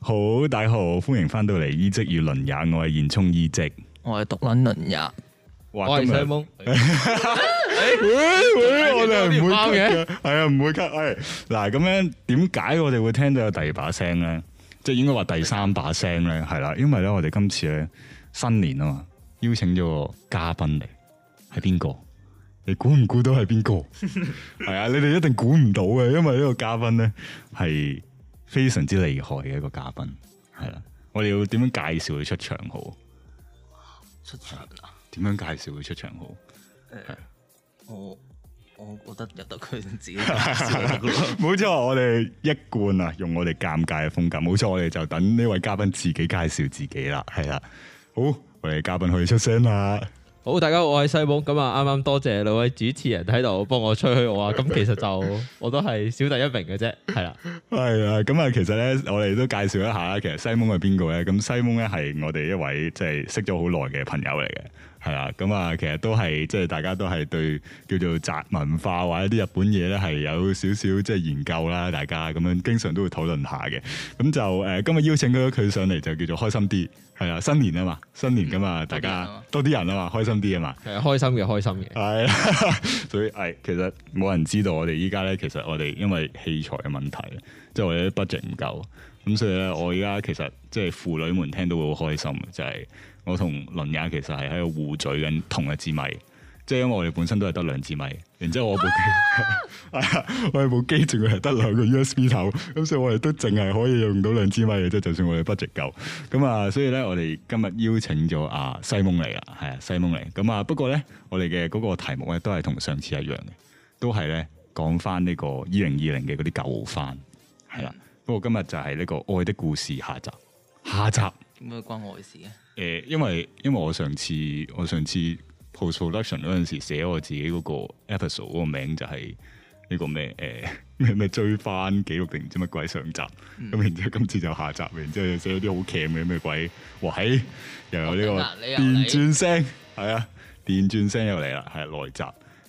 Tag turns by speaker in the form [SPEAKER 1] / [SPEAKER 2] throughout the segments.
[SPEAKER 1] 好，大家好，歡迎翻到嚟《醫職與論也》，我係現充醫職。
[SPEAKER 2] 我係獨撚輪呀，
[SPEAKER 1] 哇
[SPEAKER 3] 我係
[SPEAKER 1] 今日
[SPEAKER 3] 西蒙，
[SPEAKER 1] 喂 喂我哋係唔會
[SPEAKER 3] 啱
[SPEAKER 1] cut
[SPEAKER 3] 嘅
[SPEAKER 1] 嘅，係啊，唔會 cut。係嗱，咁樣點解我哋會聽到有第二把聲咧？即係應該話第三把聲咧，係啦，因為咧我哋今次咧新年啊嘛，邀請咗個嘉賓嚟，係邊個？你估唔估到係 邊個？係啊，你哋一定估唔到嘅，因為呢個嘉賓咧係非常之厲害嘅一個嘉賓，係啦。我哋要點樣介紹佢出場好？
[SPEAKER 2] 出場啦！
[SPEAKER 1] 點樣介紹佢出場好？
[SPEAKER 2] 我我覺得由得佢自己 介紹得啦
[SPEAKER 1] 冇錯，我哋一貫啊，用我哋尷尬嘅風格。冇錯，我哋就等呢位嘉賓自己介紹自己啦。係啦，好，我哋嘉賓可以出聲啦。
[SPEAKER 3] 好，大家好，我係西蒙。咁啊，啱啱多謝兩位主持人喺度幫我吹噓 我啊。咁其實就我都係小弟一名嘅啫，係啦。
[SPEAKER 1] 係啊，咁啊，其實咧，我哋都介紹一下啦。其實西蒙係邊個咧？咁西蒙咧係我哋一位即係識咗好耐嘅朋友嚟嘅，係啦。咁啊，其實都係即係大家都係對叫做宅文化或者啲日本嘢咧係有少少即係研究啦。大家咁樣經常都會討論下嘅。咁就誒、呃今日邀請咗佢上嚟就叫做開心啲，係啦，新年啊嘛，新年噶嘛，大家多啲人啊嘛，開心啲啊嘛。
[SPEAKER 3] 係開心嘅，開心嘅。
[SPEAKER 1] 係啦，所以係 其實冇人知道我哋依家咧，其實我哋因為器材嘅問題，即係我哋啲 budget 唔夠，咁所以咧，我依家其實即係父女們聽到會好開心嘅，就係、我同倫也其實係喺度互咀緊同一支咪，即係因為我哋本身都係得兩支咪，然之後我部機 係啊，我哋部機仲要係得兩個 USB 頭，咁所以我哋都淨係可以用到兩支咪嘅啫，就算我哋 budget 夠。咁啊，所以咧，我哋今日邀請咗阿西蒙嚟啦，係啊，西蒙嚟。咁啊，不過咧，我哋嘅嗰個題目咧，都係同上次一樣嘅，都係咧講翻呢個二零二零嘅嗰啲舊番，係啦。不過今日就係呢個愛的故事下集，下集。
[SPEAKER 2] 點解啊關我嘅事嘅？
[SPEAKER 1] 誒、呃因為因為我上次我上次 post production 嗰陣時寫我自己嗰個 episode 嗰個名就係呢個咩誒 咩咩追翻紀錄定唔知乜鬼上集，咁、
[SPEAKER 2] 嗯
[SPEAKER 1] 然之後今次就下集，然之後寫咗啲好 cam 嘅咩鬼，哇嘿又有呢
[SPEAKER 2] 我明啦
[SPEAKER 1] 個
[SPEAKER 2] 啊你又
[SPEAKER 1] 電
[SPEAKER 2] 嚟
[SPEAKER 1] 轉聲，係啊電轉聲又嚟啦，係內集，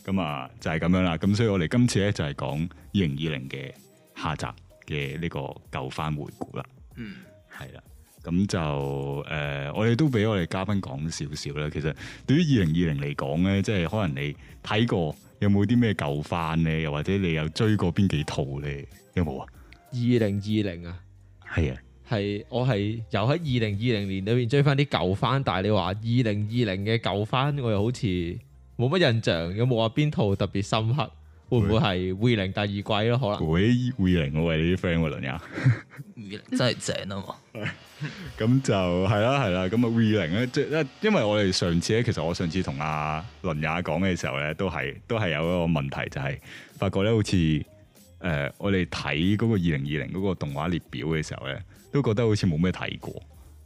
[SPEAKER 1] 咁啊就係、咁樣啦，咁所以我哋今次咧就係講二零二零嘅下集嘅呢個舊番回顧啦。
[SPEAKER 2] 嗯，
[SPEAKER 1] 係啦，咁就誒、呃我哋都俾我哋嘉賓講少少啦。其實對於二零二零嚟講咧，即係可能你睇過有冇啲咩舊番咧，又或者你有追過邊幾套咧，有冇啊？
[SPEAKER 3] 二零二零啊，
[SPEAKER 1] 係啊，
[SPEAKER 3] 係我係由喺二零二零年裏面追翻啲舊番，但係你話二零二零嘅舊番，我又好似冇乜印象。有冇話邊套特別深刻？會唔會係《會靈》第二季咯？可能。
[SPEAKER 1] 喂，會零我喂你啲 friend 喎，倫友。
[SPEAKER 2] 魚真係正啊嘛！
[SPEAKER 1] 咁就係啦，係啦。咁啊 V 零咧，即係因為我哋上次咧，其實我上次同阿倫也講嘅時候咧，都係都係有一個問題，就係、發覺咧，好似誒、呃我哋睇嗰個二零二零嗰個動畫列表嘅時候咧，都覺得好似冇咩睇過，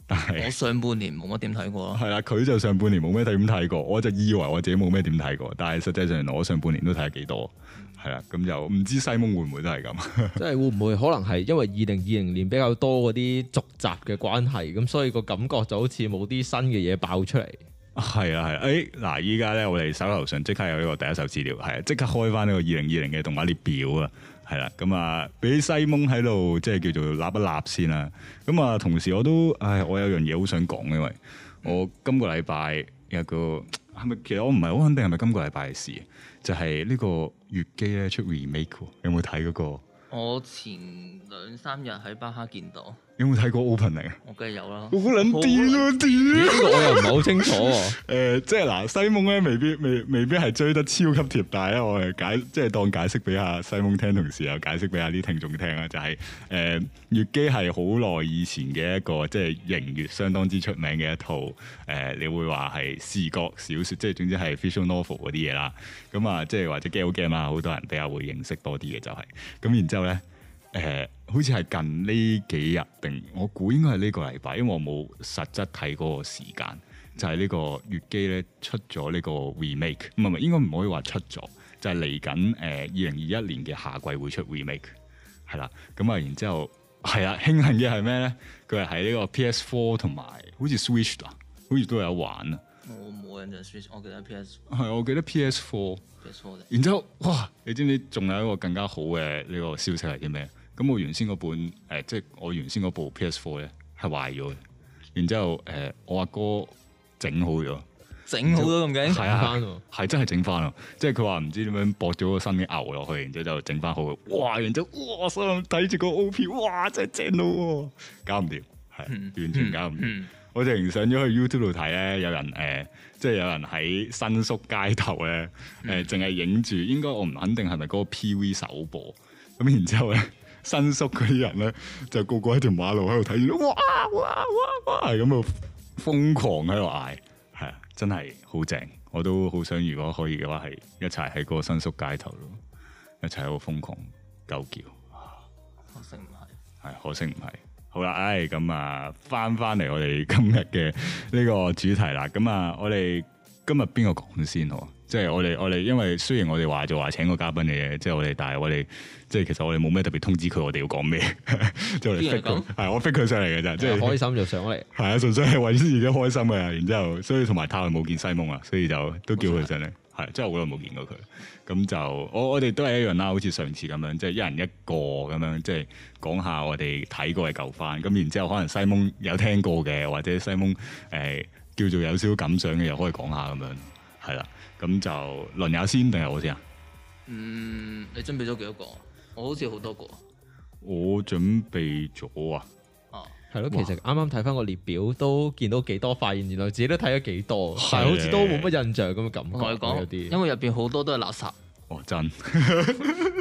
[SPEAKER 1] 但係
[SPEAKER 2] 我。上半年冇乜點睇過咯，
[SPEAKER 1] 係啦，佢就上半年冇咩點睇過，我就以為我自己冇咩點睇過，但係實際上我上半年都睇咗幾多，係啦，咁就唔知西蒙會唔會都係咁，
[SPEAKER 3] 即係會唔會可能係因為二零二零年比較多嗰啲續集嘅關係，咁所以個感覺就好似冇啲新嘅嘢爆出嚟。
[SPEAKER 1] 係啊係啊，誒嗱，依家咧我哋手頭上即刻有呢個第一手資料，係啊，即刻開翻呢個二零二零嘅動畫列表啊，係啦，咁啊，俾西蒙喺度即係叫做立一立先啦，咁啊，同時我都，唉，我有樣嘢好想講，因為我今個禮拜有個係咪，其實我唔係好肯定係咪今個禮拜嘅事，就係、呢個月姬咧出 remake 喎有冇睇嗰個？
[SPEAKER 2] 我前兩三日喺巴哈見到，
[SPEAKER 1] 有冇睇過 opening 啊？
[SPEAKER 2] 我梗係有啦。
[SPEAKER 1] 好撚癲啊！
[SPEAKER 3] 呢
[SPEAKER 1] 屌！
[SPEAKER 3] 個我又唔係好清楚喎。
[SPEAKER 1] 誒、呃即係嗱，西蒙咧未必未未必係追得超級貼，但係咧我係解即係當解釋俾下西蒙聽，同時又解釋俾下啲聽眾聽啦，就係、誒、月姬係好耐以前嘅一個即係型月相當之出名嘅一套誒、你會話係視覺小説，即係總之係 visual novel 嗰啲嘢啦。咁啊，即係或者 g a l game 啊，好多人比較會認識多啲嘅就係、咁，然之後咧。誒、呃好似係近呢幾日定我估應該係呢個禮拜，因為我冇實質睇嗰個時間，就係、呢個月姬咧出咗呢個 remake，唔係唔係應該唔可以話出咗，就係嚟緊誒呃二零二一年嘅夏季會出 remake，係啦，咁啊然之後係啦，慶幸嘅係咩咧？佢係喺呢個 PS Four 同埋好似 Switch 啊，好似都有玩啊，
[SPEAKER 2] 我冇印象 Switch，我記得 PS
[SPEAKER 1] 係我記得 PS Four。
[SPEAKER 2] PS Four 啫。
[SPEAKER 1] 然之後，哇！你知唔知仲有一個更加好嘅呢個消息係啲咩？咁我原先嗰本誒、呃即係我原先嗰部 PS Four 咧係壞咗嘅，然之後誒、呃我阿哥整好咗，
[SPEAKER 2] 整好咗咁勁，
[SPEAKER 1] 係
[SPEAKER 3] 翻
[SPEAKER 1] 啊
[SPEAKER 3] 喎，
[SPEAKER 1] 係真係整翻啊！即係佢話唔知點樣駁咗個新嘅牛落去，然之後就整翻好。哇！然之後哇，心諗睇住個 O P，哇真係正到喎，搞唔掂，
[SPEAKER 2] 嗯
[SPEAKER 1] 係完全搞唔掂。
[SPEAKER 2] 嗯，
[SPEAKER 1] 我直情上咗去 YouTube 度睇咧，有人誒、呃即係有人喺新宿街頭咧，誒淨係影住，應該我唔肯定係咪嗰個 PV 首播，咁然之後咧，新宿嗰啲人咧就個個喺條馬路喺度睇住，哇哇哇哇，係咁啊瘋狂喺度嗌，係啊，真係好正，我都好想如果可以嘅話，係一齊喺嗰個新宿街頭咯，一齊喺度瘋狂鳩叫。
[SPEAKER 2] 可惜唔係，
[SPEAKER 1] 系可惜唔係。好啦，唉，咁啊，翻翻嚟我哋今日嘅呢個主題啦。咁啊，我哋今日邊個講先好啊？即係我哋我哋，因為雖然我哋話就話請個嘉賓嘅嘢，即係我哋，但係我哋即係其實我哋冇咩特別通知佢，我哋要講咩， 即係我哋
[SPEAKER 2] 邊個
[SPEAKER 1] fit 佢
[SPEAKER 2] 講，哦
[SPEAKER 1] 係我 fit 佢上嚟嘅咋，即
[SPEAKER 3] 即係啊
[SPEAKER 1] 係
[SPEAKER 3] 開心就上嚟。
[SPEAKER 1] 係啊，純粹係為咗自己開心嘅，然之後所以同埋太耐冇見西蒙啦，所以就都叫佢上嚟，係真係好耐冇見過佢。咁就我我哋都係一樣啦，好似上次咁樣，即係一人一個咁樣，即係講下我哋睇過嘅舊番。咁然之後可能西蒙有聽過嘅，或者西蒙誒、呃叫做有少少感想嘅，又可以講下咁樣，係啦。咁就輪下先定係我先啊？
[SPEAKER 2] 嗯，你準備咗幾多個？我好似好多個
[SPEAKER 1] 我準備咗啊，
[SPEAKER 2] 啊，
[SPEAKER 3] 係咯，其實啱啱睇翻個列表都見到幾多，發現原來自己都睇咗幾多，
[SPEAKER 1] 係
[SPEAKER 3] 但係好似都冇乜印象咁嘅感覺
[SPEAKER 2] 我同你
[SPEAKER 3] 有
[SPEAKER 2] 講，因
[SPEAKER 3] 啲。
[SPEAKER 2] 為入邊好多都係垃圾。
[SPEAKER 1] 哦真。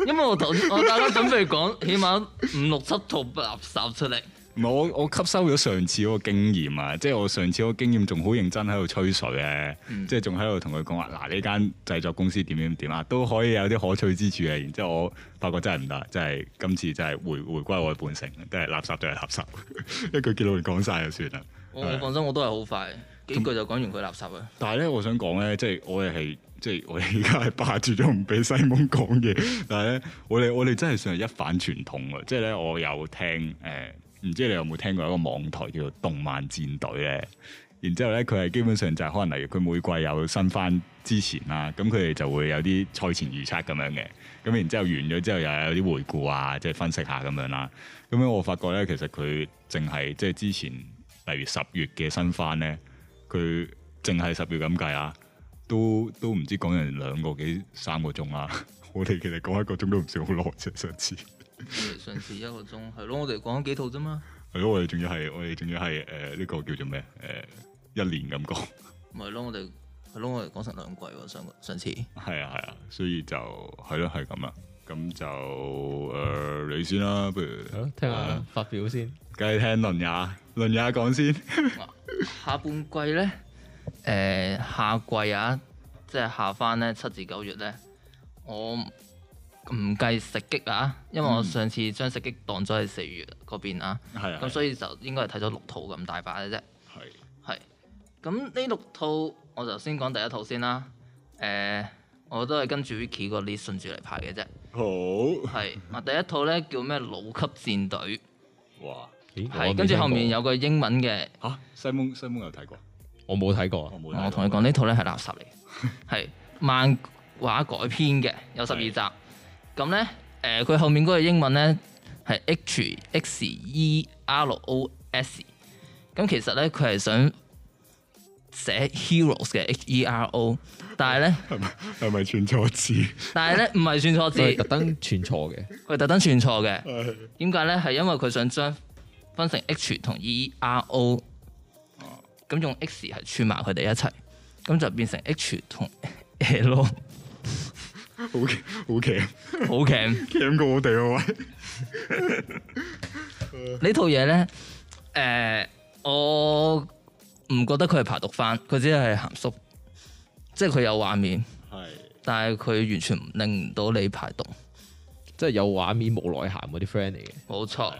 [SPEAKER 2] 因為我頭我大家準備講，起碼五六七套垃圾出嚟，
[SPEAKER 1] 唔係我我吸收咗上次嗰個經驗啊，即係我上次嗰個經驗仲好認真喺度吹水咧，即係仲喺度同佢講話嗱呢間製作公司點點點啊，都可以有啲可取之處嘅。啊然之後我發覺真係唔得，真係今次真係回回歸我嘅本性，真係垃圾就係垃圾， 一句結論講晒就算啦。
[SPEAKER 2] 我我放心，我都係好快幾句就講完佢垃圾啊！
[SPEAKER 1] 但係咧，我想講咧，即係我哋係即係我哋而家係霸住咗唔俾西蒙講嘢，但係咧，我哋我哋真係算係一反傳統啊！即係咧，我有聽誒，唔、知你有冇聽過一個網台叫做《動漫戰隊》咧？然之後咧，佢係基本上就係可能例如佢每季有新番之前啦，咁佢哋就會有啲賽前預測咁樣嘅，咁然之後完咗之後又有啲回顧啊，即係分析下咁樣啦。咁樣我發覺咧，其實佢淨係即係之前例如十月嘅新番咧，佢淨係十月咁計啊，都都唔知講人兩個幾三個鐘啦。 我哋其實講一個鐘都唔算好耐啫，上次。
[SPEAKER 2] 我哋上次一個鐘係咯，我哋講咗幾套啫嘛，
[SPEAKER 1] 係咯，我哋仲要係我哋仲要係誒呢個叫做咩誒、呃一年咁講。
[SPEAKER 2] 咪係咯，我哋係咯，我哋講成兩季喎，上個上次
[SPEAKER 1] 係啊係啊，所以就係咯係咁啦。啊咁就誒、呃你先啦，不如
[SPEAKER 3] 係咯聽下發表先，
[SPEAKER 1] 梗係聽論也論也講先。
[SPEAKER 2] 下半季咧，誒、下季啊，即係下翻咧七至九月咧，我唔計食擊啊，因為我上次將食擊當咗係四月嗰邊啊，
[SPEAKER 1] 係
[SPEAKER 2] 咁所以就應該係睇咗六套咁大把嘅啫。
[SPEAKER 1] 係
[SPEAKER 2] 係。咁呢六套，我就先講第一套先啦。誒、我都係跟住 Vicky 個 list 順住嚟排嘅啫。
[SPEAKER 1] 好
[SPEAKER 2] 係，
[SPEAKER 3] 嗯
[SPEAKER 2] 啊第一套咧叫咩《老級戰隊
[SPEAKER 1] 哇》，
[SPEAKER 3] 咦我
[SPEAKER 2] 係
[SPEAKER 3] 未
[SPEAKER 2] 跟住
[SPEAKER 3] 聽
[SPEAKER 2] 後面
[SPEAKER 3] 過
[SPEAKER 2] 有個英文嘅，
[SPEAKER 1] 嚇、西蒙西蒙有睇過，
[SPEAKER 3] 我冇睇過啊
[SPEAKER 1] 我，冇睇過。
[SPEAKER 2] 我同你講呢套咧係垃圾 嚟，係漫畫改編嘅，有十二集。咁咧，誒、佢後面嗰個英文咧係 H X E R O S，咁其實咧佢係想寫 heroes 嘅 H E R O，但係咧。
[SPEAKER 1] 係咪係咪串錯字？
[SPEAKER 2] 但係咧唔係算錯字，
[SPEAKER 3] 佢係特登串 錯嘅。
[SPEAKER 2] 佢特登串錯嘅。
[SPEAKER 1] 係
[SPEAKER 2] 點解咧？係因為佢想將分成 H 同 E R O，咁哦用 X 係串埋佢哋一齊，咁就變成 H 同 L，好
[SPEAKER 1] 好奇好奇啊！
[SPEAKER 2] 嘅。
[SPEAKER 1] 驚過我哋啊喂！
[SPEAKER 2] 呢套嘢咧，誒、我唔覺得佢係排毒番，佢只係鹹濕，即係佢有畫面，
[SPEAKER 1] 係
[SPEAKER 2] 但係佢完全唔令唔到你排毒。
[SPEAKER 3] 即係有畫面冇內涵嗰啲 friend 嚟嘅。
[SPEAKER 2] 冇錯，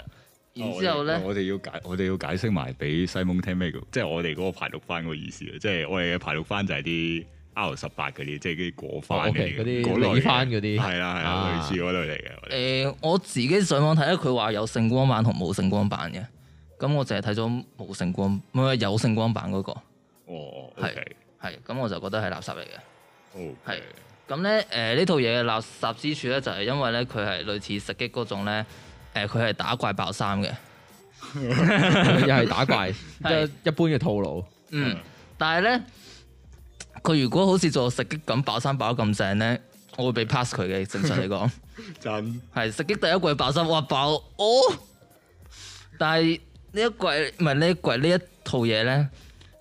[SPEAKER 2] 然之後咧。
[SPEAKER 1] 哦我哋要解我哋要解釋埋俾西蒙聽咩叫，即係我哋嗰個排毒番個意思啊！即係我哋嘅排毒番就係啲 R 十八嗰啲，即係啲果
[SPEAKER 3] 哦
[SPEAKER 1] 番嚟
[SPEAKER 3] ，OK，
[SPEAKER 1] 嘅
[SPEAKER 3] 嗰啲
[SPEAKER 1] 嗰類嘅
[SPEAKER 3] 理番嗰啲
[SPEAKER 1] 係啦係啦，
[SPEAKER 3] 啊
[SPEAKER 1] 類似嗰類嚟嘅我
[SPEAKER 2] 誒、
[SPEAKER 1] 哋。
[SPEAKER 2] 呃我自己上網睇咧，佢話有聖光版同冇聖光版嘅，咁我淨係睇咗冇聖光，唔係有聖光版嗰、個，
[SPEAKER 1] 哦
[SPEAKER 2] 係
[SPEAKER 1] ，OK，
[SPEAKER 2] 係咁我就覺得係垃圾嚟嘅。呃
[SPEAKER 1] 哦，
[SPEAKER 2] 係咁咧，誒呢套嘢嘅垃圾之處咧，就係因為咧佢係類似食擊嗰種咧，誒、誒佢係打怪爆衫嘅，
[SPEAKER 3] 又係打怪，
[SPEAKER 2] 係
[SPEAKER 3] 一一般嘅套路。
[SPEAKER 2] 嗯，但係咧佢如果好似做食擊咁爆衫爆得咁正咧，我會被 pass 佢嘅正常嚟講。
[SPEAKER 1] 真
[SPEAKER 2] 係食擊第一季爆心，哇爆哦！但係呢一季唔係呢一季呢一套嘢咧，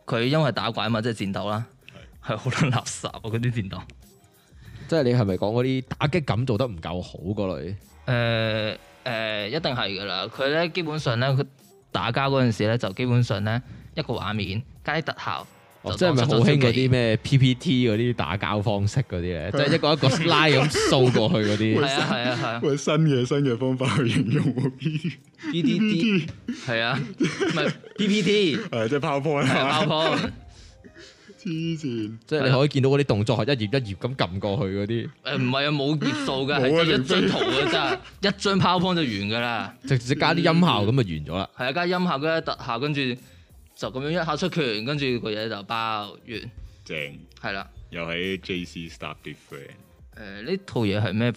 [SPEAKER 2] 佢因為打怪啊嘛，即係戰鬥啦，係好撚垃圾啊！嗰啲戰鬥。誒、
[SPEAKER 3] 即係你係咪講嗰啲打擊感做得唔夠好嗰類？
[SPEAKER 2] 誒、一定係㗎啦。佢咧基本上咧，佢打交嗰陣時咧，就基本上咧一個畫面加啲特效，
[SPEAKER 3] 哦
[SPEAKER 2] 就
[SPEAKER 3] 即係咪好興嗰啲
[SPEAKER 2] 咩？
[SPEAKER 3] 咩 PPT 嗰啲打交方式嗰啲咧？即係一 個一個 slide 咁掃過去嗰
[SPEAKER 2] 係
[SPEAKER 3] 啲
[SPEAKER 2] 啊係啊係 啊
[SPEAKER 1] 喂新嘅新嘅方法去形容喎
[SPEAKER 3] P T T
[SPEAKER 1] PPT
[SPEAKER 2] 係啊，唔係 PPT
[SPEAKER 1] 係即係 PowerPoint
[SPEAKER 2] 係
[SPEAKER 1] 啊
[SPEAKER 2] 爆破。
[SPEAKER 1] 黐線。
[SPEAKER 3] 即係你可以見到嗰啲動作係一頁一頁咁撳過去嗰啲，
[SPEAKER 2] 誒唔係啊，冇頁數㗎，
[SPEAKER 1] 冇啊
[SPEAKER 2] 係一
[SPEAKER 1] 零飛
[SPEAKER 2] 張圖㗎咋，一張 PowerPoint 就完㗎啦。
[SPEAKER 3] 直接加啲音效咁就完咗啦。
[SPEAKER 2] 係啊，加音效加特效，跟住就咁樣一下出拳，跟住個嘢就爆完，
[SPEAKER 1] 正，
[SPEAKER 2] 係啦。
[SPEAKER 1] 又喺 JC start with friend。
[SPEAKER 2] 誒、呢套嘢係咩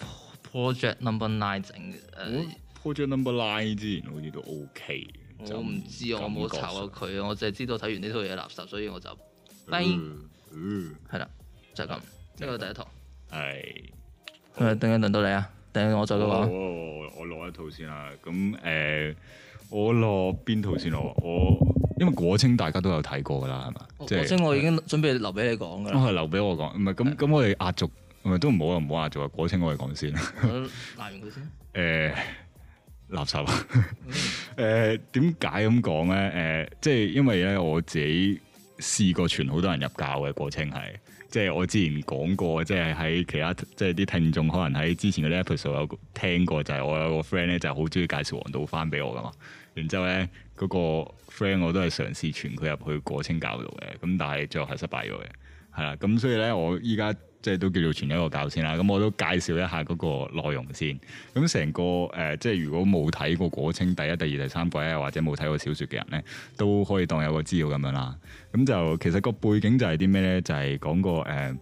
[SPEAKER 2] project number nine 整嘅？誒、
[SPEAKER 1] 嗯 project number nine 之前好似都 OK 嘅
[SPEAKER 2] 我唔知，我冇查。
[SPEAKER 1] 就
[SPEAKER 2] 過佢，我淨係知道睇完呢套嘢垃圾，所以我就
[SPEAKER 1] 感覺
[SPEAKER 2] bang
[SPEAKER 1] 上嗯，
[SPEAKER 2] 係啦，就係咁。呢個第一套。
[SPEAKER 1] 嗯係。
[SPEAKER 2] 誒，等緊輪到你啊！等緊我再
[SPEAKER 1] 好啊好啊
[SPEAKER 2] 講。
[SPEAKER 1] 我我攞一套先啦。咁誒、呃我攞邊套先攞？我因為果青大家都有睇過㗎啦，係嘛？
[SPEAKER 2] 我先，我已經準備留俾你講㗎
[SPEAKER 1] 哦我
[SPEAKER 2] 啦。
[SPEAKER 1] 係留俾我講，唔係咁咁，我哋壓軸，唔係都唔好啊，唔好壓軸啊！果青我哋講先啦。
[SPEAKER 2] 我鬧完 佢先。
[SPEAKER 1] 誒、呃垃圾啊！誒點解咁講咧？誒、即係因為咧我自己試過傳好多人入教嘅過程係，即係我之前講過，即係喺其他即係啲聽眾可能喺之前嗰啲 episode 有聽過，就係、我有個 friend 咧就係好中意介紹黃道番俾我噶嘛。然之後咧嗰、個 friend 我都係嘗試傳佢入去過清教度嘅，咁但係最後係失敗咗嘅，係啦。咁所以咧我依家即係都叫做傳咗一個教先啦。咁我都介紹一下嗰個內容先。咁成個誒、呃即係如果冇睇過果青第一、第二、第三季啊，或者冇睇過小説嘅人咧，都可以當有個資料咁樣啦。咁就其實個背景就係啲咩咧？就係、講個誒、呃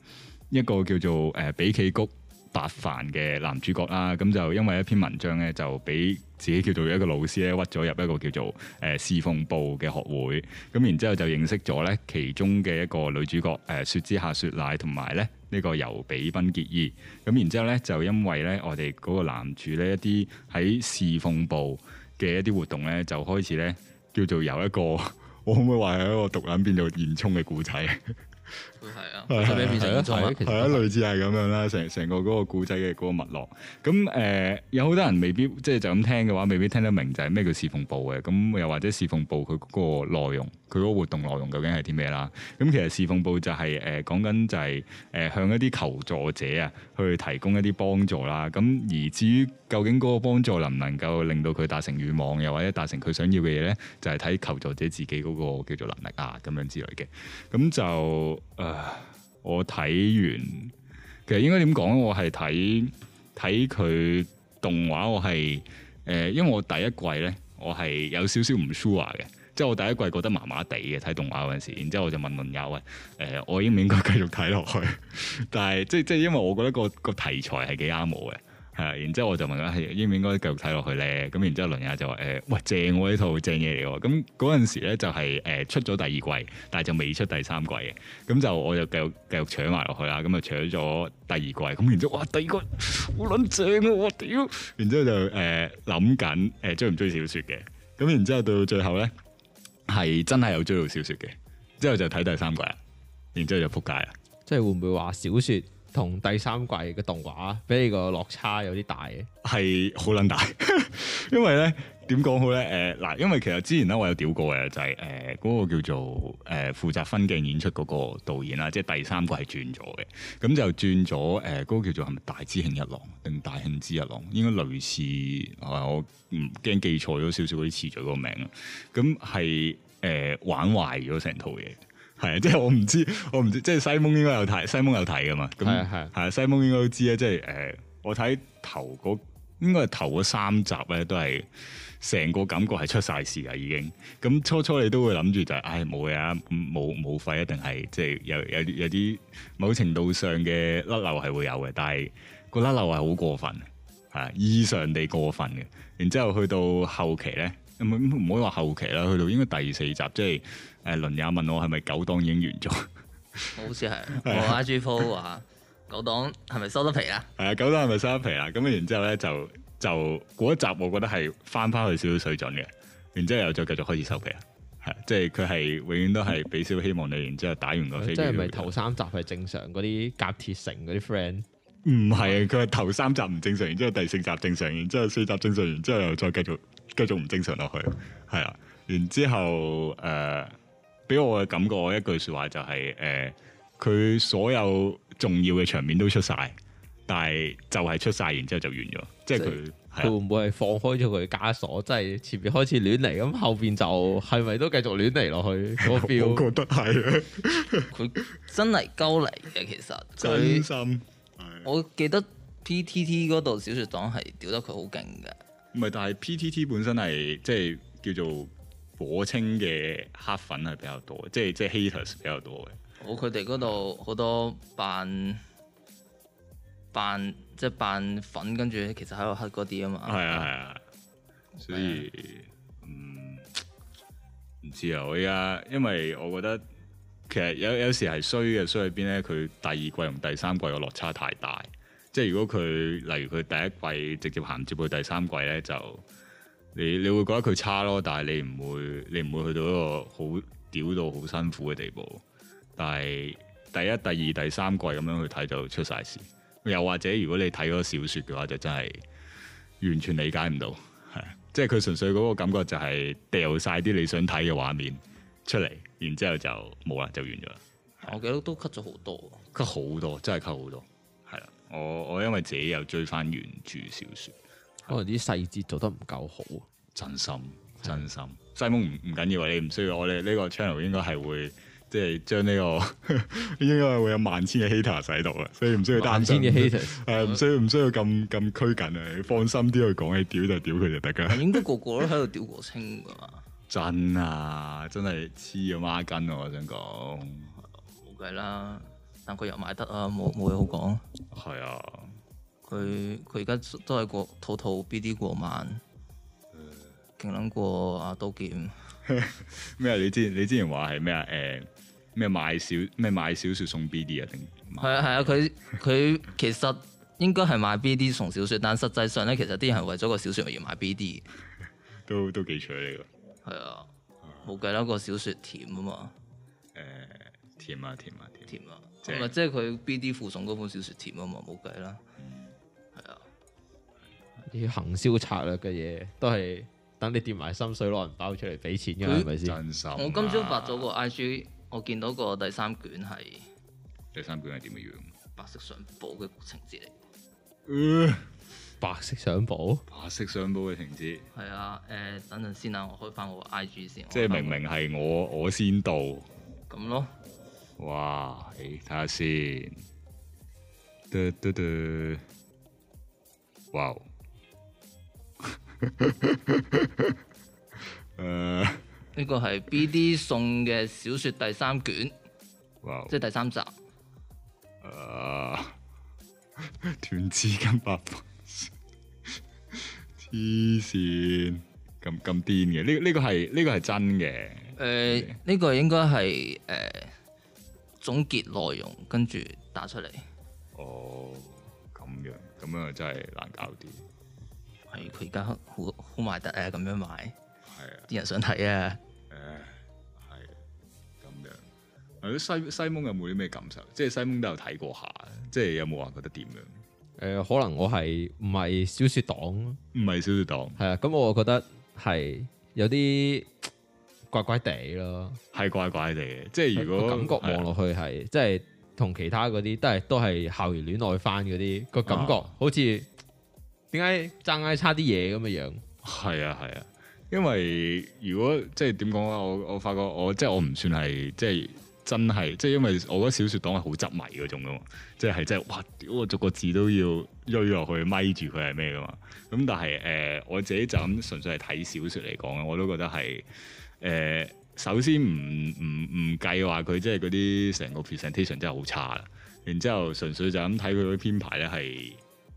[SPEAKER 1] 一個叫做誒、呃比企谷白凡嘅男主角啦。咁就因為一篇文章咧，就俾自己叫做呃一個老師咧屈咗入一個叫做誒、呃侍奉部嘅學會。咁然之後就認識咗咧其中嘅一個女主角誒、呃、雪之下雪乃同埋咧呢、個由比賓結衣。咁然之後咧，就因為咧，我哋嗰個男主咧一啲喺侍奉部嘅一啲活動咧，就開始咧叫做由一個 我可唔可以話係一個獨撚變做現充嘅故仔？
[SPEAKER 2] 係啊，
[SPEAKER 1] 係啊
[SPEAKER 2] 就俾變成中
[SPEAKER 3] 係
[SPEAKER 2] 啦
[SPEAKER 3] 啊。其實
[SPEAKER 1] 係啊，類似係咁樣啦，成成個嗰個故仔嘅嗰個脈絡。咁誒、呃有好多人未必即係就咁聽嘅話，未必聽得明就係咩叫侍奉部嘅。咁又或者侍奉部佢嗰個內容，佢嗰個活動內容究竟係啲咩啦？咁其實侍奉部就係、誒、講緊就係、誒向一啲求助者啊，去提供一啲幫助啦。咁而至於究竟嗰個幫助能唔能夠令到佢達成願望，又或者達成佢想要嘅嘢咧，就係、睇求助者自己嗰個叫做能力啊咁樣之類嘅。咁就誒。呃我睇完，其實應該點講咧？我係睇睇佢動畫，我係誒、呃因為我第一季咧，我係有少少唔 sure 嘅，即係我第一季覺得麻麻地嘅睇動畫嗰陣時，然之後我就問論友喂誒、呃我應唔應該繼續睇落去？ 但係即係即係因為我覺得個個題材係幾啱我嘅。係啊，然之後我就問佢係應唔應該繼續睇落去咧？咁然之後輪友就話誒、呃喂正喎呢套正嘢嚟喎！咁嗰陣時咧就係、呃出咗第二季，但係就未出第三季嘅。咁就我就繼續繼續搶埋落去啦，咁就搶咗第二季，咁然之後哇第二季好撚正啊，我屌！然之後就誒諗緊誒追唔追小説嘅，咁然之後到最後咧係真係有追到小説嘅，之後就睇第三季啦，然之後就撲街啦。
[SPEAKER 3] 即係會唔會話小說同第三季嘅動畫俾你個落差有啲大嘅？
[SPEAKER 1] 係好撚大， 因為咧點講好咧？誒、嗱，因為其實之前咧我有屌過嘅，就係誒嗰個叫做誒、呃、負責分鏡演出嗰個導演啦，啊即係第三季係轉咗嘅，咁就轉咗誒嗰個叫做係咪大知慶一郎定大慶之一郎？應該類似啊，我唔驚記錯咗少少嗰啲詞序嗰個名啊，咁係誒玩壞咗成套嘢。係啊，即係我唔知， 我唔知，即係西蒙應該有睇，西蒙有睇噶嘛？咁
[SPEAKER 3] 係啊係啊
[SPEAKER 1] 係啊，西蒙應該都知啊，即係誒、呃我睇頭嗰應該係頭嗰三集咧，都係成個感覺係出晒事啊已經。咁初初你都會諗住就係、唉冇嘢啊，冇冇費一定係即係有有啲有啲某程度上嘅甩漏係會有嘅，但係個甩漏係好過分，係異常地過分嘅。然之後去到後期咧，唔唔唔可以話後期啦，去到應該第四集，即係誒倫也問我係咪九檔已經完咗。
[SPEAKER 2] 好似係我 IG p o 話九啊黨係咪收得皮啦？
[SPEAKER 1] 係啊，九單係咪收一皮啦？咁啊然之後咧就就嗰一集，我覺得係翻翻去少少水準嘅，然之後又再繼續開始收皮啦。係，啊即係佢係永遠都係俾少希望你，然之後打完個飛機
[SPEAKER 3] 即係咪
[SPEAKER 1] 就
[SPEAKER 3] 頭三集係正常嗰啲甲鐵城嗰啲 friend？
[SPEAKER 1] 唔係啊，佢係頭三集唔正常，然之後第四集正常，然之後四集正常，然之後又再繼續繼續唔正常落去，係啊。然之後誒，俾、我嘅感覺一句説話就係、誒，佢、所有重要嘅場面都出晒，但係就係出晒，然之後就完咗，即係佢
[SPEAKER 3] 佢
[SPEAKER 1] 係
[SPEAKER 3] 會
[SPEAKER 1] 啊
[SPEAKER 3] 唔會係放開咗佢嘅枷鎖？即係前面開始亂嚟，咁後邊就係咪都繼續亂嚟落去嗰個 feel？
[SPEAKER 1] 我覺得係啊，
[SPEAKER 2] 佢真係鳩嚟嘅，其實
[SPEAKER 1] 真
[SPEAKER 2] 佢
[SPEAKER 1] 心。啊
[SPEAKER 2] 我記得 PTT 嗰度小說黨係屌得佢好勁嘅，
[SPEAKER 1] 唔係，但係 PTT 本身係即係叫做火青嘅黑粉係比較多，即係即係 haters 比較多嘅。
[SPEAKER 2] 我佢哋嗰度好多扮扮即係扮粉，跟住其實喺度黑嗰啲啊嘛。
[SPEAKER 1] 係啊係啊，所以嗯唔知啊，我依家因為我覺得其實有有時係衰嘅，衰喺邊咧？佢第二季同第三季嘅落差太大，即係如果佢例如佢第一季直接銜接去第三季咧，就你你會覺得佢差咯，但係你唔會你唔會去到一個好屌到好辛苦嘅地步，但係。第一、第二、第三季咁樣去睇就出晒事，又或者如果你睇嗰個小説嘅話，就真係完全理解唔到，係啊即係佢純粹嗰個感覺就係掉晒啲你想睇嘅畫面出嚟，然之後就冇啦，就完咗啦。
[SPEAKER 2] 我記得都 cut 咗好多。
[SPEAKER 1] 吸好多，真係吸好多，係啦。我我因為自己又追翻原著小説，
[SPEAKER 3] 可能啲細節做得唔夠好。
[SPEAKER 1] 真心真心。西蒙唔唔緊要啊，你唔需要我哋呢個 channel 應該係會即係將呢個 應該係會有萬千嘅 hater 喺度啊，所以唔需要擔
[SPEAKER 3] 萬
[SPEAKER 1] 心
[SPEAKER 3] 千嘅 haters，
[SPEAKER 1] 係唔需要唔需要咁咁拘謹啊，你放心啲去講，你屌就屌佢就得㗎。
[SPEAKER 2] 應該個個都喺度屌過清㗎嘛，
[SPEAKER 1] 真啊，真係黐咗孖筋啊！我想講，
[SPEAKER 2] 冇計啦。但佢又買得啊，冇冇嘢好講。
[SPEAKER 1] 係啊，
[SPEAKER 2] 佢佢而家都係過套套 BD 過萬，勁撚過阿刀劍。
[SPEAKER 1] 咩啊？你之你之前話係咩啊？誒、咩買小咩買小説送 B D 啊？定
[SPEAKER 2] 係啊係啊，佢佢其實應該係買 BD 送小説，但實際上咧，其實啲人係為咗個小説而買 BD。
[SPEAKER 1] 都都幾取你㗎？
[SPEAKER 2] 係啊，冇計啦，個小説甜啊嘛，
[SPEAKER 1] 誒、甜啊甜啊甜
[SPEAKER 2] 甜啊，
[SPEAKER 1] 正
[SPEAKER 2] 咪即係佢 BD 附送嗰本小説甜啊嘛，冇計啦。係啊，
[SPEAKER 3] 啲行銷策略嘅嘢都係等你掂埋心水攞銀包出嚟俾錢㗎，
[SPEAKER 2] 佢
[SPEAKER 3] 係咪先？
[SPEAKER 1] 真心啊、
[SPEAKER 2] 我今朝發咗個 IG，我見到個第三卷係
[SPEAKER 1] 第三卷係點嘅樣？
[SPEAKER 2] 白色相簿嘅情節嚟。
[SPEAKER 1] 呃
[SPEAKER 3] 白色相簿，
[SPEAKER 1] 白色相簿嘅情節，
[SPEAKER 2] 係啊，誒、等陣先啊，我開翻我 I G 先。
[SPEAKER 1] 即係
[SPEAKER 2] 我開
[SPEAKER 1] 明
[SPEAKER 2] 返
[SPEAKER 1] 明係我我先到，
[SPEAKER 2] 咁咯，
[SPEAKER 1] 哇！誒睇下先，嘟嘟嘟， 哇！誒、
[SPEAKER 2] 呢個係 B D 送嘅小説第三卷，
[SPEAKER 1] 哇！
[SPEAKER 2] 即係第三集。
[SPEAKER 1] 啊，斷指跟白飯，黐線咁咁癲嘅，呢呢個係呢個係真嘅，
[SPEAKER 2] 誒、呃呢個應該係誒、呃總結內容，跟住打出嚟。
[SPEAKER 1] 哦，咁樣咁樣真係難搞啲，
[SPEAKER 2] 係佢而家好好賣得啊，咁樣賣，
[SPEAKER 1] 係啊，
[SPEAKER 2] 啲人想睇啊。
[SPEAKER 1] 誒係咁樣。係咯西西蒙有冇啲咩感受？即係西蒙都有睇過下，即係有冇話覺得點樣？
[SPEAKER 3] 誒、可能我係唔係小説黨？
[SPEAKER 1] 唔係小説黨，
[SPEAKER 3] 係啊，咁我覺得係有啲怪怪地咯。
[SPEAKER 1] 係怪怪地嘅。即係啊如果
[SPEAKER 3] 個感覺望落去係即係同其他嗰啲都係都係校園戀愛番嗰啲個感覺
[SPEAKER 1] 啊，
[SPEAKER 3] 好似點解爭嗌差啲嘢咁嘅樣？
[SPEAKER 1] 係啊，係啊，因為如果即係點講啊，我我發覺我即係我唔算係即係真係，即係因為我覺得小説黨係好執迷嗰種噶嘛，即係係真係哇屌我逐個字都要追落去，咪住佢係咩噶嘛。咁但係誒、呃我自己就咁純粹係睇小説嚟講嘅，啊我都覺得係誒、呃首先唔唔唔計話佢即係嗰啲成個 presentation 真係好差啦，然之後純粹就咁睇佢嗰啲編排咧係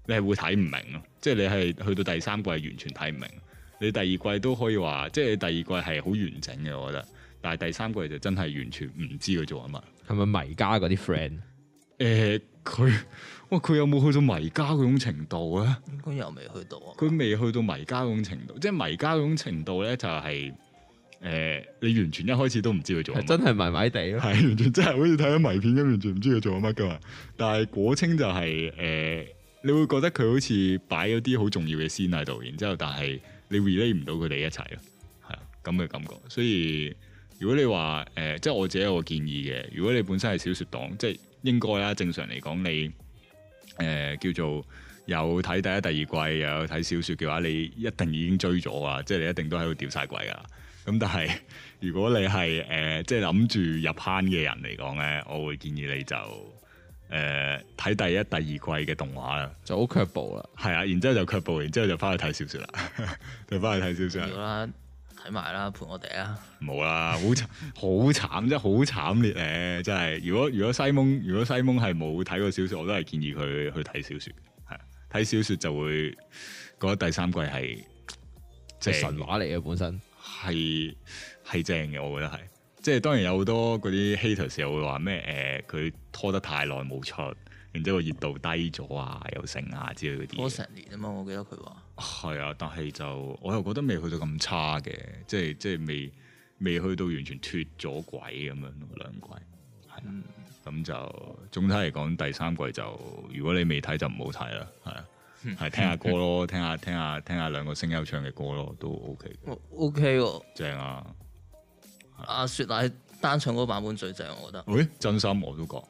[SPEAKER 1] 你係會睇唔明咯，即係你係去到第三季係完全睇唔明。你第二季都可以話，即係你第二季係好完整嘅，我覺得。但係第三季就真係完全唔知佢做緊乜。
[SPEAKER 3] 係咪迷家嗰啲 friend？
[SPEAKER 1] 誒、佢哇，佢有冇去到迷家嗰種程度啊？
[SPEAKER 2] 應該又未去到啊。
[SPEAKER 1] 佢未去到迷家嗰種程度，即係迷家嗰種程度咧，就係、誒、你完全一開始都唔知佢做緊
[SPEAKER 3] 係
[SPEAKER 1] 乜。
[SPEAKER 3] 真係迷迷地咯。
[SPEAKER 1] 啊係完全真係好似睇緊迷片咁，完全唔知佢做緊乜噶嘛。但係果青就係、誒、你會覺得佢好似擺咗啲好重要嘅先喺度，然之後但係你 relate 唔到佢哋一齊咯，係啊咁嘅感覺。所以如果你話誒、即係我自己有個建議嘅，如果你本身係小説黨，即係應該啦，正常嚟講你誒、呃叫做。有睇第一、第二季，又有睇小説嘅話，你一定已經追咗啊！即係你一定都喺度掉晒鬼啊！咁但係如果你係誒、呃即係諗住入坑嘅人嚟講咧，我會建議你就誒睇、第一、第二季嘅動畫啦，
[SPEAKER 3] 就好卻步啦，
[SPEAKER 1] 係啊，然之後就卻步，然之後就翻去睇小説啦， 就翻去睇小説
[SPEAKER 2] 要
[SPEAKER 1] 啦，
[SPEAKER 2] 啦，
[SPEAKER 1] 啊
[SPEAKER 2] 睇埋啦，陪我哋啊！
[SPEAKER 1] 冇啦，好慘，好慘，真係好慘烈咧，真係。如果如果西蒙，如果西蒙係冇睇過小説，我都係建議佢去睇小説，係啊睇小説就會覺得第三季係
[SPEAKER 3] 即
[SPEAKER 1] 正
[SPEAKER 3] 係神話嚟嘅本身。
[SPEAKER 1] 係係正嘅，我覺得係。即係當然有好多嗰啲 haters 又會話咩誒，佢、拖得太耐冇出，然之後熱度低咗啊，又剩啊之類嗰
[SPEAKER 2] 拖
[SPEAKER 1] 啲嘢。
[SPEAKER 2] 成年啊嘛，我記得佢話。
[SPEAKER 1] 係啊，但係就我又覺得未去到咁差嘅，即係即係未未去到完全脱咗軌咁樣咯，兩季。係
[SPEAKER 2] 嗯
[SPEAKER 1] 啊，咁就總體嚟講，第三季就如果你未睇就唔好睇啦，係啊，
[SPEAKER 2] 嗯
[SPEAKER 1] 係聽下歌咯，聽下聽下聽下兩個聲優唱嘅歌咯，都 OK 嘅，
[SPEAKER 2] 我 OK 喎，
[SPEAKER 1] 正啊！
[SPEAKER 2] 阿雪乃單唱嗰個版本最正，我覺得。
[SPEAKER 1] 喂、真心我都覺，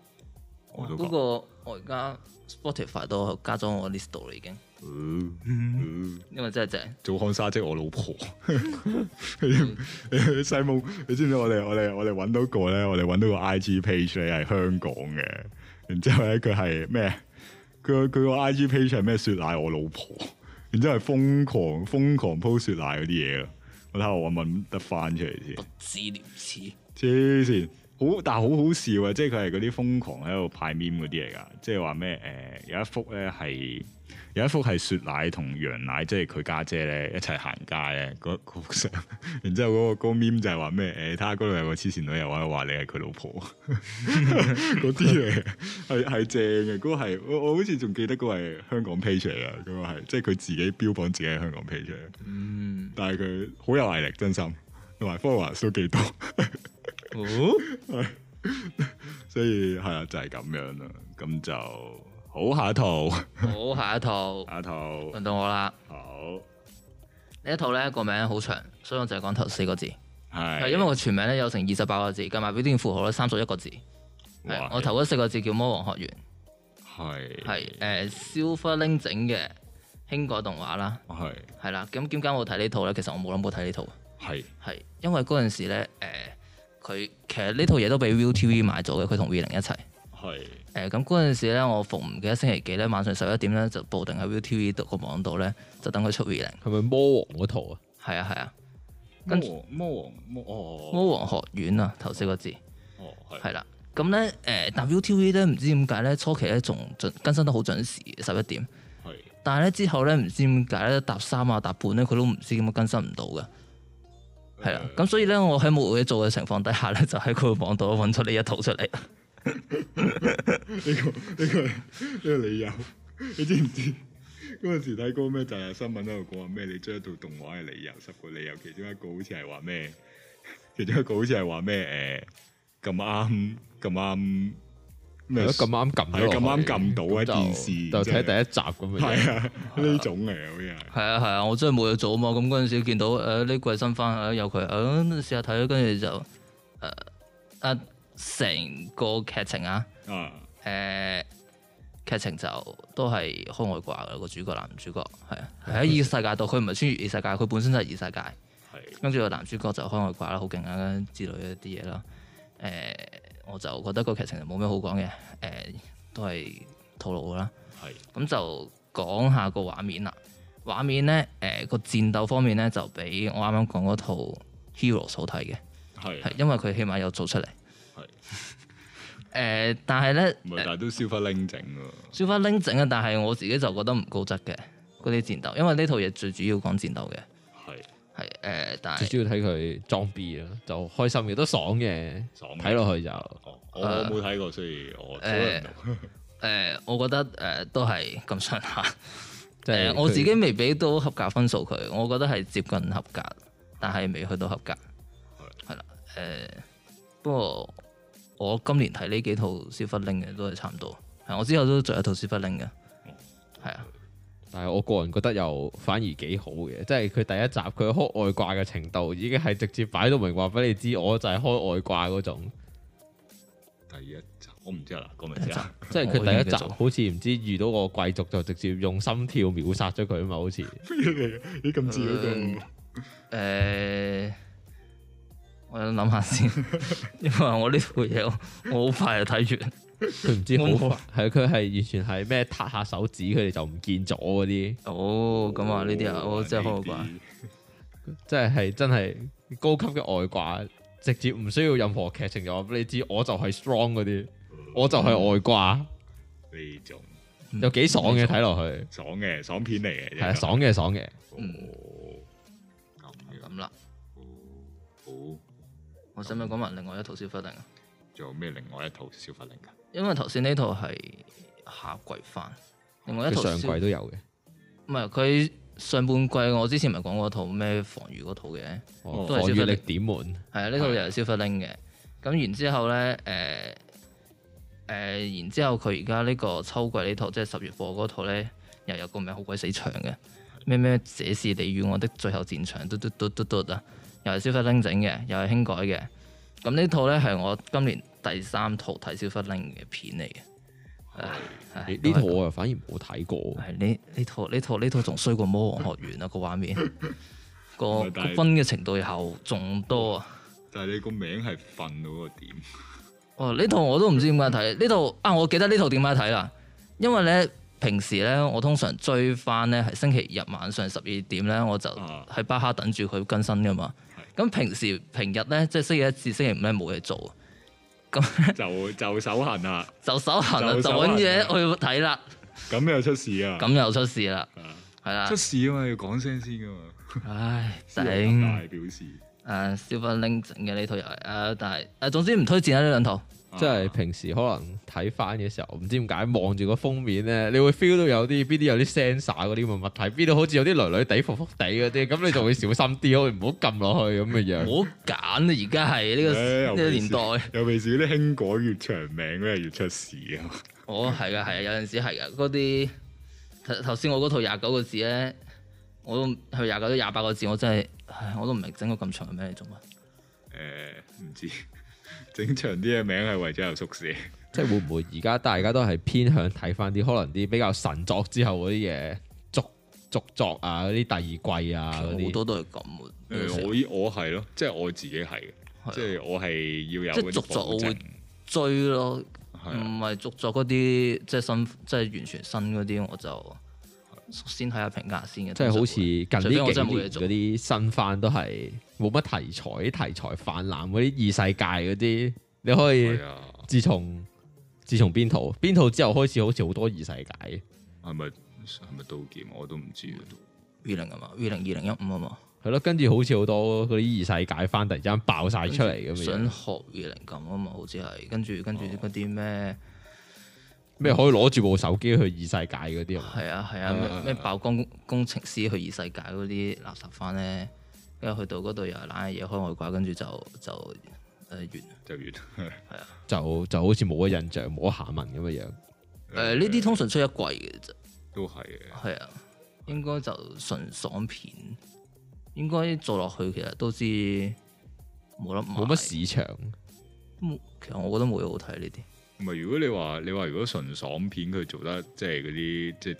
[SPEAKER 1] 我都覺
[SPEAKER 2] 嗰，個我而家 Spotify 都加咗我 list 度啦，已經，
[SPEAKER 1] 嗯嗯
[SPEAKER 2] 因為真係正。
[SPEAKER 1] 做康沙即係我老婆。 你知唔你西蒙，你知唔知我哋我哋我哋揾到個咧，我哋揾到個 I G page 咧係香港嘅，然之後咧佢係咩？佢佢個 I G page 係咩？雪奶我老婆，然之後係瘋狂瘋狂 po 雪奶嗰啲嘢咯。我睇下我揾唔揾得翻出嚟先。
[SPEAKER 2] 知廉恥，
[SPEAKER 1] 黐線，好但係好好笑啊！即係佢係嗰啲瘋狂喺度派 meme 嗰啲嚟㗎，即係話咩誒有一幅咧係有一幅係雪奶同羊奶，即係佢家姐咧一齊行街咧嗰 嗰幅相，然之後嗰、個嗰、個 meme 就係話咩誒，睇下嗰度有個黐線女又喺度話你係佢老婆嗰啲嚟，係係正嘅，嗰、個係我我好似仲記得嗰個係香港 page 嚟㗎，嗰、個係即係佢自己標榜自己係香港 page 嚟，
[SPEAKER 2] 嗯，
[SPEAKER 1] 但係佢好有毅力，真心同埋 followers 都幾多。所以係啦，啊就係、咁樣啦。咁就好下一 套，
[SPEAKER 2] 好，下一套
[SPEAKER 1] 下一套
[SPEAKER 2] 輪到我啦。
[SPEAKER 1] 好
[SPEAKER 2] 呢一套咧個名好長，所以我就係講頭四個字。
[SPEAKER 1] 係
[SPEAKER 2] 係因為我全名咧有成二十八個字，計埋標點符號咧三十一個字。係
[SPEAKER 1] 哇
[SPEAKER 2] 我頭嗰四個字叫《魔王學院》，
[SPEAKER 1] 係
[SPEAKER 2] 係誒 Silver Link 整嘅輕改動畫啦，
[SPEAKER 1] 係
[SPEAKER 2] 係啦。咁點解我睇呢套咧？其實我冇諗過睇呢套，
[SPEAKER 1] 係
[SPEAKER 2] 係因為嗰陣時咧誒，佢、其實呢套嘢都俾 ViuTV 買咗嘅，佢同 V 零一齊。
[SPEAKER 1] 係
[SPEAKER 2] 誒咁嗰陣時咧，我逢唔記得星期幾咧，晚上十一點咧就報定喺 ViuTV 度個網度咧，就等佢出 V 零。
[SPEAKER 3] 係咪魔王嗰套啊？
[SPEAKER 2] 係啊係啊，跟
[SPEAKER 1] 魔王魔王魔哦
[SPEAKER 2] 魔王學院啊，頭四個字。
[SPEAKER 1] 哦係
[SPEAKER 2] 係啦。咁咧誒，但 ViuTV 咧唔知點解咧，初期咧仲準更新得好準時，十一點。
[SPEAKER 1] 係
[SPEAKER 2] 但係咧之後咧唔知點解咧，搭三啊搭半咧，佢都唔知點解更新唔到嘅。係啦，咁所以咧，我喺冇嘢做嘅情況底下咧，就喺佢個網度揾出呢一套出嚟。
[SPEAKER 1] 呢個呢個呢個理由，你知唔知？嗰陣時睇過咩就係新聞喺度講話咩？你將一套動畫嘅理由十個理由，其中一個好似係話咩？其中一個好似係話咩？誒咁啱咁啱
[SPEAKER 3] 係
[SPEAKER 1] 咩
[SPEAKER 3] 咯？咁啱撳咗
[SPEAKER 1] 係
[SPEAKER 3] 落去
[SPEAKER 1] 咁啱撳到一件事
[SPEAKER 3] 就就睇
[SPEAKER 1] 真
[SPEAKER 3] 第一集咁嘅嘢。
[SPEAKER 1] 係啊，呢種嚟好似係。
[SPEAKER 2] 係啊係啊，我真係冇嘢做啊嘛，咁嗰陣時見到誒呢季新番誒有佢，誒試下睇啦，跟住就誒啊成個劇情啊
[SPEAKER 1] 啊，
[SPEAKER 2] 誒、呃劇情就都係開外掛噶啦，個主角男主角係啊係喺異世界度，佢唔係穿越異世界，佢本身就係異世界，
[SPEAKER 1] 係
[SPEAKER 2] 跟住個男主角就開外掛啦，好勁啊之類一啲嘢啦。誒、我就覺得個劇情就冇咩好講嘅，誒、都係套路㗎啦。
[SPEAKER 1] 係
[SPEAKER 2] 咁就講下個畫面啦。畫面呢，誒、個戰鬥方面呢，就比我啱啱講嗰套 Heroes 好睇嘅，
[SPEAKER 1] 係
[SPEAKER 2] 係因為佢起碼有做出嚟。
[SPEAKER 1] 係
[SPEAKER 2] 誒、誒，但係咧
[SPEAKER 1] 唔係，但係都 Silver Link 整喎。
[SPEAKER 2] 燒花拎整啊，但係我自己就覺得唔高質嘅嗰啲戰鬥，因為呢套嘢最主要講戰鬥嘅，
[SPEAKER 1] 係
[SPEAKER 2] 係誒、呃但
[SPEAKER 3] 最
[SPEAKER 2] 係
[SPEAKER 3] 主要睇佢裝 B 咯，就開心嘅，都爽嘅，
[SPEAKER 1] 爽嘅
[SPEAKER 3] 睇落去就
[SPEAKER 1] 哦我我冇睇過，所以我討論唔到。
[SPEAKER 2] 誒、呃我覺得誒、都係咁上下。
[SPEAKER 3] 即
[SPEAKER 2] 誒
[SPEAKER 3] 係
[SPEAKER 2] 我
[SPEAKER 3] 佢
[SPEAKER 2] 自己未俾到合格分數佢，我覺得係接近合格，但係未去到合格，係啦。誒、不過我今年睇呢幾套《消忽拎》嘅都係差唔多，係我之後都仲有一套《消忽拎》嘅，
[SPEAKER 3] 嗯
[SPEAKER 2] 係啊，
[SPEAKER 3] 但係我個人覺得又反而幾好嘅，即係佢第一集佢開外掛嘅程度已經係直接擺到明話俾你知，我就係開外掛 嗰種，
[SPEAKER 1] 第一集我唔知啊，嗱講明先啊。
[SPEAKER 3] 即係
[SPEAKER 2] 我已經
[SPEAKER 3] 佢第一
[SPEAKER 2] 繼
[SPEAKER 3] 集
[SPEAKER 2] 續
[SPEAKER 3] 好似唔知遇到個貴族就直接用心跳秒殺咗佢啊嘛，好似
[SPEAKER 1] 咩嚟嘅？你 咁似嗰
[SPEAKER 2] 嗯
[SPEAKER 1] 個
[SPEAKER 2] 誒、呃 我諗下先， 因為我呢套嘢我我好快就睇完，
[SPEAKER 3] 佢唔知 好快，係啊佢係完全係咩撻下手指佢哋就唔見咗嗰啲，
[SPEAKER 2] 哦，咁啊呢啲啊，我真係好怪。
[SPEAKER 1] 呢
[SPEAKER 3] 即係係真係高級嘅外掛，直接唔需要任何劇情就話俾你知，我就係 strong 嗰啲，我就係外掛，
[SPEAKER 1] 啲呢種
[SPEAKER 3] 有幾爽嘅睇落去，
[SPEAKER 1] 爽嘅爽片嚟嘅，
[SPEAKER 3] 係啊爽嘅爽嘅。
[SPEAKER 1] 哦。
[SPEAKER 2] 嗯
[SPEAKER 1] 咁樣
[SPEAKER 2] 咁啦，
[SPEAKER 1] 好，
[SPEAKER 2] 我想唔想講埋另外一套《消忽拎》啊？
[SPEAKER 1] 仲有咩另外一套消法令㗎？
[SPEAKER 2] 因為頭先呢套係夏季番，另外一套
[SPEAKER 3] 佢上季
[SPEAKER 2] 消
[SPEAKER 3] 都有嘅，
[SPEAKER 2] 唔係佢上半季，我之前咪講過套咩防禦嗰套嘅，
[SPEAKER 3] 哦
[SPEAKER 2] 都係
[SPEAKER 3] 防禦
[SPEAKER 2] 消費
[SPEAKER 3] 力
[SPEAKER 2] 力
[SPEAKER 3] 點滿，
[SPEAKER 2] 係啊，呢套又係消費拎嘅。咁然之後咧，誒、誒、然之後佢而家呢個秋季呢套，即係十月播嗰套咧，又有個名好鬼死長嘅，咩咩這是你與我的最後戰場，嘟嘟嘟嘟嘟啊，又係消費拎整嘅，又係輕改嘅。咁呢套咧係我今年第三套睇消費拎嘅片嚟嘅。唉
[SPEAKER 3] 呢套我又反而冇睇過。
[SPEAKER 2] 係呢呢套呢套呢套仲衰過《魔王學院》啊個畫面，個
[SPEAKER 1] 唔係但係
[SPEAKER 2] 個分嘅程度後仲多啊！
[SPEAKER 1] 但係你個名係瞓到個點？
[SPEAKER 2] 哦，呢套我都唔知點解睇，呢套啊我記得呢套點解睇啦，因為咧平時咧我通常追翻咧係星期日晚上十二點咧我就
[SPEAKER 1] 啊
[SPEAKER 2] 喺巴哈等住佢更新噶嘛，咁平時平日咧即係星期一至星期五咧冇嘢做，咁
[SPEAKER 1] 就就手痕啊啦，
[SPEAKER 2] 就手痕啦，
[SPEAKER 1] 就
[SPEAKER 2] 就
[SPEAKER 1] 手
[SPEAKER 2] 揾
[SPEAKER 1] 痕
[SPEAKER 2] 嘢
[SPEAKER 1] 啊
[SPEAKER 2] 去睇啦，
[SPEAKER 1] 咁又出事啊！
[SPEAKER 2] 咁又出事啦，
[SPEAKER 1] 啊
[SPEAKER 2] 係啦
[SPEAKER 1] 出，事啊嘛，要講聲先噶嘛，
[SPEAKER 2] 唉頂。
[SPEAKER 1] 啊大表示
[SPEAKER 2] 誒 Silver Link 整嘅呢套又係誒，但係誒總之唔推薦啊啦呢兩套，
[SPEAKER 1] 啊
[SPEAKER 3] 即係平時可能睇翻嘅時候，唔知點解望住個封面咧，你會 feel 到有啲邊啲有啲 sensor 嗰啲咁嘅物體，邊度好似有啲雷雷地、伏伏地嗰啲，咁你就會小心啲，我唔好撳落去咁嘅樣。
[SPEAKER 2] 唔好揀啊！而家係呢
[SPEAKER 1] 唉
[SPEAKER 2] 個
[SPEAKER 1] 尤
[SPEAKER 2] 呢個
[SPEAKER 1] 其
[SPEAKER 2] 年
[SPEAKER 1] 是
[SPEAKER 2] 代，
[SPEAKER 1] 尤其是嗰啲輕改越長名咧越出事啊！
[SPEAKER 2] 我係噶係啊，有陣時係噶嗰啲頭頭先我嗰套廿九個字咧，我都係咪廿九到廿八個字，我真係唉我都唔明整個咁長嘅名嚟做乜，
[SPEAKER 1] 誒唔知 整長啲嘅名係為咗有宿舍，
[SPEAKER 3] 即係會唔會而家大家都係偏向睇翻啲可能啲比較神作之後嗰啲嘢，續續作啊，嗰啲第二季啊嗰
[SPEAKER 2] 好
[SPEAKER 3] 啲，
[SPEAKER 2] 多都係咁喎呢個
[SPEAKER 1] 誒
[SPEAKER 2] 時候
[SPEAKER 1] 我依我係咯，即係我自己係嘅，
[SPEAKER 2] 係啊
[SPEAKER 1] 即係我係要
[SPEAKER 2] 即
[SPEAKER 1] 有嗰
[SPEAKER 2] 係續
[SPEAKER 1] 啲
[SPEAKER 2] 作
[SPEAKER 1] 保
[SPEAKER 2] 我會
[SPEAKER 1] 證，
[SPEAKER 2] 追咯，
[SPEAKER 1] 係啊
[SPEAKER 2] 唔係續作嗰啲即係新即係完全新嗰啲，我就先睇下評價先嘅，
[SPEAKER 3] 即係好
[SPEAKER 2] 除
[SPEAKER 3] 似近
[SPEAKER 2] 非
[SPEAKER 3] 呢
[SPEAKER 2] 我
[SPEAKER 3] 幾
[SPEAKER 2] 真係冇
[SPEAKER 3] 年
[SPEAKER 2] 嘢做
[SPEAKER 3] 嗰啲新番都係冇乜題材，題材泛濫嗰啲異世界嗰啲，你可以
[SPEAKER 1] 係啊，
[SPEAKER 3] 自從自從邊套邊套之後開始，好似好多異世界，
[SPEAKER 1] 係咪係咪刀劍我都唔知啊
[SPEAKER 2] V 零啊嘛，V 零二零一五啊嘛。
[SPEAKER 3] 係咯，跟住好似好多嗰啲異世界翻突然之間爆晒出嚟咁
[SPEAKER 2] 想
[SPEAKER 3] 樣，
[SPEAKER 2] 學二零咁啊嘛，好似係跟住跟住嗰啲咩
[SPEAKER 3] 咩可以攞住部手機去異世界嗰啲啊？
[SPEAKER 2] 係啊係啊咩咩爆光工程師去異世界嗰啲垃圾番咧，跟住去到嗰度又係揦嘢開外掛，跟住就就誒、呃完。
[SPEAKER 1] 就完。
[SPEAKER 3] 就就好似冇乜印象，冇乜下文咁嘅
[SPEAKER 2] 誒
[SPEAKER 3] 樣。
[SPEAKER 2] 呃呢啲通常出一季嘅啫，
[SPEAKER 1] 都係嘅，
[SPEAKER 2] 係啊，應該就純爽片，應該做落去其實都知冇得
[SPEAKER 3] 冇
[SPEAKER 2] 冇
[SPEAKER 3] 乜市場，
[SPEAKER 2] 冇其實我覺得冇嘢好睇呢啲。
[SPEAKER 1] 唔係如果你話你話如果純爽片佢做得即係嗰啲即係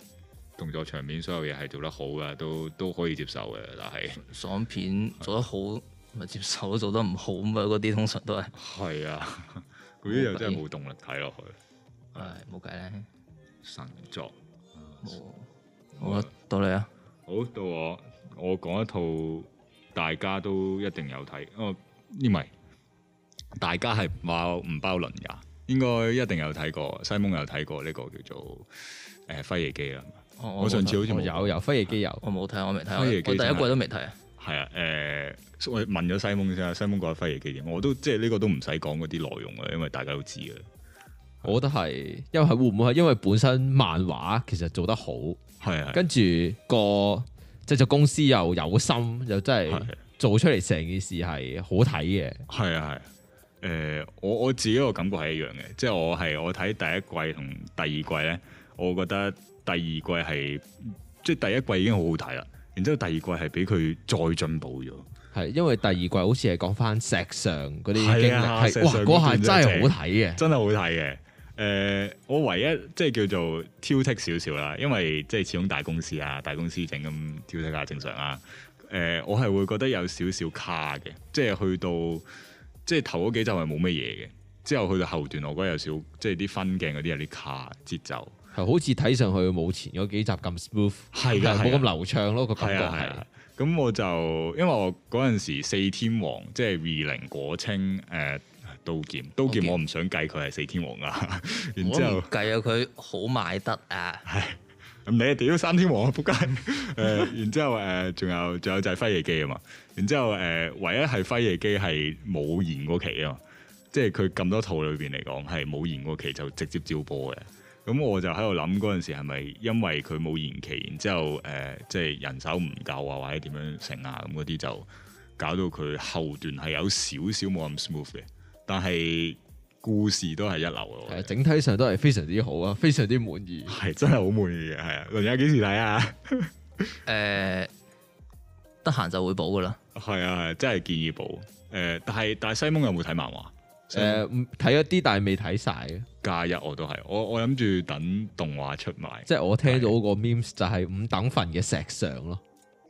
[SPEAKER 1] 動作場面所有嘢係做得好嘅，都都可以接受嘅，但係
[SPEAKER 2] 爽片做得好咪接受咯，做得唔好咪嗰啲通常都係。
[SPEAKER 1] 係啊， 嗰啲又真係冇動力睇落去。
[SPEAKER 2] 唉，冇計咧，
[SPEAKER 1] 神作
[SPEAKER 2] 冇，我到你啊，
[SPEAKER 1] 好到我，我講一套大家都一定有睇，哦，唔係大家係包唔包論㗎？應該一定有睇過，西蒙有睇過呢個叫做誒輝夜姬啦，
[SPEAKER 2] 我
[SPEAKER 1] 我上次好似
[SPEAKER 3] 我
[SPEAKER 1] 冇
[SPEAKER 3] 有有輝夜姬有，
[SPEAKER 2] 我冇睇，我未睇，我
[SPEAKER 1] 輝夜姬
[SPEAKER 2] 我第一
[SPEAKER 1] 真係
[SPEAKER 2] 季都未睇啊。
[SPEAKER 1] 係啊，誒、我問咗西蒙先啊，西蒙講輝夜姬點，我都即係呢個都唔使講嗰啲內容啊啦，因為大家都知嘅。
[SPEAKER 3] 我覺得係，因為係會唔會係因為本身漫畫其實做得好，
[SPEAKER 1] 係啊，
[SPEAKER 3] 跟住個製作公司又有心，又真係
[SPEAKER 1] 係啊
[SPEAKER 3] 做出嚟成件事係好睇嘅。
[SPEAKER 1] 係啊係，誒、我我自己個感覺係一樣嘅，即係我係我睇第一季同第二季咧，我覺得第二季係即係第一季已經好好睇啦，然之後第二季係俾佢再進步咗，
[SPEAKER 3] 係因為第二季好似係講翻石上嗰啲經
[SPEAKER 1] 係
[SPEAKER 3] 歷，
[SPEAKER 1] 啊
[SPEAKER 3] 係哇
[SPEAKER 1] 石上
[SPEAKER 3] 嗰下
[SPEAKER 1] 嗰段
[SPEAKER 3] 真
[SPEAKER 1] 真係
[SPEAKER 3] 係好睇嘅，
[SPEAKER 1] 真係好睇嘅。誒、我唯一即係叫做挑剔少少啦，因為即係始終大公司啊，大公司整咁挑剔下正常啊。誒、我係會覺得有少少卡嘅，即係去到即係頭嗰幾集係冇乜嘢嘅，之後去到後段我覺得有少即係啲分鏡嗰啲有啲卡節奏，
[SPEAKER 3] 係好似睇上去冇前嗰幾集咁 smooth，
[SPEAKER 1] 係㗎係㗎
[SPEAKER 3] 係冇咁流暢咯個感
[SPEAKER 1] 係
[SPEAKER 3] 覺
[SPEAKER 1] 啊係
[SPEAKER 3] 係
[SPEAKER 1] 啊。咁我就因為我嗰陣時四天王即係二零果青誒、刀劍，刀劍我唔想計佢係四天王啊， 然之後
[SPEAKER 2] 我唔。計啊，佢好賣得啊，
[SPEAKER 1] 咁你屌三天王啊，仆街！ 誒、然之後誒，仲、有仲有就係輝夜姬啊嘛，然之後誒、唯一係輝夜姬係冇延過期啊嘛，即係佢咁多套裏邊嚟講係冇延過期就直接照播嘅。咁我就喺度諗嗰陣時係咪因為佢冇延期，然之後誒、即係人手唔夠啊，或者點樣成啊咁嗰啲就搞到佢後段係有少少冇咁 smooth 嘅，但係故事都係一流嘅我覺
[SPEAKER 3] 係啊
[SPEAKER 1] 得。
[SPEAKER 3] 整體上都係非常之好啊，非常之滿意。
[SPEAKER 1] 係真係好滿意嘅，係啊！輪友幾時睇啊？
[SPEAKER 2] 誒，呃得閒就會補噶啦。
[SPEAKER 1] 係啊，係真係建議補。誒、但係但係西蒙有冇睇漫畫？西蒙
[SPEAKER 2] 呃
[SPEAKER 3] 誒唔睇咗啲，但係未睇晒啊嘅。
[SPEAKER 1] 假日我都係，我我諗住等動畫出埋。
[SPEAKER 3] 即係我聽到個 memes 就係五等份嘅石上咯，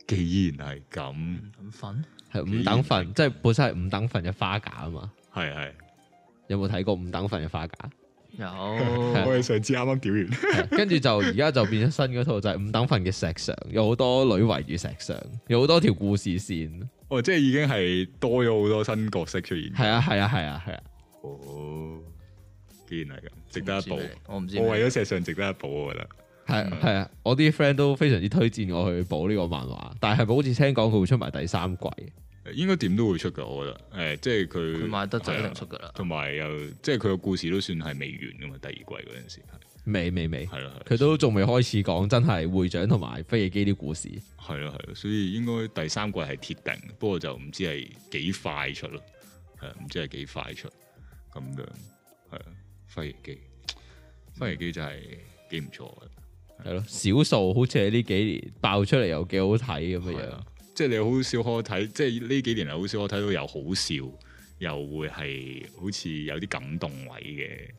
[SPEAKER 1] 既然係咁，
[SPEAKER 2] 咁瞓
[SPEAKER 3] 係五等份，即係本身係五等份嘅花架啊嘛。
[SPEAKER 1] 係係。
[SPEAKER 3] 有冇睇過五等份嘅花架？
[SPEAKER 1] 我
[SPEAKER 2] 有
[SPEAKER 1] 哋上次啱啱屌完，
[SPEAKER 3] 係跟住就而家就變咗新嗰套就係五等份嘅石上，有好多女圍住石上，有好多條故事線。
[SPEAKER 1] 哦，即係已經係多咗好多新角色出現。
[SPEAKER 3] 係啊係啊係啊係啊，
[SPEAKER 1] 哦，既然係咁， 值得一
[SPEAKER 2] 我
[SPEAKER 1] 補
[SPEAKER 2] 唔知咩。我唔知咩
[SPEAKER 1] 我為咗石上值得一補，我覺得。
[SPEAKER 3] 係啊係啊，我啲 friend 都非常之推薦我去補呢個漫畫，但係咪好似聽講佢會出埋第三季？
[SPEAKER 1] 呃應該點都會出㗎，我覺得。誒、呃即係佢
[SPEAKER 2] 佢買得就一
[SPEAKER 1] 係啊
[SPEAKER 2] 定出噶啦。
[SPEAKER 1] 同埋又即係佢個故事都算係未完㗎嘛，第二季嗰陣時係
[SPEAKER 3] 未未未，
[SPEAKER 1] 係咯係咯
[SPEAKER 3] 佢都仲未開始講真係會長同埋飛野機啲故事。
[SPEAKER 1] 係啊咯係咯，所以應該第三季係鐵定，不過就唔知係幾快出咯，係啊唔知係幾快出咁樣，係啊，輝夜姬，輝夜姬就係幾唔錯啊嘅，
[SPEAKER 3] 係咯，少數好似喺呢幾年爆出嚟又幾好睇咁嘅
[SPEAKER 1] 係
[SPEAKER 3] 樣
[SPEAKER 1] 啊，即係你好少可睇，即係呢幾年係好少可睇到又好笑，又會係好似有啲感動位嘅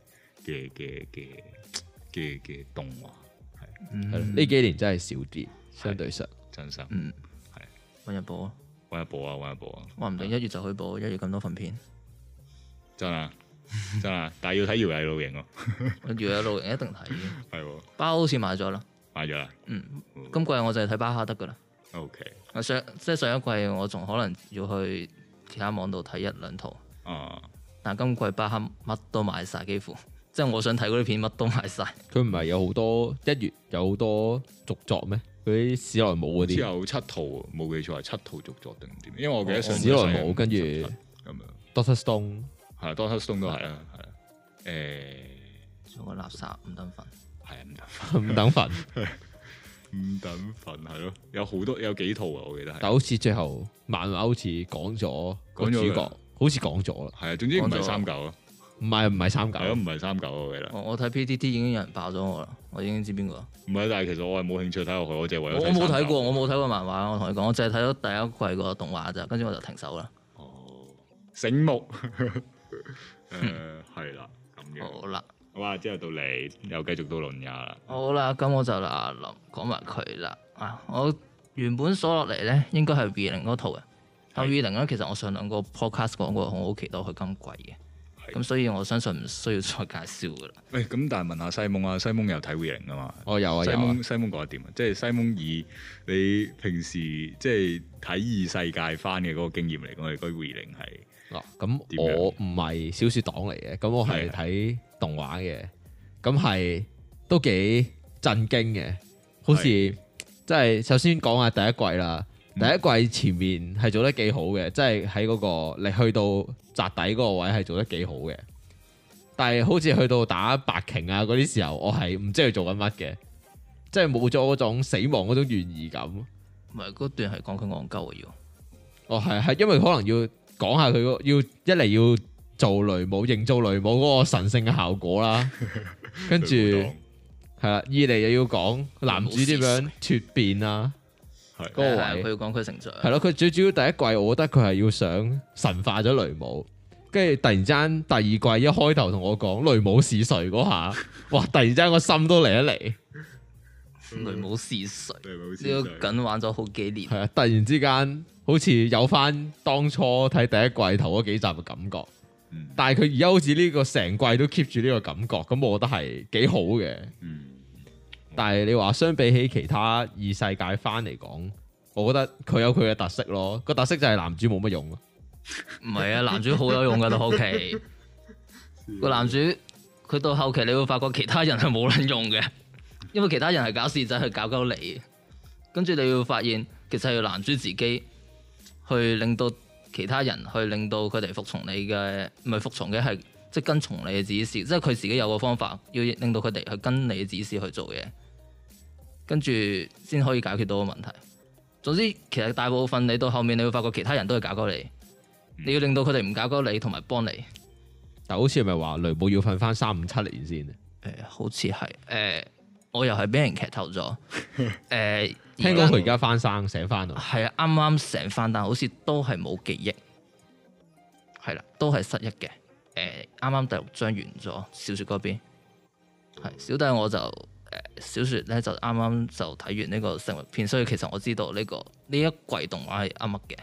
[SPEAKER 1] 嘅嘅嘅嘅嘅動畫，
[SPEAKER 3] 係
[SPEAKER 1] 嗯
[SPEAKER 3] 咯，呢幾年真係少啲，相對上
[SPEAKER 1] 真心
[SPEAKER 2] 嗯
[SPEAKER 1] 係
[SPEAKER 2] 揾日補啊，
[SPEAKER 1] 揾一部啊揾一部啊，
[SPEAKER 2] 話唔定一月就去補，一月咁多份片，
[SPEAKER 1] 真啊真啊，但係要睇搖曳露營喎，
[SPEAKER 2] 我月有露營一定睇嘅。
[SPEAKER 1] 係喎
[SPEAKER 2] 包好似買咗啦，
[SPEAKER 1] 買咗啦
[SPEAKER 2] 嗯，今季我就係睇巴哈德噶啦。
[SPEAKER 1] ，OK。
[SPEAKER 2] 我上即係上一季我仲可能要去其他網度睇一兩套，
[SPEAKER 1] 啊，
[SPEAKER 2] 但今季巴哈乜都買晒，幾乎即係我想睇嗰啲片乜都買晒。
[SPEAKER 3] 佢唔係有好多一月有好多續作咩？嗰啲史萊姆嗰
[SPEAKER 1] 之
[SPEAKER 3] 啲
[SPEAKER 1] 後七套冇記錯係七套續作定唔知咩，因為哦我記得上
[SPEAKER 3] 史萊姆跟住
[SPEAKER 1] 咁樣，
[SPEAKER 3] Doctor Stone
[SPEAKER 1] 係 Doctor Stone 都係啊，係啊，誒
[SPEAKER 2] 做個垃圾唔等份，
[SPEAKER 1] 係啊唔等
[SPEAKER 3] 五等份，
[SPEAKER 1] 唔等份係咯，有好多有幾套啊，我記得係
[SPEAKER 3] 但好似最後漫畫好似講咗個
[SPEAKER 1] 講咗
[SPEAKER 3] 主
[SPEAKER 1] 㗎
[SPEAKER 3] 角，好似講咗啦，
[SPEAKER 1] 係啊，總之唔
[SPEAKER 2] 講
[SPEAKER 1] 係
[SPEAKER 2] 咗
[SPEAKER 1] 三九咯，
[SPEAKER 3] 唔係唔係三九
[SPEAKER 1] 係，咯唔係三九我記得，
[SPEAKER 2] 我我睇 PTT 已經有人爆咗我啦，我已經知邊個啦。
[SPEAKER 1] 唔係，但係其實我係冇興趣睇落去，我就為咗
[SPEAKER 2] 我我冇睇過，
[SPEAKER 1] 過，
[SPEAKER 2] 我冇睇過漫畫。我同你講，我淨係睇咗第一季個動畫咋，跟住我就停手啦。
[SPEAKER 1] 哦，醒目， 誒係啦咁樣，
[SPEAKER 2] 好啦，
[SPEAKER 1] 好啊，之後到你又繼續到論雅啦，
[SPEAKER 2] 好啦，咁我就嗱臨講埋佢啦。啊，我原本鎖落嚟咧，應該係 V 零嗰套嘅。但 V 零咧，其實我上兩個 podcast 講過，我好期待佢今季嘅。
[SPEAKER 1] 係
[SPEAKER 2] 咁所以我相信唔需要再介紹噶啦。
[SPEAKER 1] 喂咁但係問下西蒙啊，西蒙有睇 V 零啊嘛。
[SPEAKER 3] 我有啊
[SPEAKER 1] 西
[SPEAKER 3] 有啊
[SPEAKER 1] 蒙西蒙講得點啊？即係西蒙以你平時即係睇異世界翻嘅嗰個經驗嚟講，你覺得 r e 係
[SPEAKER 3] 嗱，咁
[SPEAKER 1] 點樣
[SPEAKER 3] 我唔係小说黨嚟嘅，咁我係
[SPEAKER 1] 係
[SPEAKER 3] 睇動畫嘅，咁係都幾震驚嘅，好似即係首先講下第一季啦，第一季前面係做得幾好嘅，即係喺嗰個你去到宅底嗰個位係做得幾好嘅，但係好似去到打白鯨啊嗰啲時候，我係唔知佢做緊乜嘅，即係冇咗嗰種死亡嗰種懸疑感。
[SPEAKER 2] 唔係嗰段係講佢戇鳩啊要。
[SPEAKER 3] 哦，係係，因為可能要講下佢個要一嚟要做雷姆，營造雷姆嗰個神聖嘅效果啦，跟住係啦，二嚟又要講男主點樣脱變啦，
[SPEAKER 1] 係啊
[SPEAKER 3] 嗰個
[SPEAKER 2] 係啊佢
[SPEAKER 3] 位
[SPEAKER 2] 要講佢成長。
[SPEAKER 3] 係咯，佢最主要第一季，我覺得佢係要想神化咗雷姆。跟住突然之間，第二季一開頭同我講雷姆是誰嗰下，哇！突然之間個心都嚟一嚟，
[SPEAKER 2] 雷姆是誰？
[SPEAKER 3] 嗯
[SPEAKER 1] 對冇事
[SPEAKER 2] 呢個梗玩咗好幾年
[SPEAKER 3] 係，啊！突然之間好似有翻當初睇第一季頭嗰幾集嘅感覺。
[SPEAKER 1] 嗯
[SPEAKER 3] 但係佢而家好似呢個成季都 keep 住呢個感覺，咁我覺得係幾好嘅。
[SPEAKER 1] 嗯
[SPEAKER 3] 但係你話相比起其他異世界番嚟講，我覺得佢有佢嘅特色咯。個特色就係男主冇乜用咯。
[SPEAKER 2] 唔係啊，男主好有用噶到後期，個男主佢到後期你會發覺其他人係冇撚用嘅，因為其他人係搞事仔去搞鳩你，跟住你會發現其實係要男主自己去令到其他人去令到佢哋服從你嘅，唔係服從嘅係即係跟從你嘅指示，即係佢自己有個方法要令到佢哋去跟你嘅指示去做嘢，跟住先可以解決到個問題。總之，其實大部分你到後面，你會發覺其他人都係搞鳩你。你要令到佢哋唔搞鳩你，同埋幫你。誒、
[SPEAKER 3] 但好似係咪話雷姆要瞓翻三五七年先？
[SPEAKER 2] 好似係誒，我又係俾人劇透咗。誒、
[SPEAKER 3] 聽講佢而家翻生醒翻啦。
[SPEAKER 2] 係啊，啱啱成翻，但好似都係冇記憶，係啦，都係失憶嘅。誒、啱啱第六章完咗，小説嗰邊係小弟我就誒、小説咧就啱啱就睇完呢個成為片，所以其實我知道呢、個呢一季動畫係啱乜嘅。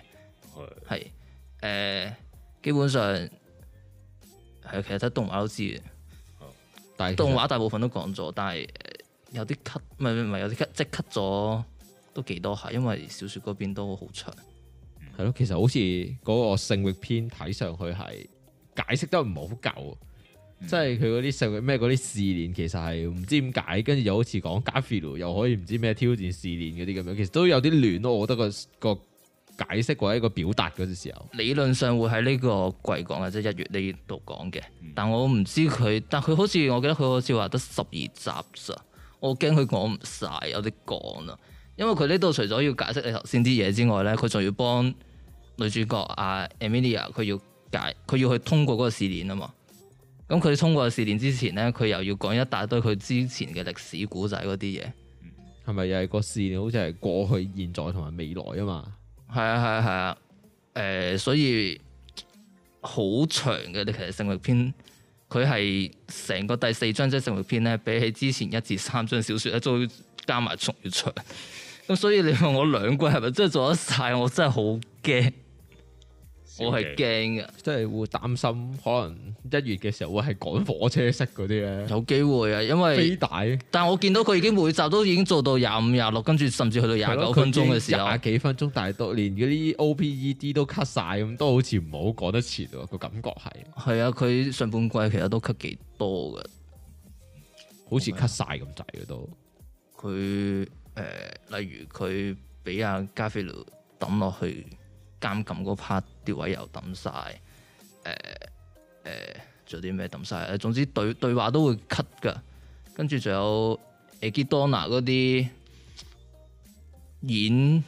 [SPEAKER 2] 係誒、基本上係其實睇動畫都知嘅，
[SPEAKER 3] 但係
[SPEAKER 2] 動
[SPEAKER 3] 動畫
[SPEAKER 2] 畫大部分都講咗，但係誒、呃有啲 cut 唔係唔係有啲 cut 即係 cut 咗都幾多下，因為小説嗰邊都好長，
[SPEAKER 3] 係咯，其實好似嗰個聖域篇睇上去係解釋得唔好夠，即係佢嗰啲聖域咩嗰啲試煉其實係唔知點解，跟住又好似講加菲魯又可以唔知咩挑戰試煉嗰啲咁樣，其實都有啲亂咯。我覺得個個解釋或者個表達嗰陣時候，
[SPEAKER 2] 理論上會喺呢個季講嘅，即係一月呢度講嘅，但我唔知佢，但佢好似我記得佢好似話得十二集咋，我驚佢講唔晒，有啲趕啊，因為佢呢度除咗要解釋你頭先啲嘢之外咧，佢仲要幫女主角啊 Emilia 佢要解，佢要去通過嗰個試練啊嘛。咁佢通過試練之前咧，佢又要講一大堆佢之前嘅歷史古仔嗰啲嘢。
[SPEAKER 3] 係咪又係個試煉好似係過去、現在同埋未來啊嘛？
[SPEAKER 2] 係啊係啊係啊，誒、所以好長嘅，你其實聖域篇佢係成個第四章即係聖域篇咧，比起之前一至三章小説咧，都加埋仲要長。咁所以你問我兩季係咪真係做得晒？我真係好驚，我係驚啊嘅，
[SPEAKER 3] 即係會擔心可能一月嘅時候會係趕火車式嗰啲咧，
[SPEAKER 2] 有機會啊，因
[SPEAKER 3] 飛
[SPEAKER 2] 為
[SPEAKER 3] 帶。
[SPEAKER 2] 但我見到佢已經每集都已經做到廿五、廿六，跟住甚至去到廿九分鐘嘅時候，
[SPEAKER 3] 廿幾分鐘，但係都連嗰啲 OPED 都 cut 晒，咁都好似唔好講得切喎，個感覺係
[SPEAKER 2] 係啊，佢上半季其實都 cut 幾多嘅。
[SPEAKER 3] 好似 cut 晒咁滯嘅都。
[SPEAKER 2] 佢誒、呃例如佢俾阿加菲魯抌落去監禁嗰 part 啲位又抌晒，誒誒，仲、有啲咩抌晒？呃誒，總之對對話都會 cut 噶，跟住仲有 e g i d o n a 嗰啲演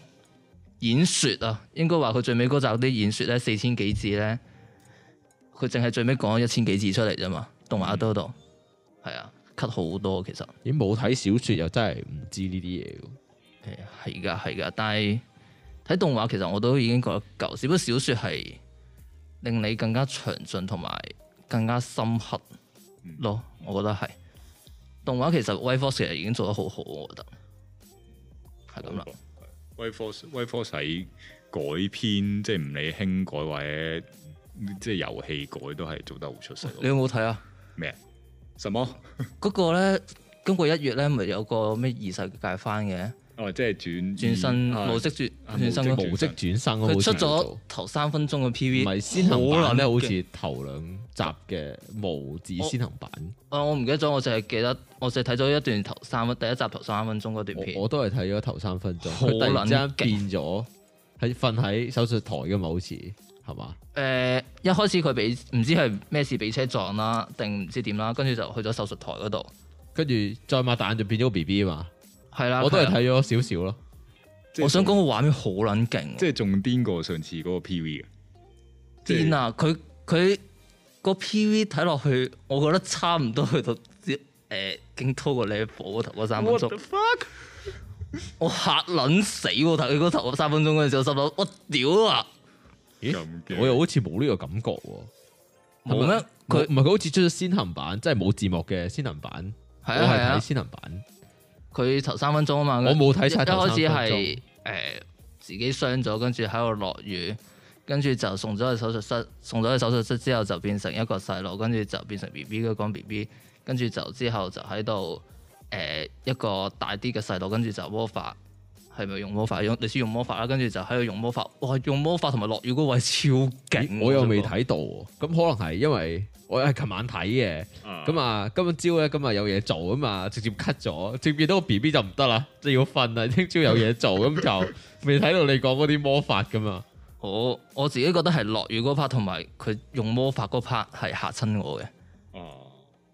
[SPEAKER 2] 演説啊，應該話佢最尾嗰集啲演説咧四千幾字咧，佢淨係最尾講咗一千幾字出嚟啫嘛，動畫都度係啊，cut 好多其實。
[SPEAKER 3] 咦，冇睇小説又真係唔知呢啲嘢喎。
[SPEAKER 2] 誒係噶係噶，但係睇動畫其實我都已經覺得夠，只不過小説係令你更加詳盡同埋更加深刻咯，
[SPEAKER 1] 嗯
[SPEAKER 2] 我覺得係動畫其實 w a Force 其實已經做得好好，我覺得係咁啦。
[SPEAKER 1] 威科威科使改編，即係唔理輕改或者即係遊戲改都係做得好出色咯。
[SPEAKER 2] 你有冇睇啊？
[SPEAKER 1] 咩？什麼？
[SPEAKER 2] 嗰個咧，今個一月咧咪有個咩異世界番嘅，
[SPEAKER 1] 哦，即係轉
[SPEAKER 2] 轉
[SPEAKER 3] 嗯
[SPEAKER 2] 身
[SPEAKER 1] 啊
[SPEAKER 2] 無色轉
[SPEAKER 1] 啊
[SPEAKER 2] 轉身
[SPEAKER 1] 無職
[SPEAKER 2] 嗰個
[SPEAKER 1] 轉
[SPEAKER 3] 無職轉生咯，
[SPEAKER 2] 佢
[SPEAKER 3] 好似
[SPEAKER 2] 出咗
[SPEAKER 3] 叫做
[SPEAKER 2] 頭三分鐘嘅
[SPEAKER 3] 唔
[SPEAKER 2] PV，
[SPEAKER 3] 係先行版咧，
[SPEAKER 2] 可能
[SPEAKER 3] 好似頭兩集嘅無字先行版，
[SPEAKER 2] 啊我唔記得咗，我淨係記得我淨係睇咗一段頭三分，第一集頭三分鐘嗰段
[SPEAKER 3] 我
[SPEAKER 2] 片，
[SPEAKER 3] 我都係睇咗頭三分鐘，
[SPEAKER 2] 好
[SPEAKER 3] 佢突然之間
[SPEAKER 2] 撚勁
[SPEAKER 3] 變咗，喺瞓喺手術台嘅嘛，好似係嘛？
[SPEAKER 2] 誒一開始佢俾唔知係咩事俾車撞啦，定唔知點啦，跟住就去咗手術台嗰度，
[SPEAKER 3] 跟住再擘大眼就變咗個 B B 啊嘛，
[SPEAKER 2] 啊係啦，
[SPEAKER 3] 我都係
[SPEAKER 2] 佢
[SPEAKER 3] 睇咗少少咯。
[SPEAKER 1] 即係
[SPEAKER 2] 我想講個畫面好撚勁
[SPEAKER 1] 即，係仲癲過上次嗰個 PV 嘅，即係
[SPEAKER 2] 癲啊！佢佢個 PV 睇落去，我覺得差唔多去到誒、呃、經拖個 level 嗰頭嗰三分
[SPEAKER 1] What the
[SPEAKER 2] 鐘，
[SPEAKER 1] fuck？
[SPEAKER 2] 我嚇撚死喎！睇佢嗰頭嗰三分鐘嗰陣時，我心諗我屌啊！
[SPEAKER 3] 咦
[SPEAKER 1] 咁嘅
[SPEAKER 3] 我又好似冇呢個感覺喎。
[SPEAKER 2] 冇咩？佢
[SPEAKER 3] 佢唔係佢好似出咗先行版，即係冇字幕嘅先行版。
[SPEAKER 2] 係啊
[SPEAKER 3] 我
[SPEAKER 2] 係
[SPEAKER 3] 係睇
[SPEAKER 2] 啊，
[SPEAKER 3] 先行版，
[SPEAKER 2] 佢頭三分鐘啊嘛，
[SPEAKER 3] 我冇睇晒
[SPEAKER 2] 一
[SPEAKER 3] 頭三分鐘
[SPEAKER 2] 一開始係誒自己傷咗，跟住喺度落雨，跟住就送咗去手術室，送咗去手術室之後就變成一個細路，跟住就變成 B B 嘅講 B B，跟住就之後就喺度誒一個大啲嘅細路，跟住就魔法。係咪用魔法？用你先用魔法啦，跟住就喺度用魔法。哇！用魔法同埋落雨嗰位超勁，啊
[SPEAKER 3] 咦我又未。睇到喎。咁可能係因為我係琴晚睇嘅，咁
[SPEAKER 1] 啊
[SPEAKER 3] 啊今日朝咧今日有嘢做啊嘛，直接 cut 咗，直接見到個 B B 就唔得啦，就要瞓啦。聽朝有嘢做，咁 就未睇到你講嗰啲魔法噶嘛。
[SPEAKER 2] 我我自己覺得係落雨嗰 part 同埋佢用魔法嗰 part 係嚇親我嘅。
[SPEAKER 1] 哦，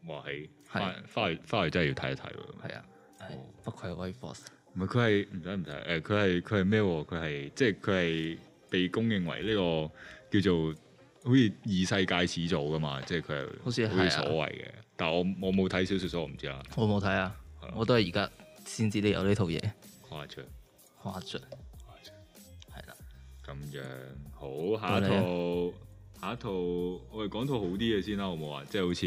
[SPEAKER 1] 哇係，
[SPEAKER 2] 係
[SPEAKER 1] 翻翻嚟翻嚟真係要睇一睇喎。
[SPEAKER 2] 係啊，
[SPEAKER 3] Oh
[SPEAKER 2] 係不愧係威 force。
[SPEAKER 1] 唔係佢係唔使唔使誒，佢係佢係咩喎？佢係即係佢係被公認為呢個叫做好似異世界始祖噶嘛，即係佢係
[SPEAKER 2] 好似係啊
[SPEAKER 1] 好所謂嘅。但我我冇睇小説，所以我唔知啦。
[SPEAKER 2] 我冇睇啊
[SPEAKER 1] 係啊，
[SPEAKER 2] 我都係而家先知你有呢套嘢
[SPEAKER 1] 誇張
[SPEAKER 2] 誇張。係啦，
[SPEAKER 1] 咁樣好，下一
[SPEAKER 2] 到
[SPEAKER 1] 套下一套我哋講套好啲嘅先啦，好唔好啊？即係好似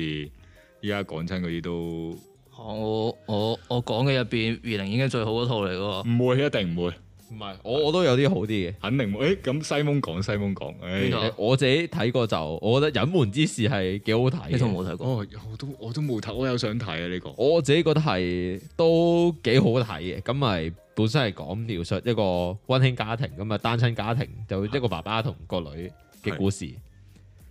[SPEAKER 1] 依家講親嗰啲都
[SPEAKER 2] 我我我講嘅入邊，二零已經最好嗰套嚟喎。
[SPEAKER 1] 唔會，一定唔會，
[SPEAKER 3] 唔係，我我都有啲好啲嘅。
[SPEAKER 1] 肯定冇。誒咁西蒙講西蒙講，
[SPEAKER 2] 邊
[SPEAKER 1] 誒
[SPEAKER 2] 度啊
[SPEAKER 3] 我自己睇過就，我覺得隱瞞之事係幾好睇
[SPEAKER 2] 呢套
[SPEAKER 3] 嘅。
[SPEAKER 2] 冇睇過，
[SPEAKER 1] 哦，我都我都冇睇，我有想睇啊呢個。
[SPEAKER 3] 我自己覺得係都幾好睇嘅。咁咪本身係講描述一個温馨家庭咁啊，單親家庭就一個爸爸同個女嘅故事。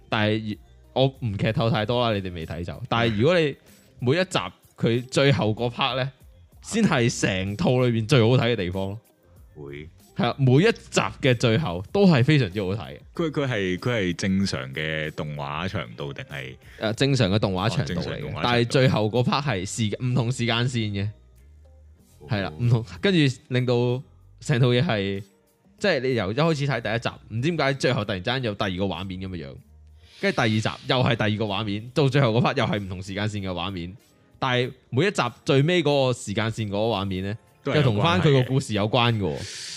[SPEAKER 3] 但係我唔劇透太多啦，你哋未睇就。但係如果你每一集佢最後嗰 part 咧，先係成套裏邊最好睇嘅地方咯。
[SPEAKER 1] 會。
[SPEAKER 3] 係啊，每一集嘅最後都係非常之好睇嘅。
[SPEAKER 1] 佢佢係佢係正常嘅動畫長度定係
[SPEAKER 3] 誒啊正常嘅動畫長度
[SPEAKER 1] 哦正常
[SPEAKER 3] 嚟
[SPEAKER 1] 動畫長度，
[SPEAKER 3] 嘅但係最後嗰 part 係時唔同時間線嘅，係啦、
[SPEAKER 2] 哦
[SPEAKER 3] 唔同，跟住令到成套嘢係即係你由一開始睇第一集，唔知點解最後突然之間有第二個畫面咁嘅樣，跟住第二集又係第二個畫面，到最後嗰 part 又係唔同時間線嘅畫面，但係每一集最尾嗰個時間線嗰個畫面呢，
[SPEAKER 1] 都係
[SPEAKER 3] 又
[SPEAKER 1] 有
[SPEAKER 3] 同翻
[SPEAKER 1] 關係
[SPEAKER 3] 佢個
[SPEAKER 1] 嘅
[SPEAKER 3] 故事有關嘅喎。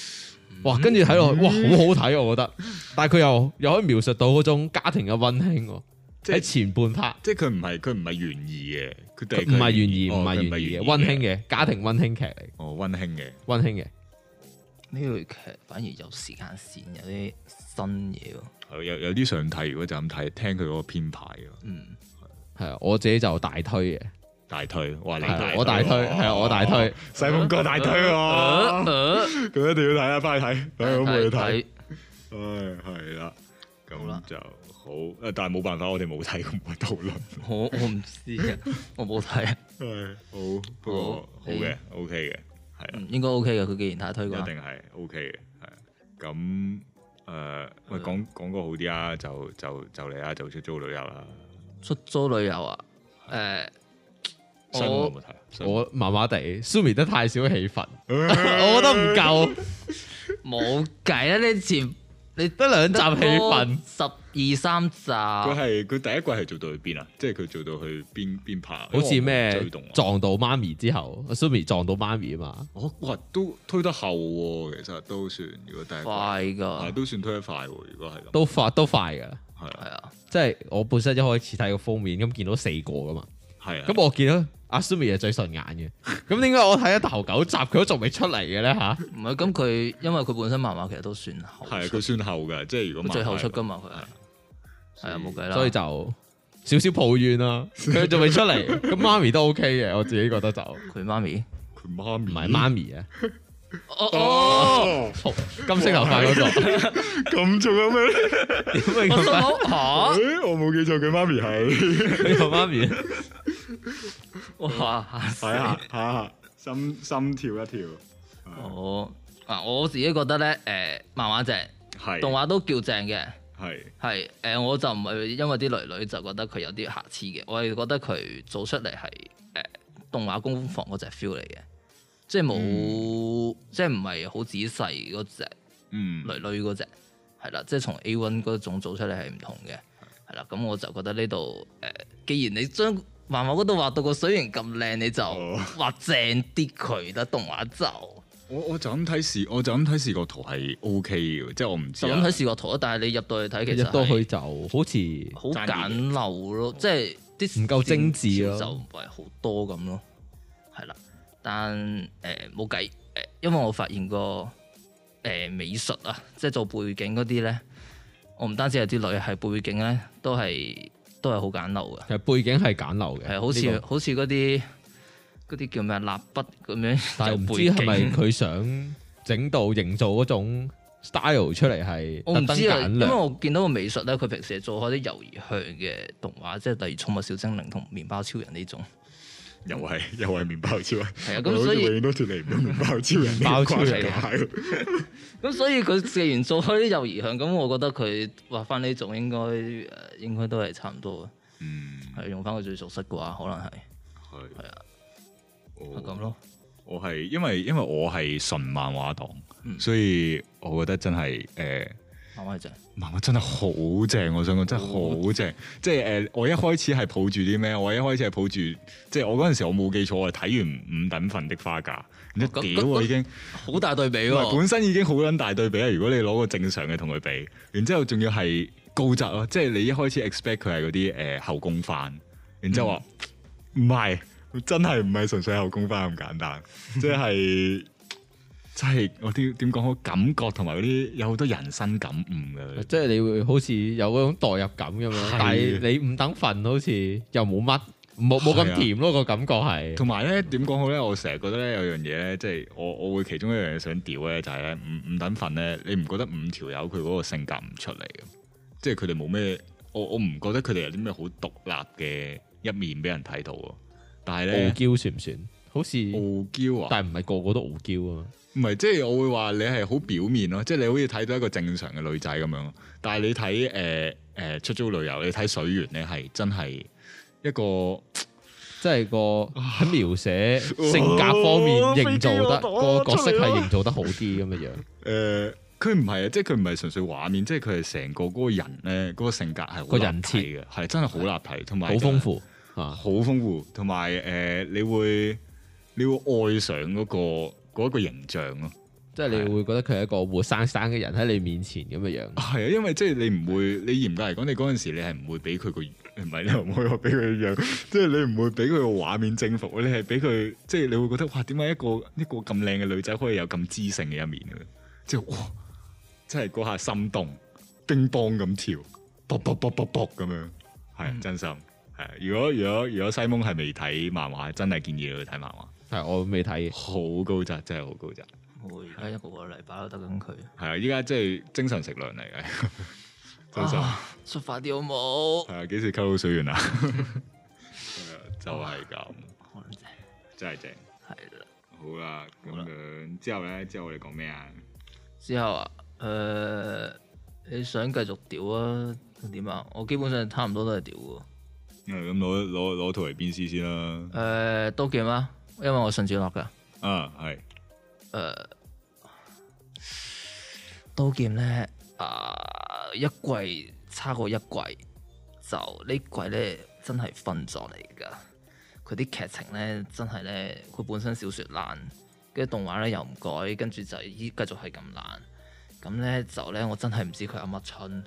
[SPEAKER 3] 哇！跟住睇落去，哇，好好睇我覺得，但係佢又又可以描述到嗰種家庭嘅温馨喎，
[SPEAKER 1] 即係
[SPEAKER 3] 喺前半 part。
[SPEAKER 1] 即係佢唔係佢唔係懸疑嘅，佢哋
[SPEAKER 3] 唔係懸疑，唔
[SPEAKER 1] 哦
[SPEAKER 3] 係
[SPEAKER 1] 佢
[SPEAKER 3] 懸疑嘅，温馨嘅家庭温馨劇嚟，
[SPEAKER 1] 哦温馨嘅，
[SPEAKER 3] 温馨嘅。
[SPEAKER 2] 呢套劇反而有時間線，有啲新嘢喎。
[SPEAKER 1] 哦有有有啲想睇，如果就咁睇，聽佢嗰個編排嘅
[SPEAKER 2] 嗯，
[SPEAKER 3] 係啊，我自己就大推嘅，
[SPEAKER 1] 大推，哦哇你
[SPEAKER 3] 係啊我大推，係啊，我大推，
[SPEAKER 1] 西蒙哥大推
[SPEAKER 2] 呃
[SPEAKER 1] 喎，
[SPEAKER 2] 呃
[SPEAKER 1] 佢一定要睇啊，翻去睇，睇好冇去睇，
[SPEAKER 2] 睇
[SPEAKER 1] 唉係啦，
[SPEAKER 2] 好
[SPEAKER 1] 咁
[SPEAKER 2] 啦
[SPEAKER 1] 就好，誒但係冇辦法，我哋冇睇，咁冇討論。
[SPEAKER 2] 我我唔知啊， 我冇睇啊，
[SPEAKER 1] 唉好，不過
[SPEAKER 2] 好
[SPEAKER 1] 好嘅，OK 嘅，係啦。
[SPEAKER 2] 嗯應該 OK 嘅。佢既然太推嘅
[SPEAKER 1] 一
[SPEAKER 2] 話，
[SPEAKER 1] 定係 OK 嘅，係咁誒，喂，
[SPEAKER 2] 係
[SPEAKER 1] 講講個好啲啊，就就就嚟啊，就出租旅遊啦，
[SPEAKER 2] 出租旅遊啊，誒，
[SPEAKER 1] 新聞有冇睇啊？新聞
[SPEAKER 3] 我麻麻地，Sumi 得太少氣氛，我覺得唔夠，
[SPEAKER 2] 冇計啦！你前你
[SPEAKER 3] 得兩集氣氛。
[SPEAKER 2] 十二三集，
[SPEAKER 1] 佢係佢第一季係做到去邊啊？即係佢做到去邊邊拍？啊
[SPEAKER 3] 好似
[SPEAKER 1] 因為我冇
[SPEAKER 3] 咩
[SPEAKER 1] 追動啊？
[SPEAKER 3] 撞到媽咪之後，Sumi 撞到媽咪啊嘛，
[SPEAKER 1] 哦，哇，都推得後喎，其實都算，如果第一季
[SPEAKER 2] 快噶
[SPEAKER 1] 係，都算推得快喎，如果係咁，
[SPEAKER 3] 都快都快噶，
[SPEAKER 1] 係啊
[SPEAKER 2] 係啊，
[SPEAKER 3] 即係我本身一開始睇個封面咁見到四個噶嘛，
[SPEAKER 1] 係啊，
[SPEAKER 3] 咁我見到阿 Sumi 係最順眼 嘅，咁點解我睇咗頭九集佢都仲未出嚟嘅咧吓？
[SPEAKER 2] 唔係咁佢，因為佢本身漫畫其實都算後出，
[SPEAKER 1] 係啊佢算後㗎，即係如果
[SPEAKER 2] 佢最後出
[SPEAKER 1] 㗎，
[SPEAKER 2] 噶嘛，佢係係啊冇計啦，
[SPEAKER 3] 所以就少少抱 怨啦。佢仲未出嚟，咁媽咪都 OK 嘅，我自己覺得就唔
[SPEAKER 2] 佢媽咪
[SPEAKER 1] 佢媽咪
[SPEAKER 3] 係媽咪啊，
[SPEAKER 2] 哦哦，
[SPEAKER 3] 服金色頭髮嗰個，
[SPEAKER 1] 咁仲有咩咧？
[SPEAKER 3] 點會
[SPEAKER 2] 我心
[SPEAKER 3] 咁啊？
[SPEAKER 2] 諗吓，
[SPEAKER 1] 誒我冇記錯佢媽咪 係
[SPEAKER 3] 佢同媽咪哦
[SPEAKER 2] 哇嚇死
[SPEAKER 1] 睇下睇下心心跳一跳，
[SPEAKER 2] 我嗱我自己覺得咧，誒漫畫正，
[SPEAKER 1] 係
[SPEAKER 2] 動畫都叫正嘅，
[SPEAKER 1] 係
[SPEAKER 2] 係誒、我就唔係因為啲女女就覺得佢有啲瑕疵嘅，我係覺得佢做出嚟係誒動畫工房嗰只 feel 嚟嘅，即係冇、
[SPEAKER 3] 嗯
[SPEAKER 2] 即係唔係好仔細嗰只
[SPEAKER 1] 嗯
[SPEAKER 2] 女女嗰只係啦，即係從 A one 嗰種做出嚟係唔同嘅，係啦，咁我就覺得呢度誒，既然你將漫畫嗰度畫到個水形咁靚，你就
[SPEAKER 1] 哦
[SPEAKER 2] 畫正啲佢啦，動畫
[SPEAKER 3] 啊
[SPEAKER 2] 就。
[SPEAKER 1] 我我就咁睇視，我就咁睇視覺圖係 O K 嘅，即係我唔知
[SPEAKER 2] 就
[SPEAKER 1] 啊
[SPEAKER 2] 咁睇視覺圖啊，但係你入到去睇其
[SPEAKER 3] 入
[SPEAKER 2] 實
[SPEAKER 3] 到去
[SPEAKER 2] 係
[SPEAKER 3] 就好似
[SPEAKER 2] 好簡陋咯，即係啲
[SPEAKER 3] 唔夠精緻咯
[SPEAKER 2] 線條就唔係好多咁咯，係啦。但誒冇計誒，因為我發現個誒、呃美術啊，即係做背景嗰啲咧，我唔單止係啲女係背景咧，都係都係好簡陋嘅，
[SPEAKER 3] 其實背景係簡陋嘅，
[SPEAKER 2] 係好似
[SPEAKER 3] 呢個
[SPEAKER 2] 好似嗰啲嗰啲叫咩啊蠟筆咁樣，
[SPEAKER 3] 但係唔 知係咪佢想整到營造嗰種 style 出嚟係
[SPEAKER 2] 我唔
[SPEAKER 3] 特登
[SPEAKER 2] 知啊，
[SPEAKER 3] 簡
[SPEAKER 2] 因為
[SPEAKER 3] 略，
[SPEAKER 2] 我見到個美術咧，佢平時係做開啲遊兒向嘅動畫，即係例如《寵物小精靈》同《麵包超人》呢種。
[SPEAKER 1] 又係又係麵包超人，
[SPEAKER 2] 係啊咁
[SPEAKER 1] 我好似
[SPEAKER 2] 所以
[SPEAKER 1] 永遠都脱離唔到麵包超 人呢個
[SPEAKER 3] 麵包超
[SPEAKER 1] 關
[SPEAKER 3] 人
[SPEAKER 1] 係
[SPEAKER 2] 啊咁所以佢既然做開啲遊兒向，咁我覺得佢畫翻呢種應該誒、呃、應該都係差唔多
[SPEAKER 1] 嗯
[SPEAKER 2] 嘅，係用翻佢最熟悉嘅話，可能係
[SPEAKER 1] 係
[SPEAKER 2] 係啊
[SPEAKER 1] 我
[SPEAKER 2] 係咁咯。
[SPEAKER 1] 我係因為因為我係純漫畫黨，
[SPEAKER 2] 嗯
[SPEAKER 1] 所以我覺得真係誒。
[SPEAKER 2] 慢慢整，
[SPEAKER 1] 漫畫真係好正，我想講真係好正。即係誒、我一開始係抱住啲咩？我一開始係抱住，即係我嗰陣時我冇記錯，我係睇完五等份的花嫁，然之後
[SPEAKER 2] 哦咁
[SPEAKER 1] 屌
[SPEAKER 2] 咁哦
[SPEAKER 1] 我已經，
[SPEAKER 2] 好大對比
[SPEAKER 1] 唔係
[SPEAKER 2] 喎、
[SPEAKER 1] 本身已經好撚大對比啦。如果你攞個正常嘅同佢比，然之後仲要係高質咯，即係你一開始 expect 佢係嗰啲誒呃後宮番，然之後話
[SPEAKER 2] 嗯
[SPEAKER 1] 唔係，真係唔係純粹後宮番咁簡單，即係。即係我啲點講好感覺同埋嗰啲有好多人生感悟嘅，
[SPEAKER 3] 即係你會好似有嗰種代入感咁樣
[SPEAKER 1] 係，
[SPEAKER 3] 但係你五等份好似又冇乜，冇冇
[SPEAKER 1] 係啊
[SPEAKER 3] 咁甜咯個感覺係。
[SPEAKER 1] 同埋咧，點講好咧？我成日覺得咧，有樣嘢咧，即係我我會其中一樣嘢想屌咧，就係咧五五等份咧，你唔覺得五條友佢嗰個性格唔出嚟嘅？即係佢哋冇咩，我我唔覺得佢哋有啲咩好獨立嘅一面俾人睇到喎。但係
[SPEAKER 3] 傲
[SPEAKER 1] 咧，
[SPEAKER 3] 嬌算唔算？好似，
[SPEAKER 1] 傲嬌啊，
[SPEAKER 3] 但係唔係個個都傲嬌啊嘛。
[SPEAKER 1] 唔係即係我會話你係好表面咯，即係你好似睇到一個正常嘅女仔咁樣。但係你睇誒誒出租旅遊，你睇水源咧係真係一個。
[SPEAKER 3] 即係個喺描寫性格方面營造得個角色係營造得好啲咁 嘅樣，呃
[SPEAKER 1] 誒，佢唔係啊，即係佢唔係純粹畫面，即係佢係成個嗰個人咧，嗰、個性格係好
[SPEAKER 3] 個人設
[SPEAKER 1] 立體嘅，係真係好立體，同埋
[SPEAKER 3] 好豐，富啊！
[SPEAKER 1] 好豐富，同埋誒，你會你會愛上嗰、個嗰一個形象咯。
[SPEAKER 3] 即係你會覺得佢係一個活生生嘅人喺你面前咁嘅樣。
[SPEAKER 1] 係啊，因為即係你唔會，你嚴格嚟講，你嗰陣時你係唔會俾佢個唔係你唔會話俾佢嘅樣， 即係你唔會俾佢個畫面征服，你係俾佢即係你會覺得哇，點解一個一個咁靚嘅女仔可以有咁知性嘅一面嘅？即係哇，真係嗰下心動，乒乓咁跳，卜卜卜卜卜咁樣，係啊真心係。如果如果如果西蒙係未睇漫畫，真係建議你去睇漫畫，
[SPEAKER 3] 係我未睇，
[SPEAKER 1] 好高質，真係好高質。
[SPEAKER 2] 我而家一個個禮拜都得緊佢，
[SPEAKER 1] 係啊，依家即係精神食糧嚟嘅， 真心。
[SPEAKER 2] 啊出發啲好冇？
[SPEAKER 1] 係啊，幾時溝到水源 啊？係啊就係咁，
[SPEAKER 2] 可能正
[SPEAKER 1] 真係正。
[SPEAKER 2] 係啦。
[SPEAKER 1] 好啦，咁
[SPEAKER 2] 好啦
[SPEAKER 1] 樣之後咧，之後我哋講咩啊？
[SPEAKER 2] 之後啊，誒、你想繼續屌啊？定點啊？我基本上差唔多都係屌喎。
[SPEAKER 1] 誒，咁攞攞攞圖嚟邊 C 先啦
[SPEAKER 2] 誒、。刀劍啊，因為我順住落㗎。
[SPEAKER 1] 啊，係，
[SPEAKER 2] 誒、呃刀劍咧，啊、一季差過一季，就呢季咧真係瞓咗嚟噶。佢啲劇情咧真係咧，佢本身小説爛，跟住動畫咧又唔改，跟住就依繼續係咁爛。咁咧就咧，我真係唔知佢有乜春。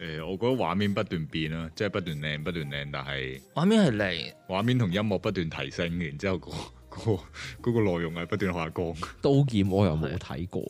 [SPEAKER 1] 誒，我覺得畫面不斷變啦，即係不斷靚，不斷靚，但係
[SPEAKER 2] 畫面係嚟
[SPEAKER 1] 畫面同音樂不斷提升，然之後個個嗰個內容係不斷下降。
[SPEAKER 3] 刀劍我又冇睇過，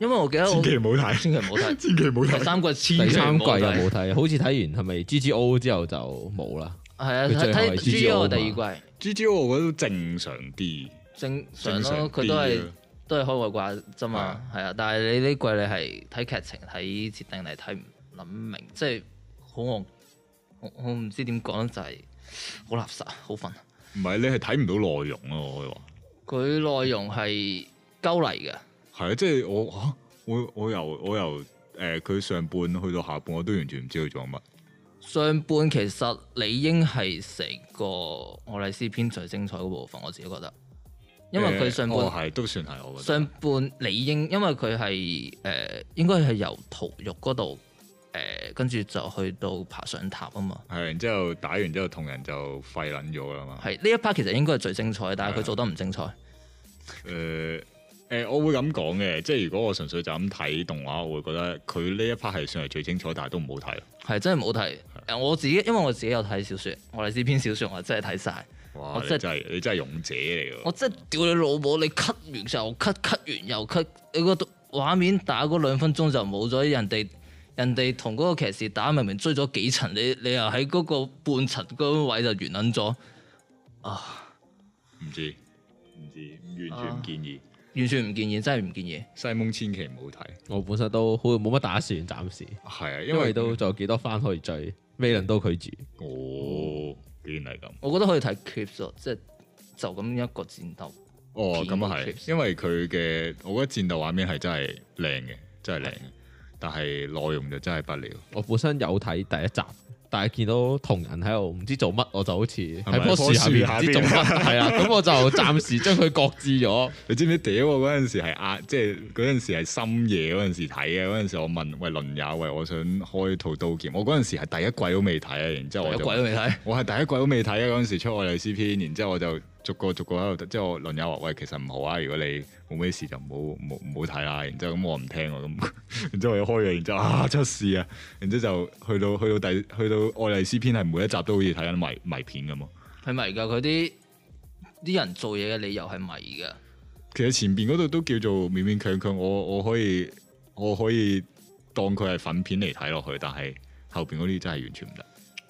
[SPEAKER 2] 因為我記得我
[SPEAKER 1] 千祈唔好睇，
[SPEAKER 2] 千祈唔好睇
[SPEAKER 1] 千祈唔好
[SPEAKER 2] 第
[SPEAKER 1] 睇。
[SPEAKER 2] 三季，千
[SPEAKER 3] 第
[SPEAKER 2] 祈唔好
[SPEAKER 3] 三季又
[SPEAKER 2] 睇
[SPEAKER 1] 啊
[SPEAKER 3] 冇睇，好似睇完係咪 GGO 之後就冇啦？
[SPEAKER 2] 係啊，
[SPEAKER 3] 佢最後係
[SPEAKER 2] 睇 G O 第
[SPEAKER 3] GGO
[SPEAKER 2] 二季
[SPEAKER 1] G G O 我覺得都正常啲，
[SPEAKER 2] 正常
[SPEAKER 1] 正常
[SPEAKER 2] 咯，
[SPEAKER 1] 啲
[SPEAKER 2] 佢都係
[SPEAKER 1] 啊。
[SPEAKER 2] 都係開外掛啫嘛
[SPEAKER 3] 啊，
[SPEAKER 2] 係啊。但係你呢季你係睇劇情、睇設定嚟睇唔諗明，即係好戇我我唔知點講，就係好垃圾，好煩。
[SPEAKER 1] 唔係你係睇唔到內容咯，我可以話。
[SPEAKER 2] 佢內容係鳩嚟嘅，
[SPEAKER 1] 係啊，即係我嚇、我我由我由誒佢、上半去到下半，我都完全唔知佢做乜。
[SPEAKER 2] 上半其實理應係成個愛麗絲篇最精彩嗰部分，我自己覺得，因為佢上半、
[SPEAKER 1] 誒哦係都算係，我覺得
[SPEAKER 2] 上半理應，因為佢係誒應該係由屠獄嗰度誒，跟住就去到爬上塔啊嘛。
[SPEAKER 1] 係。然之後打完之後，同人就廢撚咗啦嘛。
[SPEAKER 2] 係呢一 part 其實應該係最精彩，
[SPEAKER 1] 係
[SPEAKER 2] 但係
[SPEAKER 1] 啊
[SPEAKER 2] 佢做得唔精彩。
[SPEAKER 1] 誒誒、我會咁講嘅，即係如果我純粹就咁睇動畫，我會覺得佢呢一 part 係算係最精彩，但係都唔好睇咯。
[SPEAKER 2] 係真係冇睇。誒我自己因為我自己有睇小説，我哋呢篇小説我真係睇晒。
[SPEAKER 1] 哇！
[SPEAKER 2] 我
[SPEAKER 1] 你
[SPEAKER 2] 真
[SPEAKER 1] 真
[SPEAKER 2] 係
[SPEAKER 1] 係你真係勇者嚟
[SPEAKER 2] 我
[SPEAKER 1] 㗎。
[SPEAKER 2] 真係屌你老母！你 cut 完又 cut，cut 完又 cut，你個畫面打嗰兩分鐘就冇咗，人哋人哋同嗰個騎士打，明明追咗幾層，你你又喺嗰個半層嗰個位就完撚咗，
[SPEAKER 1] 唔知唔知，完全
[SPEAKER 2] 啊
[SPEAKER 1] 唔建議。
[SPEAKER 2] 完全唔建議，真係唔建議。
[SPEAKER 1] 西蒙千祈唔好睇。
[SPEAKER 3] 我本身都好似冇乜打算，暫時，
[SPEAKER 1] 係啊，
[SPEAKER 3] 因
[SPEAKER 1] 因
[SPEAKER 3] 為
[SPEAKER 1] 為
[SPEAKER 3] 都仲有幾多番可以追，咩人都拒絕。
[SPEAKER 1] 哦，竟然係咁。
[SPEAKER 2] 我覺得可以睇 clips 咯，即係就咁一個戰鬥。
[SPEAKER 1] 哦，
[SPEAKER 2] 片
[SPEAKER 1] 咁啊
[SPEAKER 2] 嘅
[SPEAKER 1] 係，
[SPEAKER 2] clips
[SPEAKER 1] 因為佢嘅我覺得戰鬥畫面係真係靚嘅，真係靚嘅，但係內容就真係不了。
[SPEAKER 3] 我本身有睇第一集，但係見到同人喺度唔知做乜，我就好似喺
[SPEAKER 1] 咪
[SPEAKER 3] 棵樹下面
[SPEAKER 1] 棵
[SPEAKER 3] 唔
[SPEAKER 1] 樹
[SPEAKER 3] 知做乜，係啦，咁我就暫時將佢擱置咗。
[SPEAKER 1] 你知唔知屌我嗰陣時係壓，即係嗰陣時係深夜嗰陣時睇嘅，嗰陣時我問喂鄰友喂，我想開套刀劍，我嗰陣時係第一季都未睇啊，然之後
[SPEAKER 2] 有
[SPEAKER 1] 我就
[SPEAKER 2] 鬼都未睇，
[SPEAKER 1] 我係第一季都未睇啊！嗰陣時出愛麗絲篇，然之後我就逐個逐個喺度，即係我鄰友話：喂，其實唔好啊！如果你冇咩事就唔好唔好唔好睇啦。然之後咁我唔聽喎，咁然之後我一開咗，然之後啊出事啊！然之後就去到去到第去到愛麗絲篇係每一集都好似睇緊迷迷片咁喎。啊
[SPEAKER 2] 係咪㗎？佢啲啲人做嘢嘅理由係咪㗎？
[SPEAKER 1] 其實前邊嗰度都叫做勉勉強強，我我可以我可以當佢係粉片嚟睇落去，但係後邊嗰啲真係完全唔得。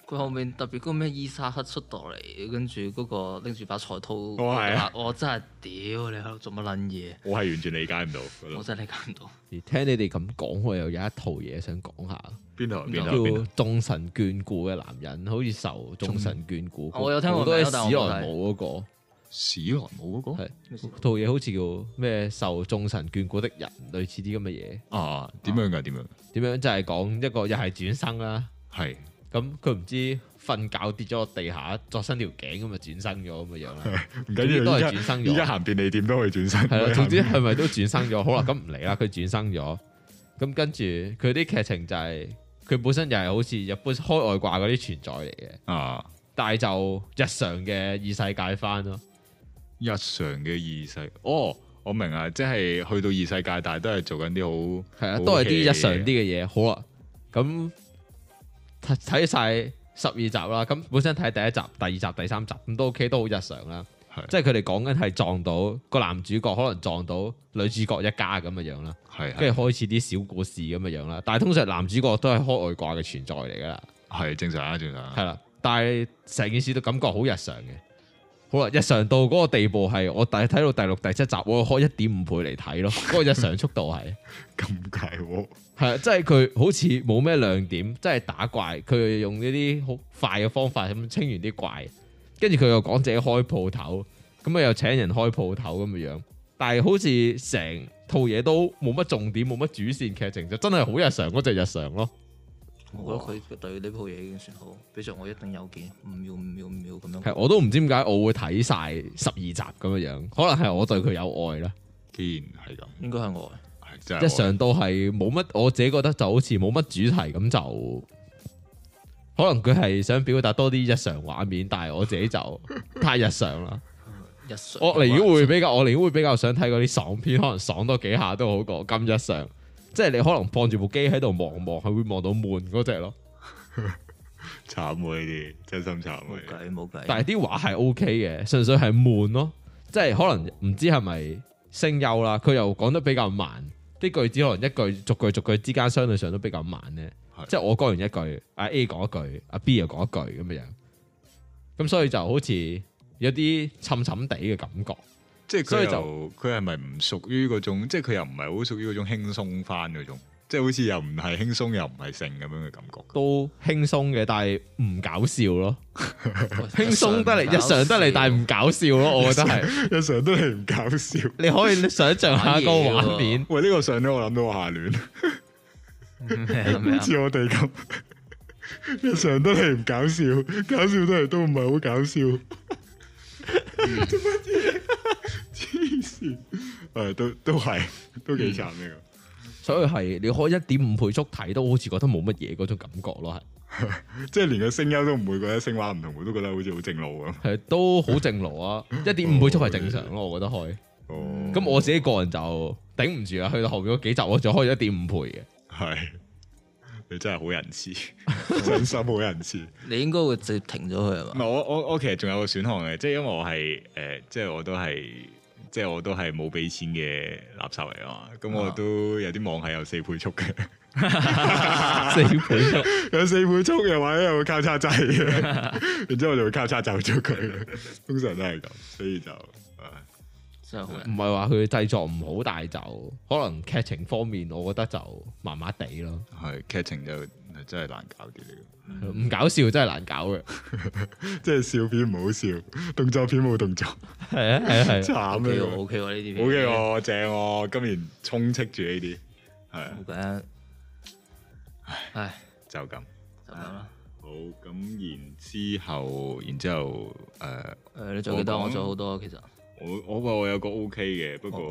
[SPEAKER 2] 佢後面特別嗰個咩伊沙克出到嚟，跟住嗰個拎住把菜刀，
[SPEAKER 1] 哦係啊
[SPEAKER 2] 我真係屌你喺度做乜撚嘢？
[SPEAKER 1] 我係完全理解唔到
[SPEAKER 3] 啊
[SPEAKER 1] 嗰
[SPEAKER 2] 我
[SPEAKER 1] 度
[SPEAKER 2] 真係理解唔到。
[SPEAKER 3] 而聽你哋咁講，我又有一套嘢想講下，
[SPEAKER 1] 邊頭邊
[SPEAKER 3] 叫
[SPEAKER 1] 頭邊頭啊
[SPEAKER 3] 《眾神眷顧》嘅男人，好似受眾神眷顧。
[SPEAKER 2] 哦我有聽過
[SPEAKER 3] 好多係
[SPEAKER 2] 名但我
[SPEAKER 3] 史
[SPEAKER 2] 冇睇
[SPEAKER 3] 萊姆嗰
[SPEAKER 1] 史萊姆嗰個
[SPEAKER 3] 係個套嘢，好似叫咩受眾神眷顧的人，類似啲咁嘅嘢。
[SPEAKER 1] 啊點樣㗎？點樣？
[SPEAKER 3] 點樣就係講一個又係轉生啦。
[SPEAKER 1] 係。
[SPEAKER 3] 咁佢唔知瞓覺跌咗落地下，作親條頸咁就轉生咗咁嘅樣啦。
[SPEAKER 1] 唔緊要，
[SPEAKER 3] 都係
[SPEAKER 1] 而家
[SPEAKER 3] 轉生咗
[SPEAKER 1] 而家行便利店都可以轉身。
[SPEAKER 3] 係啦，總之係咪都轉生咗？好啦，咁唔理啦，佢轉生咗。咁跟住佢啲劇情就係、佢本身又係好似日本開外掛嗰啲存在嚟嘅，
[SPEAKER 1] 啊，
[SPEAKER 3] 但係就日常嘅異世界翻咯。
[SPEAKER 1] 日常嘅異世，哦，我明啊，即係去到異世界，但係都係做緊啲好
[SPEAKER 3] 係啊，
[SPEAKER 1] 好
[SPEAKER 3] 都
[SPEAKER 1] hea
[SPEAKER 3] 係啲
[SPEAKER 1] 嘅
[SPEAKER 3] 日常啲嘅嘢。好啦，咁睇睇晒十二集啦。咁本身睇第一集、第二集、第三集咁都 OK，都好日常啦。
[SPEAKER 1] 係
[SPEAKER 3] 即係佢哋講緊係撞到個男主角，可能撞到女主角一家咁嘅樣啦，
[SPEAKER 1] 係係
[SPEAKER 3] 跟住開始啲小故事咁嘅樣啦。但係通常男主角都係開外掛嘅存在嚟噶啦，
[SPEAKER 1] 係正常啊，正常啊。
[SPEAKER 3] 係啦。但係成件事都感覺好日常嘅。好啦，日常到嗰個地步係我第睇到第六、第七集，我開一點五倍嚟睇咯。嗰、個日常速度係
[SPEAKER 1] 咁大喎，
[SPEAKER 3] 係啊，即係佢好似冇咩亮點，即係打怪，佢用呢啲好快嘅方法咁清完啲怪，跟住佢又講自己開鋪頭，咁啊又請人開鋪頭咁嘅樣，但係好似成套嘢都冇乜重點，冇乜主線劇情，就真係好日常嗰只日常咯。
[SPEAKER 2] 我覺得佢對呢套嘢已經算好，俾着我一定有件五秒五秒五秒咁樣。
[SPEAKER 3] 係，我都唔知點解我會睇晒十二集咁嘅樣，可能係我對佢有愛啦。
[SPEAKER 1] 既然係咁，
[SPEAKER 2] 應該係我
[SPEAKER 1] 係真係
[SPEAKER 3] 日常都係冇乜，我自己覺得就好似冇乜主題咁就，可能佢係想表達多啲日常畫面，但係我自己就太日常啦。
[SPEAKER 2] 日常。
[SPEAKER 3] 我寧願會比較，我寧願會比較想睇嗰啲爽片，可能爽多幾下都好過咁日常。即係你可能放住部機喺度望望，係會望到悶嗰只咯。
[SPEAKER 1] 慘喎，呢啲真心慘
[SPEAKER 2] 冇
[SPEAKER 1] 喎。
[SPEAKER 2] 計冇計。
[SPEAKER 3] 但係啲畫係 O K 嘅，純粹係悶咯。即係可能唔知係咪聲優啦，佢又講得比較慢，啲句子可能一句逐句逐句之間相對上都比較慢咧
[SPEAKER 1] 係。
[SPEAKER 3] 即係我講完一句，阿 A 講一句，阿 B 又講一句咁樣，咁所以就好似有啲沉沉地嘅感覺。
[SPEAKER 1] 即係
[SPEAKER 3] 所
[SPEAKER 1] 佢
[SPEAKER 3] 以就
[SPEAKER 1] 又佢係咪唔屬於嗰種，即係佢又唔係好屬於嗰種輕鬆翻嗰種，即係好似又唔係輕鬆又唔係性咁樣嘅 感覺。
[SPEAKER 3] 都輕鬆嘅，但係唔搞笑咯。輕
[SPEAKER 2] 輕
[SPEAKER 3] 鬆得嚟，日常得嚟， 但係唔搞笑咯。我覺得係，
[SPEAKER 1] 日常都係唔搞笑。
[SPEAKER 3] 你可以想象下嗰個
[SPEAKER 2] 玩嘢喎
[SPEAKER 3] 畫面。
[SPEAKER 1] 喂，呢、個上咗我諗到我下聯，
[SPEAKER 2] 係
[SPEAKER 1] 好似我哋咁，日常都係唔搞笑，搞笑都係都唔係好搞笑。做乜 嘢？黐線！誒，都都係，都幾慘呢個。
[SPEAKER 3] 所以係你可以一點五倍速睇都好似覺得冇乜嘢嗰種感覺咯，
[SPEAKER 1] 即係連個聲優都唔會覺得聲畫唔同，我都覺得好似好正路咁。
[SPEAKER 3] 係係都好正路啊！一點五倍速係正常咯，我覺得可以。
[SPEAKER 1] 哦，
[SPEAKER 3] 咁我自己個人就頂唔住啊，去到後面嗰幾集我就開咗一點五倍嘅。
[SPEAKER 1] 係你真係好仁慈，真心好仁慈。
[SPEAKER 2] 你應該會直接停咗佢係
[SPEAKER 1] 唔
[SPEAKER 2] 嘛？
[SPEAKER 1] 係我我我其實仲有個選項嘅，即係因為我係誒、呃即係我都係即係我都係冇俾錢嘅垃圾嚟啊嘛，咁我
[SPEAKER 2] 啊
[SPEAKER 1] 都有啲網係有四倍速嘅，
[SPEAKER 3] 四倍速，
[SPEAKER 1] 有四倍速又或者有個交叉掣 嘅，然之後我就會交叉走咗佢， 通常都係咁，所以就啊
[SPEAKER 2] 真係好
[SPEAKER 1] 嗯
[SPEAKER 3] 唔係話佢製作唔好，但係就可能劇情方面，我覺得就麻麻地咯，
[SPEAKER 1] 係劇情就真係難搞啲呢個
[SPEAKER 3] 唔搞笑真係難搞嘅。
[SPEAKER 1] 即係笑片唔好笑，動作片冇動作，
[SPEAKER 3] 係啊係啊係啊，
[SPEAKER 1] 慘啊！
[SPEAKER 2] OK 喎，OK 喎呢啲片
[SPEAKER 1] 好嘅，我正喎，今年充斥住呢啲，係啊
[SPEAKER 2] 好嘅，唉，
[SPEAKER 1] 就咁。
[SPEAKER 2] 就咁啦。
[SPEAKER 1] 好，咁然之後，然之後，誒、
[SPEAKER 2] 誒，你仲記得
[SPEAKER 1] 我講
[SPEAKER 2] 我做好多其實
[SPEAKER 1] 我我話我有個 O K 嘅，不過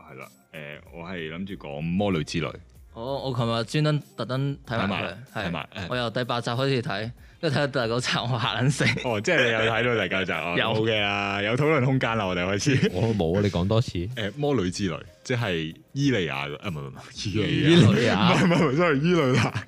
[SPEAKER 1] 係啦，誒、我係諗住講魔女之淚，
[SPEAKER 2] 我我琴日專登特登睇
[SPEAKER 1] 睇
[SPEAKER 2] 埋
[SPEAKER 1] 埋
[SPEAKER 2] 佢，
[SPEAKER 1] 睇埋誒
[SPEAKER 2] 係我由第八集開始睇，跟住睇到第九集我嚇撚死。
[SPEAKER 1] 哦，即係你有睇到第九集啊，
[SPEAKER 2] 有
[SPEAKER 1] 有嘅啊，有討論空間啦，我哋開 始。誒、
[SPEAKER 3] 我冇啊，你講多次。
[SPEAKER 1] 呃魔女之淚，即係伊利亞嘅，啊唔係唔係伊利
[SPEAKER 3] 依
[SPEAKER 1] 亞，唔
[SPEAKER 3] 類啊
[SPEAKER 1] 係，唔係唔係，sorry，伊蕾 娜，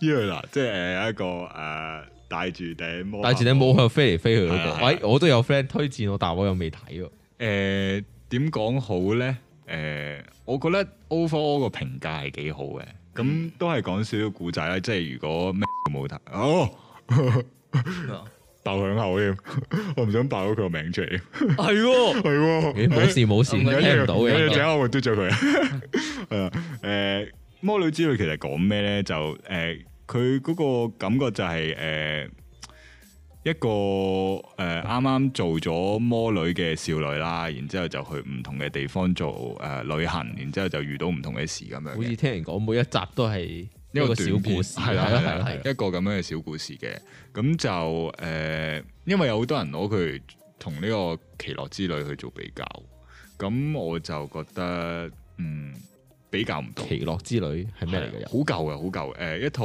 [SPEAKER 1] 伊蕾娜，即係誒有一個誒、戴住頂魔法
[SPEAKER 3] 戴住頂帽喺度飛嚟飛去嗰
[SPEAKER 1] 係啊係
[SPEAKER 3] 個。
[SPEAKER 1] 啊
[SPEAKER 3] 喂，我都有 friend 推薦我，但我又未睇喎。
[SPEAKER 1] 誒呃點講好咧？誒、我覺得 overall 個評價係幾好嘅，咁都係講少少故仔啦。即係如果咩都冇睇，哦，
[SPEAKER 2] 咩啊
[SPEAKER 1] 爆響口添， 我唔想爆咗佢個名出嚟。
[SPEAKER 2] 係喎，
[SPEAKER 1] 係喎，
[SPEAKER 3] 咦冇事冇事，
[SPEAKER 2] 唔
[SPEAKER 1] 唔緊要，
[SPEAKER 3] 聽唔到
[SPEAKER 1] 唔緊要
[SPEAKER 3] 嘅。
[SPEAKER 1] 陣間我嘟咗佢。係啊， 誒，魔女之淚其實講咩咧？就誒，佢、嗰個感覺就係、誒、一個誒啱啱做咗魔女嘅少女啦，然之後就去唔同嘅地方做誒、旅行，然之後就遇到唔同嘅事咁樣
[SPEAKER 3] 好
[SPEAKER 1] 嘅
[SPEAKER 3] 似。聽人講，每一集都係一個小
[SPEAKER 1] 短片
[SPEAKER 3] 故事，
[SPEAKER 1] 係啊啦 係啦
[SPEAKER 3] 係
[SPEAKER 1] 係
[SPEAKER 3] 啊
[SPEAKER 1] 啦，一個咁樣嘅小故事嘅。咁就誒、呃因為有好多人攞佢同呢個《奇樂之旅》去做比較，咁我就覺得嗯比較唔到。
[SPEAKER 3] 奇樂之旅係咩嚟
[SPEAKER 1] 啊係
[SPEAKER 3] 嘅
[SPEAKER 1] 啊？好舊嘅，好舊誒、呃一套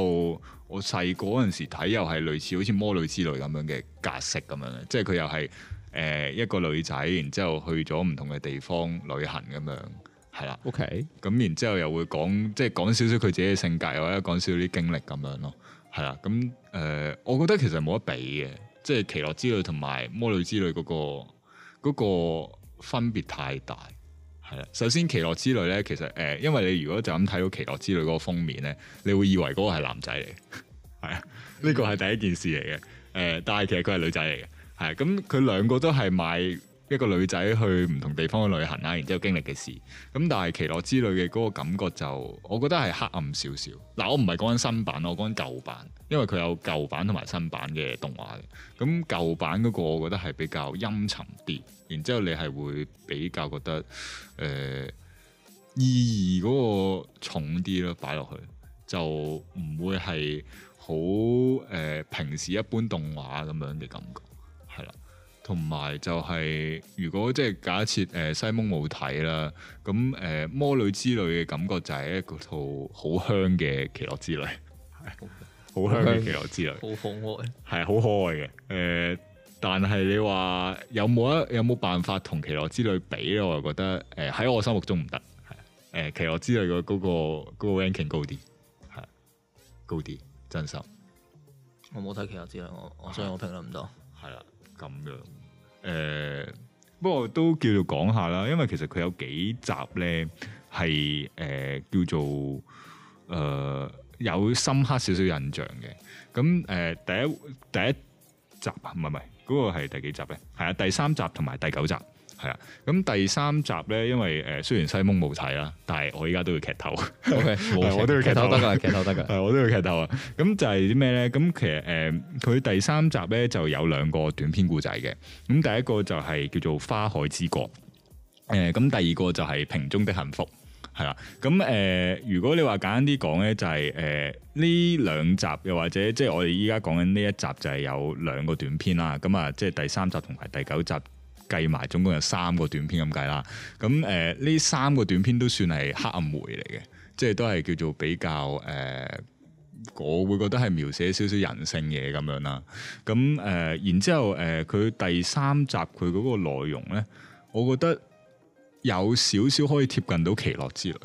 [SPEAKER 1] 我細個嗰陣時睇，又係類似好似魔女之類咁樣嘅格式咁樣嘅，即係佢又係誒一個女仔，然之後去咗唔同嘅地方旅行咁樣，係啦。
[SPEAKER 3] O K，
[SPEAKER 1] 咁然之後又會講，即係講少少佢自己嘅性格，又或者講少少啲經歷咁樣咯，係啦。咁誒、呃我覺得其實冇得比嘅，即係《奇樂之旅》同埋《魔女之旅》嗰、個嗰、個分別太大，係啦。首先《奇樂之旅》咧，其實誒、呃因為你如果就咁睇到《奇樂之旅》嗰個封面咧，你會以為嗰個係男仔嚟，係啊，呢個係第一件事嚟嘅。誒、但係其實佢係女仔嚟嘅，係咁佢兩個都係買一個女仔去唔同地方嘅旅行啦，然之後經歷嘅事。咁但係奇樂之旅嘅嗰個感覺就，我覺得係黑暗少少。嗱，我唔係講緊新版，我講緊舊版，因為佢有舊版同埋新版嘅動畫嘅。咁舊版嗰個我覺得係比較陰沉啲，然之後你係會比較覺得誒、呃意義嗰個重啲咯，擺落去就唔會係好誒平時一般動畫咁樣嘅感覺，係啦。同埋就係、如果即係假設誒、呃西蒙冇睇啦。咁誒、呃魔女之旅嘅感覺就係一個套好香嘅奇樂之旅，好香 嘅奇樂之旅，
[SPEAKER 2] 好可愛。
[SPEAKER 1] 係好可愛嘅。誒、但係你話有冇一有冇辦法同奇樂之旅比咧？我又覺得誒喺、我心目中唔得。係誒、奇樂之旅嘅嗰、個嗰、個 ranking 高啲，係高啲，真心
[SPEAKER 2] 我冇睇其他資料，我我所以我評論唔到。
[SPEAKER 1] 係啦，咁樣誒、不過都叫做講下啦，因為其實佢有幾集咧係誒叫做誒、呃有深刻少少印象嘅。咁誒、呃第一第一集啊，唔係唔係，嗰、個係第幾集咧？係啊，第三集同埋第九集。係啊。咁第三集咧，因為誒、呃、雖然西蒙冇睇啦，但係我依家都要劇透。
[SPEAKER 3] ，OK，冇
[SPEAKER 1] 我都要
[SPEAKER 3] 劇
[SPEAKER 1] 劇
[SPEAKER 3] 透
[SPEAKER 1] 透
[SPEAKER 3] 得噶啦，劇透得噶啦，
[SPEAKER 1] 係，我都要劇透啊！咁就係啲咩咧？咁其實誒，佢、第三集咧就有兩個短篇故仔嘅。咁第一個就係叫做《花海之國》，誒咁第二個就係《瓶中的幸福》，係啦。咁誒、呃如果你話簡單啲講咧，就係誒呢兩集，又或者即係我哋依家講緊呢一集就係有兩個短篇啦。咁啊，即係第三集同埋第九集。計埋總共有三個短篇咁計啦，咁誒呢三個短篇都算係黑暗梅嚟嘅，即係都係叫做比較誒、呃我會覺得係描寫少少人性嘢咁樣啦。咁誒、呃然之後誒，佢、第三集佢嗰個內容咧，我覺得有少少可以貼近到《奇樂之旅》，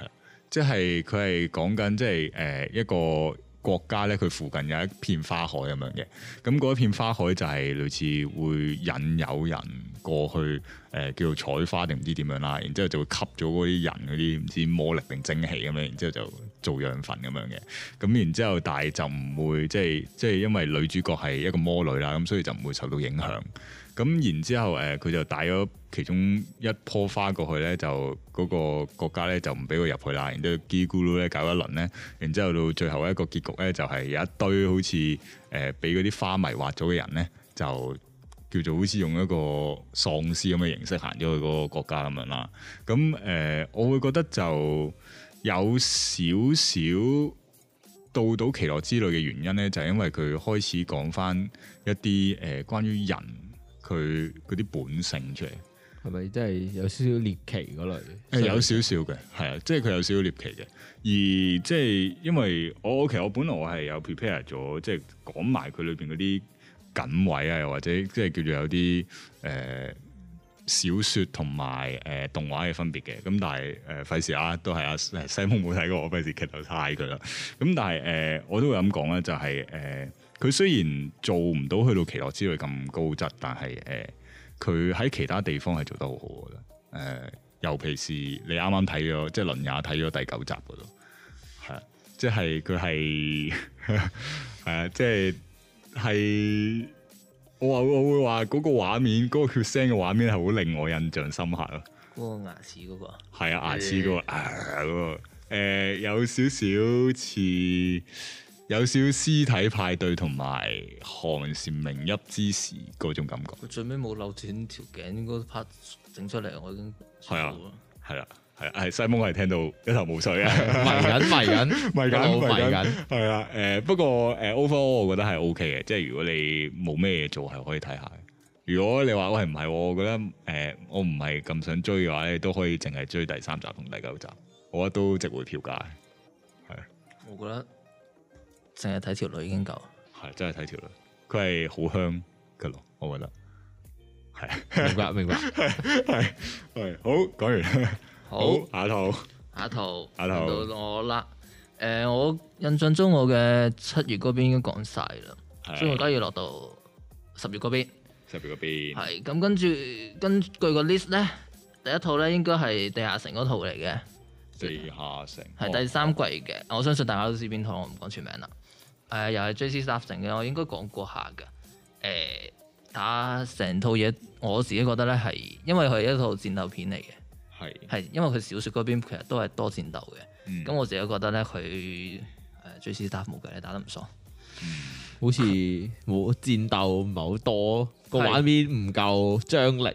[SPEAKER 1] 係啊，即係佢係講緊即係誒一個國家咧，佢附近有一片花海咁樣嘅。咁嗰一片花海就係類似會引誘人過去誒、呃叫做採花定唔知點樣啦，然之後就會吸咗嗰啲人嗰啲唔知魔力定精氣咁樣，然之後就做養分咁樣嘅。咁然之後，但係就唔會即係即係因為女主角係一個魔女啦，咁所以就唔會受到影響。咁然之後，誒、佢就帶咗其中一棵花過去咧，就嗰個國家咧就唔俾佢入去啦。然之後嘰哩咕嚕咧搞一輪咧，然之後到最後一個結局咧，就係、有一堆好似誒俾嗰啲花迷惑咗嘅人咧，就叫做好似用一個喪屍咁嘅形式行咗去嗰個國家咁樣啦。咁誒、呃我會覺得就有少少。到到《奇樂之旅》嘅原因咧，就係、因為佢開始講翻一啲誒、呃、關於人佢嗰啲本性出嚟，
[SPEAKER 3] 係咪真係有少少獵奇嗰類？
[SPEAKER 1] 誒有少少嘅，係啊，即係佢有少少獵奇嘅。而即係因為我我其實我本來我係有 prepare 咗，即係講埋佢裏邊嗰啲緊位啊，又或者即係叫做有啲誒、呃小説同埋誒動畫嘅分別嘅。咁但係誒費事啊，都係啊西蒙冇睇過，我費事劇透晒佢啦。咁但係誒、呃我都會咁講啦，就係、誒。佢雖然做唔到去到奇樂之類咁高質，但係誒，佢、喺其他地方係做得好好嘅。誒、尤其是你啱啱睇咗，即係倫也睇咗第九集嗰度，係啊即係佢係 係啊，即係係我話我會話嗰個畫面，嗰、個血腥嘅畫面係好令我印象深刻咯。
[SPEAKER 2] 嗰個牙齒嗰個，
[SPEAKER 1] 係啊，牙齒嗰個啊嗰個，誒有少少似有少屍體派對同埋寒蟬鳴泣之時嗰種感覺，
[SPEAKER 2] 佢最尾冇扭斷條頸嗰 part 整出嚟，我已經
[SPEAKER 1] 係啊係啦，係啊，係西蒙係聽到一頭霧水啊。
[SPEAKER 3] 迷緊迷緊
[SPEAKER 1] 迷緊
[SPEAKER 3] 一路迷
[SPEAKER 1] 迷緊
[SPEAKER 3] 緊，
[SPEAKER 1] 係啊，誒不過誒 overall 我覺得係 OK 嘅，即係如果你冇咩嘢做係可以睇下嘅。如果你話喂唔係喎，我覺得誒、我唔係咁想追嘅話咧，都可以淨係追第三集同第九集，我覺得都值回票價。
[SPEAKER 2] 我覺得淨係睇條女已經夠。
[SPEAKER 1] 係真係睇條女，佢係好香嘅咯，我覺得啊
[SPEAKER 3] 明白明白。
[SPEAKER 1] 係係好講完啦，
[SPEAKER 2] 好，
[SPEAKER 1] 下一套
[SPEAKER 2] 下一套，
[SPEAKER 1] 下一套
[SPEAKER 2] 輪到我啦。誒、我印象中我嘅七月嗰邊已經講晒啦，所以我而家要落到十月嗰邊。
[SPEAKER 1] 十月嗰邊
[SPEAKER 2] 係咁，跟住根據個 list 咧，第一套咧應該係地下城嗰套嚟嘅，
[SPEAKER 1] 地下哦城
[SPEAKER 2] 係第三季嘅。我相信大家都知邊套，我唔講全名啦。誒、又係 J.C. Staff 成嘅，我應該講過下嘅。誒、打成套嘢，我自己覺得咧係，因為佢係一套戰鬥片嚟嘅，
[SPEAKER 1] 係
[SPEAKER 2] 係因為佢小説嗰邊其實都係多戰鬥嘅。
[SPEAKER 1] 嗯
[SPEAKER 2] 咁我自己覺得咧，佢誒 J.C. Staff 冇計咧，打得唔爽。
[SPEAKER 3] 好似冇戰鬥唔係好多，個
[SPEAKER 2] 係
[SPEAKER 3] 畫面唔夠張力，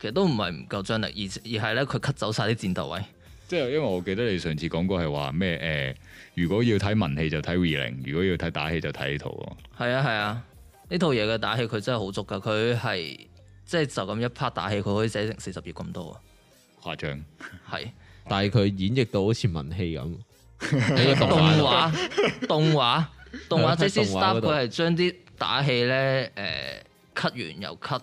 [SPEAKER 2] 其實都唔係唔夠張力，而而係咧佢 cut 走晒啲戰鬥位。
[SPEAKER 1] 即係因為我記得你上次講過係話咩誒，如果要睇文戲就睇 V 零，如果要睇打戲就睇呢套喎。
[SPEAKER 2] 係啊係啊，呢套嘢嘅打戲佢真係好足㗎，佢係即係就咁一 part 打戲，佢可以寫成四十頁咁多啊，
[SPEAKER 1] 誇張，
[SPEAKER 2] 係
[SPEAKER 3] 但係佢演繹到好似文戲咁。喺個
[SPEAKER 2] 動
[SPEAKER 3] 動畫
[SPEAKER 2] 畫
[SPEAKER 3] 度
[SPEAKER 2] 動畫動
[SPEAKER 3] 係
[SPEAKER 2] 畫，
[SPEAKER 3] 啊
[SPEAKER 2] 即係
[SPEAKER 3] 動畫嗰
[SPEAKER 2] staff
[SPEAKER 3] 度
[SPEAKER 2] 佢係將啲打戲咧誒 cut 完又 cut，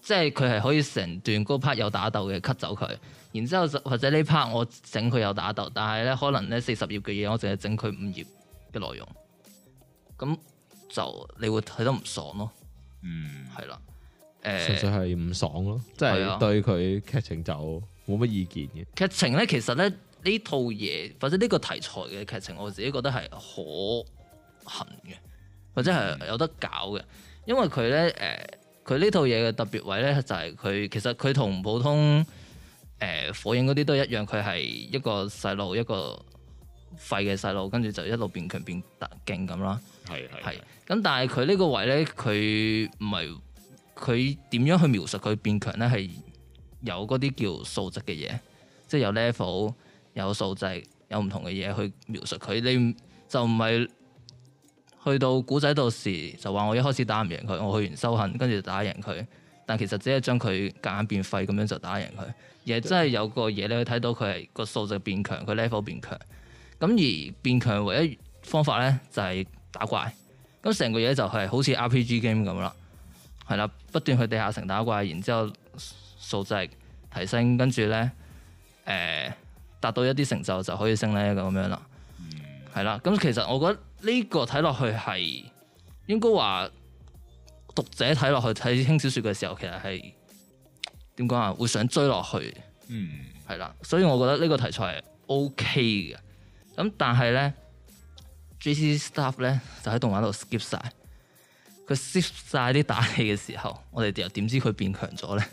[SPEAKER 2] 即係佢係可以成段嗰 part 有打鬥嘅 cut 走佢，然之後就或者呢 part 我整佢有打鬥，但係咧可能咧四十頁嘅嘢我淨係整佢五頁嘅內容，咁就你會睇得唔爽咯，
[SPEAKER 1] 嗯，
[SPEAKER 2] 係啦，
[SPEAKER 3] 純
[SPEAKER 2] 誒
[SPEAKER 3] 粹。係唔爽咯，即
[SPEAKER 2] 係
[SPEAKER 3] 係
[SPEAKER 2] 啊
[SPEAKER 3] 對佢劇情就冇乜意見嘅。
[SPEAKER 2] 劇情咧，其實咧呢套嘢或者呢個題材嘅劇情，我自己覺得係可行嘅，或者係有得搞嘅，因為佢咧佢呢套嘢嘅特別位咧，就係佢其實佢同普通誒、呃火影嗰啲都一樣，佢係一個細路一個廢嘅細路，跟住就一路變強變特勁咁啦。
[SPEAKER 1] 係
[SPEAKER 2] 係
[SPEAKER 1] 係
[SPEAKER 2] 咁，但係佢呢個位咧，佢唔係佢點樣去描述佢變強咧，係有嗰啲叫數值嘅嘢，即係有 level、有數值、有唔同嘅嘢去描述佢。你唔就唔係去到古仔到時就話我一開始打唔贏佢，我去完修行跟住就打贏佢，但其實只係將佢夾硬變廢咁樣就打贏佢，而係真係有個嘢你去睇到佢係個數值變強，佢 level 變強。咁而變強唯一方法咧就係、打怪。咁成個嘢就係好似 RPG game 咁啦，係啦，不斷去地下城打怪，然之後數值提升，跟住咧誒達到一啲成就就可以升咧咁樣啦，係啦。咁其實我覺得呢個睇落去係應該話讀者睇落去睇輕小說嘅時候，其實係點講啊，會想追落去。
[SPEAKER 1] 嗯
[SPEAKER 2] 係啦，所以我覺得呢個題材係 OK 嘅。咁但係咧，J.C. staff 咧就喺動畫度 skip 晒，佢 skip 晒啲打戲嘅時候，我哋又點知佢變強咗咧？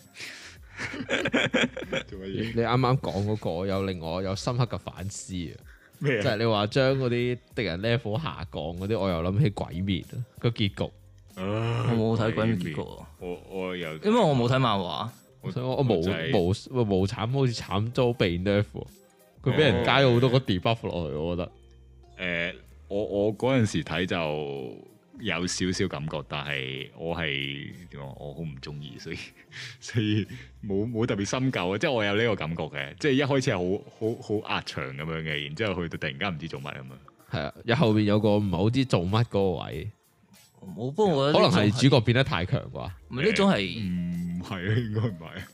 [SPEAKER 1] 做乜
[SPEAKER 3] 你
[SPEAKER 1] 嘢
[SPEAKER 3] 你啱啱講嗰個有令我有深刻嘅反思啊！
[SPEAKER 1] 咩
[SPEAKER 3] 即係你話將嗰啲敵人 level 下降嗰啲，我又諗起鬼滅啊個結局，
[SPEAKER 1] 啊
[SPEAKER 2] 我冇睇
[SPEAKER 3] 嗯
[SPEAKER 2] 鬼滅結局喎，
[SPEAKER 1] 我我又
[SPEAKER 2] 因為我冇睇漫畫。
[SPEAKER 3] 所以我我無
[SPEAKER 1] 就係
[SPEAKER 3] 無無慘好似慘遭被 nerf，喎佢俾人加咗好多個 debuff 落去，我覺得
[SPEAKER 1] 誒、呃我我嗰陣時睇就有少少感覺，但係我係點講？我好唔中意，所以 所以冇冇特別深究啊。即係我有呢個感覺嘅，即係一開始係好好好壓場咁樣嘅，然之後去到突然間唔知做乜咁樣。
[SPEAKER 3] 係啊，有後面有個唔係好知做乜嗰個位，
[SPEAKER 2] 冇，不過我覺
[SPEAKER 3] 可
[SPEAKER 2] 得
[SPEAKER 3] 能
[SPEAKER 2] 呢種
[SPEAKER 3] 係主嗯角變得太強啩。
[SPEAKER 2] 唔係呢種係
[SPEAKER 1] 唔係啊，應該唔係啊。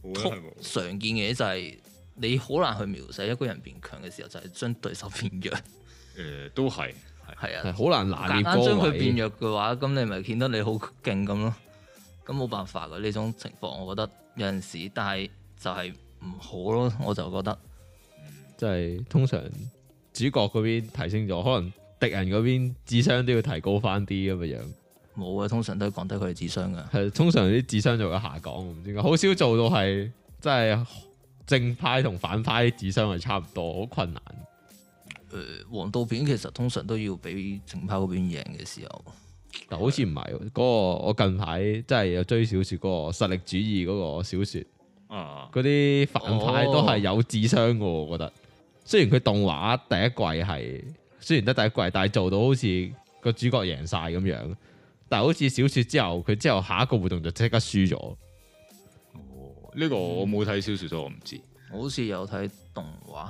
[SPEAKER 1] 我覺得係冇
[SPEAKER 2] 常見嘅嘢，就係你好難去描寫一個人變強嘅時候，就係將對手變弱。
[SPEAKER 1] 誒、都係
[SPEAKER 2] 係啊
[SPEAKER 3] 係，好難拿
[SPEAKER 2] 簡
[SPEAKER 3] 捏
[SPEAKER 2] 單將
[SPEAKER 3] 嗰個
[SPEAKER 2] 佢變
[SPEAKER 3] 位。
[SPEAKER 2] 弱嘅話，咁你咪顯得你好勁咁咯。咁冇辦法嘅呢種情況，我覺得有陣時，但係就係唔好咯。我就覺得
[SPEAKER 3] 即係通常主角嗰邊提升咗，可能敵人嗰邊智商都要提高翻啲咁嘅樣。
[SPEAKER 2] 冇啊，通常都係降低佢嘅智商噶。
[SPEAKER 3] 係通常啲智商就會下降，唔知點解好少做到係即係正派同反派智商係差唔多，好困難。
[SPEAKER 2] 誒、呃黃道片其實通常都要俾正派嗰邊贏嘅時候，
[SPEAKER 3] 但好似唔係喎嗰個，我近排真係有追小説嗰個實力主義嗰個小説，
[SPEAKER 1] 啊，
[SPEAKER 3] 嗰啲反派
[SPEAKER 2] 哦
[SPEAKER 3] 都係有智商嘅喎，我覺得。雖然佢動畫第一季係雖然得第一季，但係做到好似個主角贏晒咁樣，但係好似小説之後，佢之後下一個活動就即刻輸咗。
[SPEAKER 1] 哦呢、個我冇睇小説，所以我唔知。
[SPEAKER 2] 我好似有睇動畫，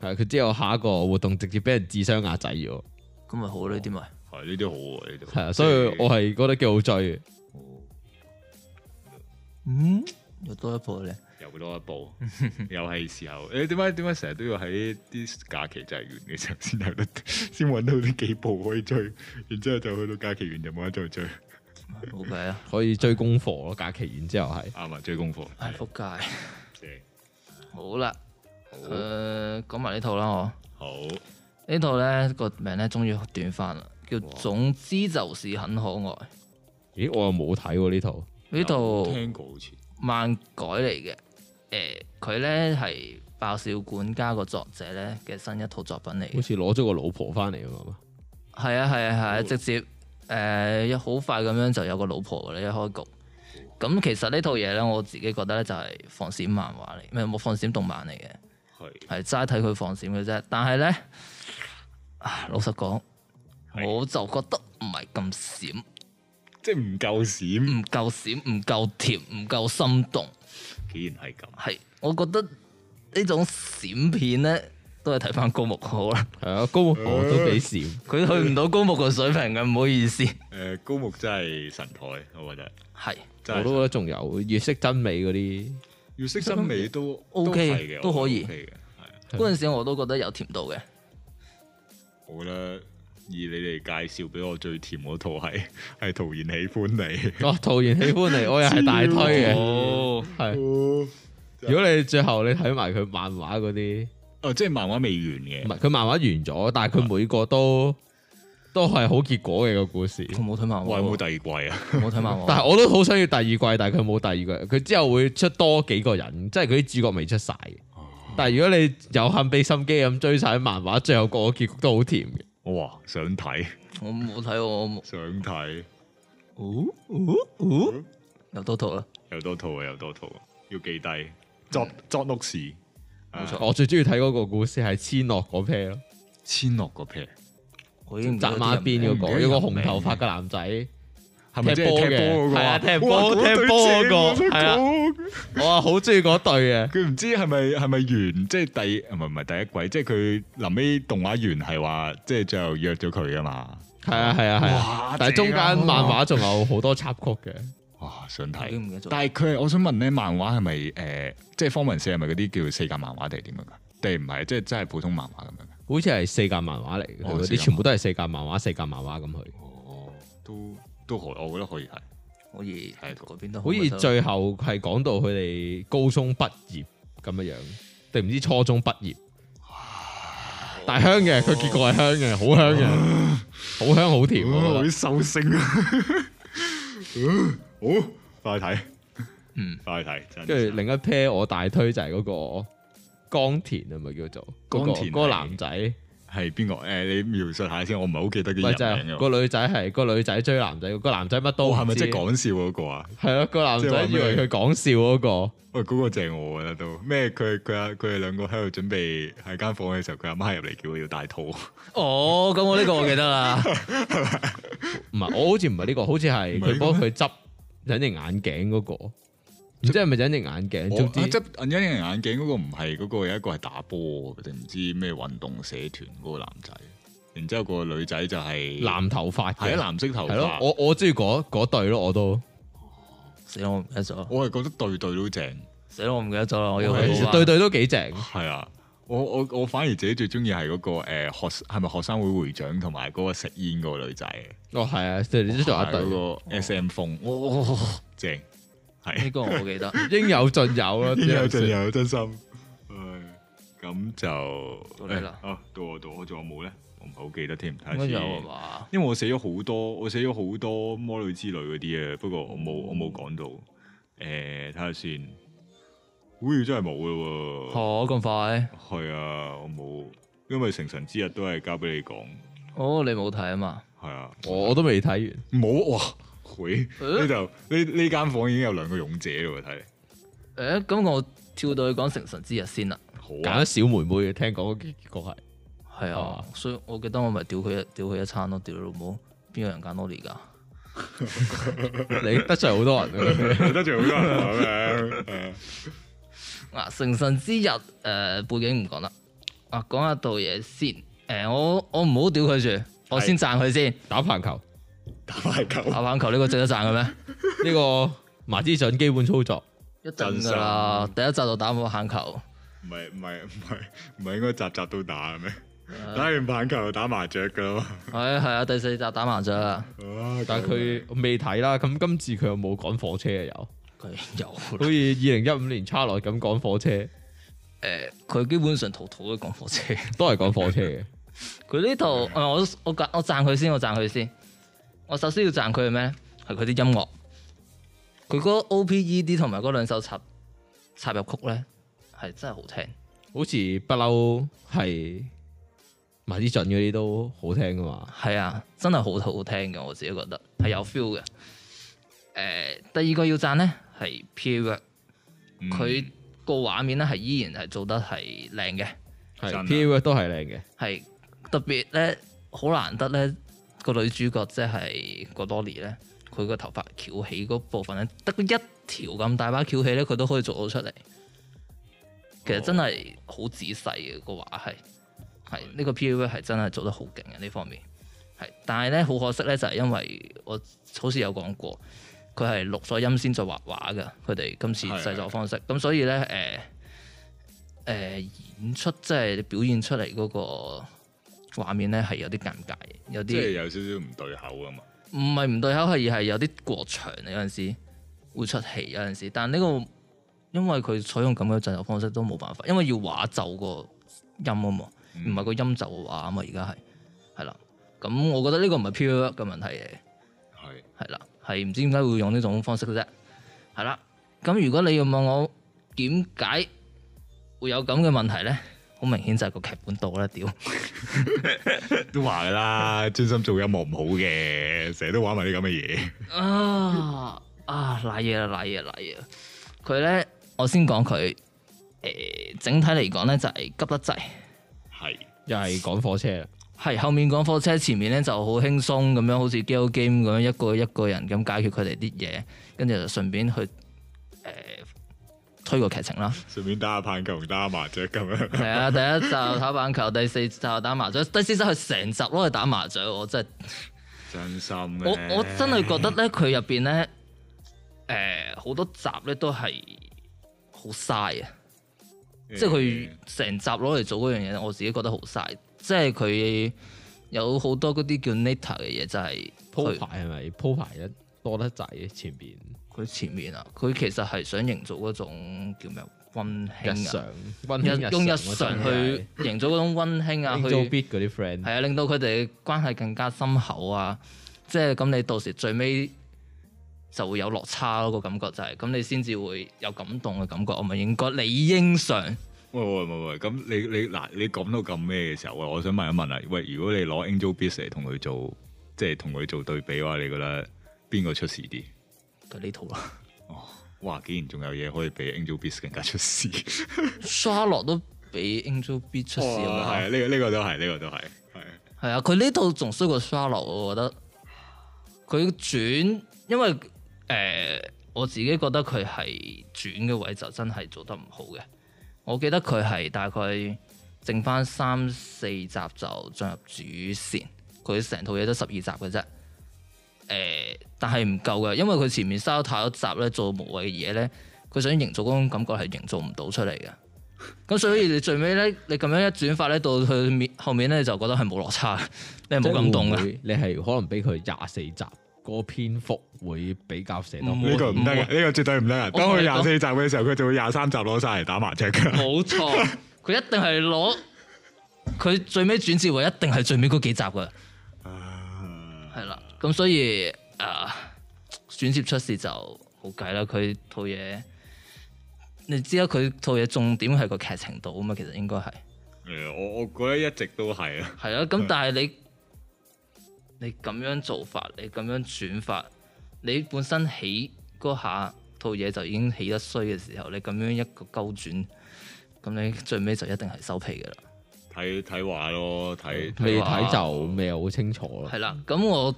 [SPEAKER 3] 係佢之後下一個活動直接俾人智商壓制咗。
[SPEAKER 2] 咁咪好呢啲咪
[SPEAKER 1] 係呢啲好喎，呢啲
[SPEAKER 3] 係啊，所以我係覺得幾好追嘅。
[SPEAKER 1] 我
[SPEAKER 2] 嗯又多一步咧。
[SPEAKER 1] 又多一步，又係時候。誒點解點解成日都要喺啲假期就係完嘅時候先有得， 先揾到呢幾部可以追，然之後就去到假期完就冇得再追。
[SPEAKER 2] 冇計 啊，
[SPEAKER 3] 可以追功課咯，假期完之後係
[SPEAKER 1] 啱啊，追功課。
[SPEAKER 2] 唉仆街。
[SPEAKER 1] 正
[SPEAKER 2] 好啦，誒、講埋呢套啦我。
[SPEAKER 1] 好
[SPEAKER 2] 呢套咧個名咧終於短翻啦，叫總之就是很可愛。
[SPEAKER 3] 咦，我又冇睇喎呢套，
[SPEAKER 2] 呢套
[SPEAKER 1] 聽過好似
[SPEAKER 2] 漫改嚟嘅，誒佢咧係爆笑管家個作者咧嘅新一套作品嚟
[SPEAKER 3] 好
[SPEAKER 2] 嘅。
[SPEAKER 3] 似攞咗個老婆翻嚟啊嘛。
[SPEAKER 2] 係啊係啊係啊，直接誒一好快咁樣就有個老婆㗎啦，一開局。咁其實呢套嘢咧，我自己覺得咧就係放閃漫畫嚟，唔係冇放閃動漫嚟嘅，
[SPEAKER 1] 係
[SPEAKER 2] 係齋睇佢放閃嘅啫。但係咧，啊老實講，
[SPEAKER 1] 係
[SPEAKER 2] 我就覺得唔係咁閃。
[SPEAKER 1] 即係唔夠閃，
[SPEAKER 2] 唔夠閃，唔夠甜，唔夠心動，
[SPEAKER 1] 竟然係咁。
[SPEAKER 2] 係我覺得呢種閃片呢，都係睇翻高木好啦，
[SPEAKER 3] 係啊，高木我都幾閃，
[SPEAKER 2] 佢去唔到高木個水平嘅，唔好意思。
[SPEAKER 1] 誒高木真係神台，我覺得
[SPEAKER 2] 係
[SPEAKER 1] 真
[SPEAKER 3] 我
[SPEAKER 1] 係
[SPEAKER 3] 都覺得仲有月色真美嗰啲，
[SPEAKER 1] 要識心美都
[SPEAKER 2] OK
[SPEAKER 1] 係嘅
[SPEAKER 2] 都可以
[SPEAKER 1] 我覺得 OK 嘅。係啊
[SPEAKER 2] 嗰陣時我都覺得有甜度嘅，
[SPEAKER 1] 我覺得以你哋介紹俾我最甜嗰套係係徒然喜歡你。
[SPEAKER 3] 哦，突然喜 歡你，我又係大推嘅。
[SPEAKER 2] 哦
[SPEAKER 3] 係，如果你最後你睇埋佢漫畫嗰啲，
[SPEAKER 1] 哦，即係漫畫未完
[SPEAKER 3] 唔
[SPEAKER 1] 嘅，
[SPEAKER 3] 係佢漫畫完咗，但係佢每個都都係好結果嘅個故事。
[SPEAKER 2] 我冇睇漫
[SPEAKER 1] 哇，有冇
[SPEAKER 2] 畫喎，
[SPEAKER 1] 第二季啊？
[SPEAKER 2] 冇睇漫畫。
[SPEAKER 3] 但係我都好想要第二季，但係佢冇第二季，佢之後會出多幾個人，即係佢啲主角未出晒嘅。但係如果你有幸俾心機咁追晒漫畫，最後個結局都好甜嘅。
[SPEAKER 1] 哇，想睇
[SPEAKER 2] 我冇睇喎我冇。
[SPEAKER 1] 想睇，
[SPEAKER 2] 哦哦哦，又多套啦，
[SPEAKER 1] 有多套啊，有多套啊，要記低作作 n o
[SPEAKER 2] 冇錯
[SPEAKER 3] 我最中意睇嗰個故事係千樂嗰 pair 咯，
[SPEAKER 1] 千樂個 pair
[SPEAKER 2] 我已經唔記得
[SPEAKER 3] 扎
[SPEAKER 2] 嗯啲
[SPEAKER 3] 馬
[SPEAKER 2] 人
[SPEAKER 3] 邊
[SPEAKER 2] 名
[SPEAKER 3] 嗰
[SPEAKER 1] 我唔記
[SPEAKER 3] 個，
[SPEAKER 1] 得
[SPEAKER 3] 有個
[SPEAKER 1] 人名
[SPEAKER 3] 紅頭髮嘅男仔。
[SPEAKER 1] 係咪
[SPEAKER 3] 踢
[SPEAKER 1] 即係
[SPEAKER 3] 波
[SPEAKER 1] 踢波嗰個
[SPEAKER 3] 嘅係啊
[SPEAKER 1] 啊？
[SPEAKER 3] 踢波
[SPEAKER 1] 哇嗰隊
[SPEAKER 3] 踢波嗰個
[SPEAKER 1] 正喎
[SPEAKER 3] 係啊
[SPEAKER 1] 嗰個
[SPEAKER 3] 我啊好中意嗰對啊嘅，
[SPEAKER 1] 佢唔知係咪係咪完，即係第唔係唔係第一季，即係佢臨尾動畫完係話，即係最後約咗佢噶嘛。
[SPEAKER 3] 係啊係啊係啊
[SPEAKER 1] 哇，
[SPEAKER 3] 但係中間
[SPEAKER 1] 正啊
[SPEAKER 3] 漫畫仲有好多插曲嘅，
[SPEAKER 1] 哇，想
[SPEAKER 2] 我已
[SPEAKER 1] 睇！
[SPEAKER 2] 經唔記得咗。
[SPEAKER 1] 但係佢係我想問咧，漫畫係咪誒，即係方文社係咪嗰啲叫四格漫畫定係點樣噶？定唔係即係真係普通漫畫咁樣㗎？
[SPEAKER 3] 好似係四格漫畫嚟嘅，
[SPEAKER 1] 哦
[SPEAKER 3] 佢嗰
[SPEAKER 1] 四格
[SPEAKER 3] 啲全部都係四格漫畫、四格漫畫咁去。
[SPEAKER 1] 哦，都都可，我覺得可以睇。
[SPEAKER 2] 可以
[SPEAKER 1] 係
[SPEAKER 2] 嗰邊都
[SPEAKER 3] 好似最後係講到佢哋高中畢業咁樣樣，定唔知初中畢業？但係香嘅，佢結果係香嘅，好香嘅，好香好甜。我覺得
[SPEAKER 1] 啲獸性 啊！好，哦快睇，
[SPEAKER 2] 嗯，
[SPEAKER 1] 快睇，真係
[SPEAKER 3] 跟住另一 pair 我大推就係嗰個江田係咪叫做？嗰個
[SPEAKER 1] 江田係
[SPEAKER 3] 嗰個男仔，
[SPEAKER 1] 係邊個？誒，你描述下先，我唔係好記得
[SPEAKER 3] 咪就
[SPEAKER 1] 嘅人名
[SPEAKER 3] 係
[SPEAKER 1] 嘅。
[SPEAKER 3] 個女仔係個女仔追男仔，個男仔乜都
[SPEAKER 1] 我
[SPEAKER 3] 唔
[SPEAKER 1] 係咪即係
[SPEAKER 3] 知
[SPEAKER 1] 講笑嗰個啊？
[SPEAKER 3] 係咯，個男
[SPEAKER 1] 即係
[SPEAKER 3] 仔
[SPEAKER 1] 話
[SPEAKER 3] 以
[SPEAKER 1] 咩
[SPEAKER 3] 為佢講笑嗰、個，
[SPEAKER 1] 喂，嗰、個正我覺得都咩？佢佢阿佢哋兩個喺度準備喺間房嘅時候，佢阿媽入嚟叫佢要戴套。
[SPEAKER 2] 哦，咁我呢個我記得啦，
[SPEAKER 3] 唔係我好似唔係呢個，好似係
[SPEAKER 1] 唔係呢
[SPEAKER 3] 佢
[SPEAKER 1] 個
[SPEAKER 3] 幫佢執隱形眼鏡嗰、個，唔知係咪隱形眼鏡？
[SPEAKER 1] 我
[SPEAKER 3] 總之
[SPEAKER 1] 啊執隱形眼鏡嗰個唔係嗰個，有一個係打波定唔知咩運動社團嗰個男仔。然之後個女仔就係
[SPEAKER 3] 藍頭
[SPEAKER 1] 係
[SPEAKER 3] 髮嘅，
[SPEAKER 1] 啊藍色頭
[SPEAKER 3] 係咯，
[SPEAKER 1] 髮。
[SPEAKER 3] 我我中意嗰嗰對咯，我都
[SPEAKER 2] 死啦我唔記得咗，
[SPEAKER 1] 我係覺得對對都正，
[SPEAKER 2] 死啦我唔記得咗
[SPEAKER 1] 哦
[SPEAKER 2] 啦，我要
[SPEAKER 3] 其
[SPEAKER 2] 去
[SPEAKER 1] 啊
[SPEAKER 3] 實對對都幾正。
[SPEAKER 1] 係啊。我我我反而自己最中意係嗰個誒、呃、學係咪學生會會長同埋嗰個食煙嗰個女仔，
[SPEAKER 3] 哦，係啊，對你都做一
[SPEAKER 1] 係
[SPEAKER 3] 對，
[SPEAKER 1] 嗰個 S M 風，哇、正係
[SPEAKER 2] 呢。個我記得，
[SPEAKER 3] 應有盡有啊咯，
[SPEAKER 1] 應有
[SPEAKER 3] 只能
[SPEAKER 1] 盡
[SPEAKER 3] 說。
[SPEAKER 1] 有，真心。唉咁就
[SPEAKER 2] 到你啦
[SPEAKER 1] 誒啊，到我到我仲有冇咧？我唔係好記得添，睇下
[SPEAKER 2] 應該
[SPEAKER 1] 先
[SPEAKER 2] 有啊係嘛？
[SPEAKER 1] 因為我寫咗好多，我寫咗好多魔女之類嗰啲啊，不過我冇我冇講到。誒，睇下先。好似真係冇
[SPEAKER 2] 嚇
[SPEAKER 1] 咯
[SPEAKER 2] 咁快？
[SPEAKER 1] 喎。係啊，我冇，因為成神之日都係交俾你講。
[SPEAKER 2] 哦，你冇睇啊嘛？
[SPEAKER 1] 係啊，
[SPEAKER 3] 我我都未睇完，
[SPEAKER 1] 冇哇，佢
[SPEAKER 2] 誒
[SPEAKER 1] 呢度呢呢間房已經有兩個勇者咯喎，睇嚟。
[SPEAKER 2] 誒，咁我跳到去講《成神之日》先啦。
[SPEAKER 1] 好
[SPEAKER 3] 揀咗
[SPEAKER 1] 啊，
[SPEAKER 3] 小妹妹，聽講結局係
[SPEAKER 2] 係啊
[SPEAKER 3] 啊，
[SPEAKER 2] 所以我記得我咪屌佢一屌佢一餐咯，屌你老母！邊有人揀 Lolly 㗎？
[SPEAKER 3] 你得罪好 多人啊。
[SPEAKER 1] 得罪好多人 咁樣。係啊
[SPEAKER 2] 嗱，《成神啊之日》誒、背景唔講啦，啊講下道嘢先。誒、我我唔好屌佢住，我先讚佢先。
[SPEAKER 3] 打棒球
[SPEAKER 1] 打排球。
[SPEAKER 2] 打棒球呢個值得讚嘅咩？
[SPEAKER 3] 呢個麻之準基本操作，
[SPEAKER 2] 一定㗎啦，第一集就打冇棒球，
[SPEAKER 1] 唔係唔係唔係唔係應該集集都打嘅咩？打完棒球就打麻雀噶啦嘛。
[SPEAKER 2] 係係啊，第四集打麻雀啦，
[SPEAKER 1] 啊
[SPEAKER 3] 但係佢我未睇啦。咁今次佢有冇趕火車啊？有。
[SPEAKER 2] 佢有
[SPEAKER 3] 好似二零一五年差來咁趕火 車，
[SPEAKER 2] 誒，佢基本上套套都講火車。
[SPEAKER 3] 都係趕火車嘅。
[SPEAKER 2] 佢呢套誒，我我讚我讚佢先，我讚佢先。我首先要讚佢係咩咧？係佢啲音樂，佢嗰個 O.P.E.D 同埋嗰兩首插插入曲咧，係真係好聽。
[SPEAKER 3] 好似不嬲係埋啲準嗰啲都好聽噶嘛。
[SPEAKER 2] 係啊，真係好好聽嘅，我自己覺得係有 feel 嘅。誒、第二個要讚咧係 P work，佢
[SPEAKER 1] 嗯
[SPEAKER 2] 個畫面咧係依然係做得係靚嘅，
[SPEAKER 3] 係
[SPEAKER 1] 真啊
[SPEAKER 3] P A 都係靚嘅，
[SPEAKER 2] 係特別咧好難得咧個女主角即係個 Lolly 咧，佢個頭髮翹起嗰部分咧，得一條咁大把翹起咧，佢都可以做到出嚟。其實真係好仔細嘅個畫係，係呢、個 P A V 係真係做得好勁嘅呢方面。係，但係咧好可惜咧，就係、因為我好似有講過，佢係錄咗音先再畫畫嘅，佢哋今次製作方式，咁所以咧誒。誒、呃演出即係表現出嚟嗰個畫面咧係有啲尷尬，有
[SPEAKER 1] 即係
[SPEAKER 2] 啲
[SPEAKER 1] 有少少唔對口啊嘛。
[SPEAKER 2] 唔係唔對口，係而係有啲過長有陣時會出戲，有陣時，但呢、個因為佢採用咁嘅製作方式都冇辦法，因為
[SPEAKER 1] 嗯
[SPEAKER 2] 要畫就個音啊嘛，唔係個音就個畫啊嘛，而家係係啦，咁我覺得呢個唔係 pure work 嘅問題嚟，
[SPEAKER 1] 係
[SPEAKER 2] 係啦，係唔知點解會用呢種方式嘅啫。係啦，咁如果你要問我點解會有咁嘅問題咧，好明顯就係個劇本到啦，屌！
[SPEAKER 1] 都話噶 啦，專心做音樂唔好嘅，成日都玩埋啲咁嘅嘢。
[SPEAKER 2] 啊啊！賴嘢啦，賴嘢啦，賴嘢啦！佢咧，我先講佢誒，整體嚟講咧就係急得滯，
[SPEAKER 1] 係
[SPEAKER 3] 又係趕火車啦。
[SPEAKER 2] 係後面講火車，前面咧就好輕鬆咁樣，好似 g a game 咁樣，一個一個人咁解決佢哋啲嘢，跟住就順便去誒、呃推個劇情啦。
[SPEAKER 1] 順便打下棒球同打下麻雀咁樣。
[SPEAKER 2] 係啊，第一集打棒球，第四集打麻雀，第四集佢成集攞去打麻雀，我真係
[SPEAKER 1] 真心嘅
[SPEAKER 2] 我我真係覺得咧，佢入邊咧，誒、好多集咧都係好嘥啊！
[SPEAKER 3] 嗯
[SPEAKER 2] 即係佢成集攞嚟做嗰樣嘢，我自己覺得好嘥。即係佢有好多嗰啲叫 nata 嘅嘢，就係
[SPEAKER 3] 鋪
[SPEAKER 2] 佢
[SPEAKER 3] 排係咪鋪排得多得滯？啊前邊
[SPEAKER 2] 佢前面啊，佢其實係想營造嗰種叫咩温
[SPEAKER 3] 日
[SPEAKER 2] 馨啊，
[SPEAKER 3] 常温馨
[SPEAKER 2] 日用日
[SPEAKER 3] 嗰種
[SPEAKER 2] 常
[SPEAKER 3] 嘢
[SPEAKER 2] 去營造嗰種温馨啊，去
[SPEAKER 3] Angel Beat 嗰啲 friend
[SPEAKER 2] 係啊，令到佢哋關係更加深厚啊。即係咁，你到時最尾就會有落差咯，個感覺就係咁，你先至會有感動嘅感覺。我咪應該理應上。
[SPEAKER 1] 喂喂喂喂，咁你你嗱，你講到咁咩嘅時候啊，我想問一問啊，喂，如果你攞 Angel Beats 嚟同佢做，即係同佢做對比嘅話，你覺得邊個出事啲？
[SPEAKER 2] 佢呢套啦
[SPEAKER 1] 哦，哇，竟然仲有嘢可以比 Angel Beats 更加出事，出
[SPEAKER 2] s h a r l o 都比 Angel B 出事
[SPEAKER 1] 係
[SPEAKER 2] 啊嘛
[SPEAKER 1] 啊，呢個呢個都係，呢個都係，係
[SPEAKER 2] 係啊，佢呢套仲衰過 Shallow，我覺得佢轉，因為誒、呃我自己覺得佢係轉嘅位就真係做得唔好嘅。我記得佢係大概剩翻三四集就進入主線，佢成套嘢都十二集嘅啫。誒、但係唔夠嘅，因為佢前面嘥咗太多集咧，做無謂嘅嘢咧，佢想營造嗰種感覺係營造唔到出嚟嘅。咁所以你最尾咧，你咁樣一轉發咧，到佢面後面咧就覺得係冇落差嘅，你係
[SPEAKER 3] 即
[SPEAKER 2] 冇啊
[SPEAKER 3] 係
[SPEAKER 2] 感動
[SPEAKER 3] 會唔
[SPEAKER 2] 嘅。
[SPEAKER 3] 會你係可能俾佢廿四集個篇幅會比較寫得好啊
[SPEAKER 2] 唔會
[SPEAKER 1] 呢個唔得嘅，呢個絕對唔得嘅。當佢廿四集嘅時候，佢就會廿三集攞晒嚟打麻雀㗎。
[SPEAKER 2] 冇錯， 佢一定係攞佢最尾轉折位，一定係最尾嗰幾集嘅，
[SPEAKER 1] 啊
[SPEAKER 2] 係啦。咁所以啊，轉折出事就冇計啦。佢套嘢，你知啦，佢套嘢重點係個劇情度啊嘛，其實應該係
[SPEAKER 1] 誒，我我覺得一直都係啊，
[SPEAKER 2] 係啦。咁但係你你咁樣做法，你咁樣轉法，你本身起嗰下套嘢就已經起得衰嘅時候，你咁樣一個鳩轉，咁你最尾就一定係收皮嘅啦。
[SPEAKER 1] 睇睇畫咯，睇
[SPEAKER 2] 嗯
[SPEAKER 3] 未睇就未好清楚咯
[SPEAKER 2] 係。啦，咁我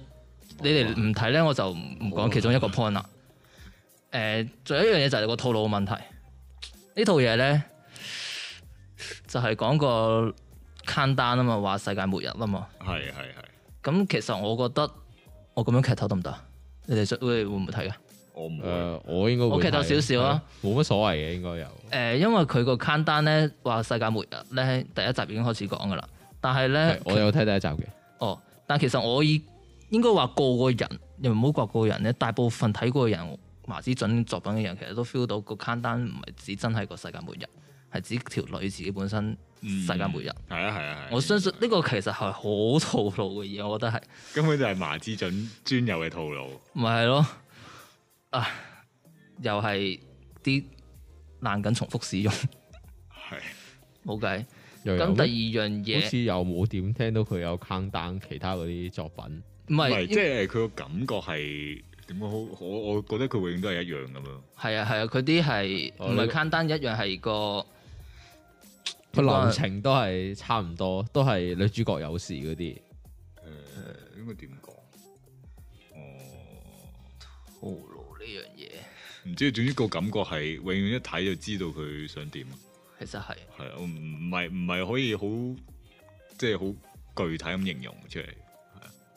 [SPEAKER 2] 你哋唔睇咧，我就唔講其中一個 point 啦。誒、仲有一樣嘢就係個套路問題。呢套嘢咧就係、講個 countdown 啊嘛，話世界末日啊嘛。
[SPEAKER 1] 係係係，
[SPEAKER 2] 咁其實我覺得我咁樣劇透得唔得？你哋想你哋會唔會睇嘅？誒、
[SPEAKER 1] 我唔
[SPEAKER 3] 誒、
[SPEAKER 1] 會。
[SPEAKER 3] 呃我應該會
[SPEAKER 2] 我劇透少少啊
[SPEAKER 3] 係，冇乜所謂嘅應該有。
[SPEAKER 2] 因為佢個 countdown 咧話世界末日咧第一集已經開始講噶啦，但係
[SPEAKER 3] 係
[SPEAKER 2] 咧
[SPEAKER 3] 我有睇第一集嘅，
[SPEAKER 2] 哦，但其實我以應該話個個人，又唔好話個個人咧，大部分睇過嘅人麻之準作品嘅人，其實都 feel 到個 countdown 唔係指真係個世界末日，係指條女自己本身世界末日。
[SPEAKER 1] 係啊係啊係。
[SPEAKER 2] 我相信呢個其實係好套路嘅嘢，我覺得係，
[SPEAKER 1] 根本就係麻之準專有嘅套路。
[SPEAKER 2] 咪係咯？啊，又係啲爛緊重複使用，
[SPEAKER 1] 係
[SPEAKER 2] 冇計。
[SPEAKER 3] 又有
[SPEAKER 2] 咁第
[SPEAKER 3] 咩
[SPEAKER 2] 二樣
[SPEAKER 3] 啊好
[SPEAKER 2] 嘢，
[SPEAKER 3] 似又冇點聽到佢有 countdown 其他嗰啲作品。
[SPEAKER 2] 唔
[SPEAKER 1] 唔係
[SPEAKER 2] 係
[SPEAKER 1] 即係佢個感覺係點講好？我我覺得佢永遠都係一樣咁樣。
[SPEAKER 2] 係啊係啊，佢啲係
[SPEAKER 3] 哦
[SPEAKER 2] 唔係
[SPEAKER 3] 呢個
[SPEAKER 2] countdown 一樣係個。哦
[SPEAKER 3] 佢
[SPEAKER 2] 點講啊
[SPEAKER 3] 流程都係差唔多，都係女主角有事
[SPEAKER 1] 誒、
[SPEAKER 3] 嗰啲。
[SPEAKER 1] 應該點講？哦，
[SPEAKER 2] 套路呢樣嘢，
[SPEAKER 1] 唔知，總之個感覺係永遠一睇就知道佢想點。
[SPEAKER 2] 其實係
[SPEAKER 1] 係啊，我唔唔係唔係可以好即係好具體咁形容出嚟。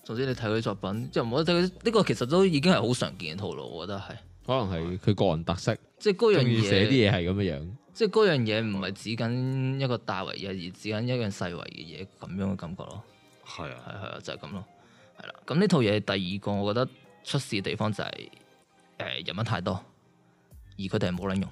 [SPEAKER 2] 總之你睇佢作品，又唔好睇佢呢個其實都已經係好常見嘅套路，我覺得係，
[SPEAKER 3] 可能係佢個人特色，
[SPEAKER 2] 即係啊嗰樣
[SPEAKER 3] 中意寫啲
[SPEAKER 2] 嘢，
[SPEAKER 3] 嘢係咁嘅樣。
[SPEAKER 2] 即係嗰樣嘢唔係指緊一個大圍嘅，而指緊一樣細圍嘅嘢咁樣嘅感覺咯，
[SPEAKER 1] 係
[SPEAKER 2] 係
[SPEAKER 1] 啊，
[SPEAKER 2] 係啊，就係咁咯，係啦。咁呢套嘢第二個我覺得出事嘅地方就係、誒、人物太多，而佢哋係冇撚用，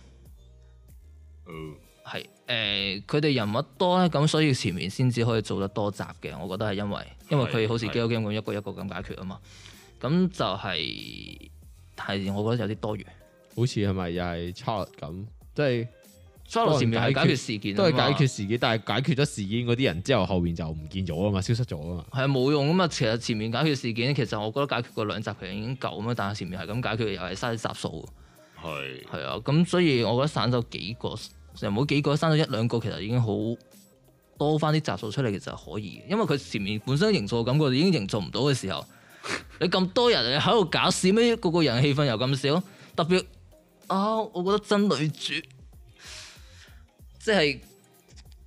[SPEAKER 1] 誒、
[SPEAKER 2] 係誒，佢哋人物多咧，咁所以前面先至可以做得多集嘅，我覺得係因為因為佢好似
[SPEAKER 1] 係
[SPEAKER 2] g a game 咁一個一個咁解決啊嘛，咁就係、係我覺得有啲多餘。
[SPEAKER 3] 好似係咪又係 Charlotte 咁，即係
[SPEAKER 2] s o l o 前面係解決事件啊
[SPEAKER 3] 都
[SPEAKER 2] 嘛，
[SPEAKER 3] 係解決事件，但係解決咗事件嗰啲人之後，後面就唔見咗啊嘛，消失咗啊嘛。
[SPEAKER 2] 係啊冇用啊嘛。其實前面解決事件，其實我覺得解決過兩集其實已經夠咁樣，但係前面係咁解決又係嘥集數。
[SPEAKER 1] 係
[SPEAKER 2] 係啊，咁所以我覺得散咗幾個，成冇幾個，散咗一兩個，其實已經好多翻啲集數出嚟，其實係可以嘅。因為佢前面本身營造嘅感覺已經營造唔到嘅時候，你咁多人你喺度搞事咩？個個人氣氛又咁少，特別啊，我覺得真女主即係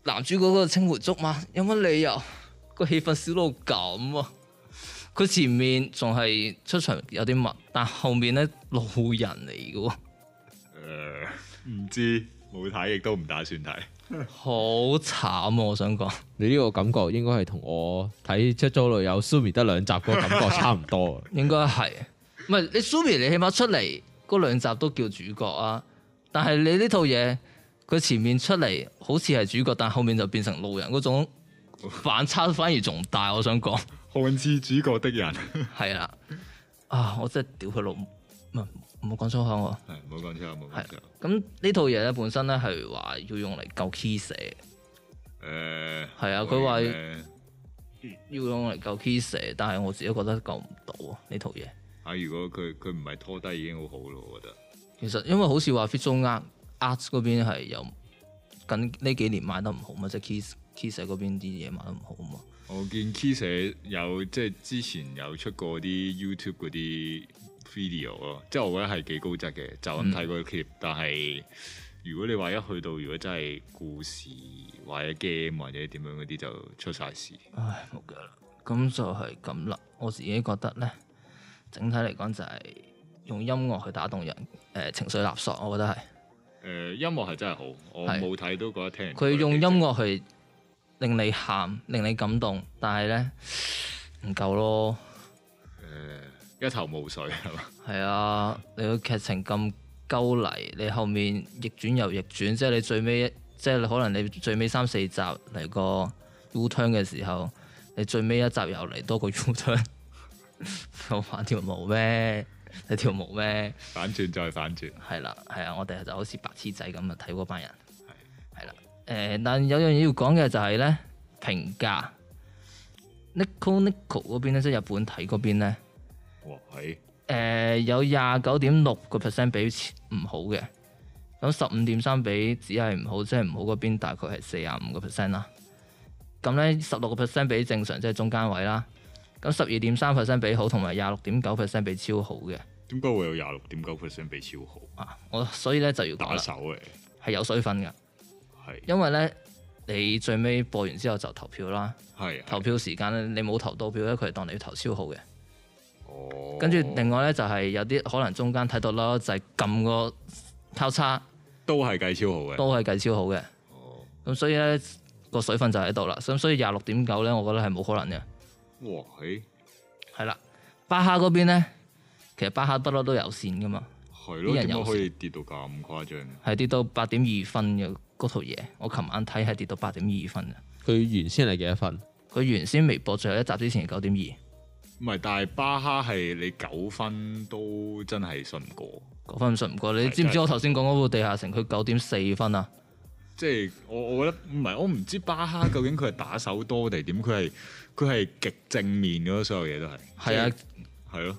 [SPEAKER 2] 男主嗰個青梅竹馬，有乜理由個氣氛少到咁啊？佢前面仲係出場有啲密，但後面咧路人嚟嘅喎。
[SPEAKER 1] 誒呃唔知冇睇，亦都唔打算睇。
[SPEAKER 2] 好慘啊！我想講，
[SPEAKER 3] 你呢個感覺應該係同我睇出租女友 Sumi 得兩集嗰個感覺差唔多。啊
[SPEAKER 2] 應該係唔係你 Sumi 你起碼出嚟嗰兩集都叫主角啊，但係你呢套嘢佢前面出嚟好似係主角，但後面就變成路人嗰 種反差反而仲大。我想講
[SPEAKER 1] 看似主角的人，係
[SPEAKER 2] 係啦，啊我真係屌佢老母，唔係唔好講粗口啊！
[SPEAKER 1] 唔好講錯，唔好講錯。
[SPEAKER 2] 咁呢套嘢咧本身咧係話要用嚟救 Key 社，
[SPEAKER 1] 誒
[SPEAKER 2] 係啊佢話
[SPEAKER 1] 呃
[SPEAKER 2] 要用嚟救 Key 社，但係我自己覺得救唔到啊呢套嘢。
[SPEAKER 1] 嚇，如果佢佢唔係拖低已經好好咯，我覺得。
[SPEAKER 2] 其實因為好似話 f i t z o n Arts 嗰邊係有近呢幾年賣得唔好嘛，即係 Kiss Kiss 嗰邊啲嘢賣得唔好嘛。
[SPEAKER 1] 我見 Key 社有即係之前有出過啲 YouTube 嗰啲 video 咯，即係我覺得係幾高質嘅，就咁睇過 clip、但係如果你話一去到，如果真係故事或者 game 或者點樣嗰啲，就出晒事。
[SPEAKER 2] 唉，冇計啦，咁就係咁啦。我自己覺得咧，整體嚟講就係用音樂去打動人，誒、情緒勒索，我覺得係
[SPEAKER 1] 誒、呃音樂係真係好，我
[SPEAKER 2] 係
[SPEAKER 1] 冇睇都覺得聽人
[SPEAKER 2] 佢用音
[SPEAKER 1] 覺得幾
[SPEAKER 2] 樂去令你喊，令你感動，但係咧唔夠咯。
[SPEAKER 1] 正一頭霧水係嘛？
[SPEAKER 2] 係啊，你個劇情咁鳩泥，你後面逆轉又逆轉，即係你最尾一，即係你可能你最尾三四集嚟個 U turn 嘅時候，你最尾一集又嚟多個 U turn，我玩條毛咩？你條毛咩？
[SPEAKER 1] 反轉再反轉，
[SPEAKER 2] 係啦，係啊，我哋就好似白痴仔咁啊睇嗰班人，係啦，誒、但有樣嘢要講嘅就係咧評價，Nico Nico 嗰邊咧，即係日本睇嗰邊咧。
[SPEAKER 1] 哇係
[SPEAKER 2] 誒、呃有廿九點六個 percent 俾唔好嘅，咁十五點三俾只係唔好，即係唔好嗰邊大概係四十五個 percent 啦。咁咧十六個 percent 俾正常，即係中間位啦。咁十二點三 percent 俾好，同埋廿六點九 percent 俾超好嘅。
[SPEAKER 1] 點解會有廿六點九 percent 比超好
[SPEAKER 2] 啊，我所以咧就要講
[SPEAKER 1] 打
[SPEAKER 2] 啦，
[SPEAKER 1] 手嚟？
[SPEAKER 2] 係有水分㗎，
[SPEAKER 1] 係
[SPEAKER 2] 因為咧你最尾播完之後就投票啦。
[SPEAKER 1] 係
[SPEAKER 2] 投票時間咧，你冇投到票咧，佢係當你要投超好嘅。
[SPEAKER 1] 哦，
[SPEAKER 2] 跟住另外咧就係、有啲可能中間睇到啦，就係、撳個交叉。
[SPEAKER 1] 都係計超好嘅。
[SPEAKER 2] 都係計超好嘅。
[SPEAKER 1] 哦
[SPEAKER 2] 咁所以咧個水分就喺度啦。咁所以廿六點九咧，我覺得係冇可能嘅。
[SPEAKER 1] 哇係
[SPEAKER 2] 係啦，巴哈嗰邊咧，其實巴哈不嬲都有線噶嘛，
[SPEAKER 1] 係
[SPEAKER 2] 啲
[SPEAKER 1] 咯，
[SPEAKER 2] 人
[SPEAKER 1] 點解
[SPEAKER 2] 有
[SPEAKER 1] 可以跌到咁誇張？
[SPEAKER 2] 係跌到八點二分嘅嗰套嘢。我琴晚睇係跌到八點二分嘅。
[SPEAKER 3] 佢原先係幾多分？
[SPEAKER 2] 佢原先微博最後一集之前係九點二，
[SPEAKER 1] 唔係，但係巴哈係你九分都真係信唔過，
[SPEAKER 2] 嗰分信唔過。你知唔知我頭先講嗰部地下城佢九點四分啊？
[SPEAKER 1] 即係我我覺得唔係，我唔知巴哈究竟佢係打手多定點，佢係佢係極正面嘅咯，所有嘢都係
[SPEAKER 2] 係啊，，
[SPEAKER 1] 係咯。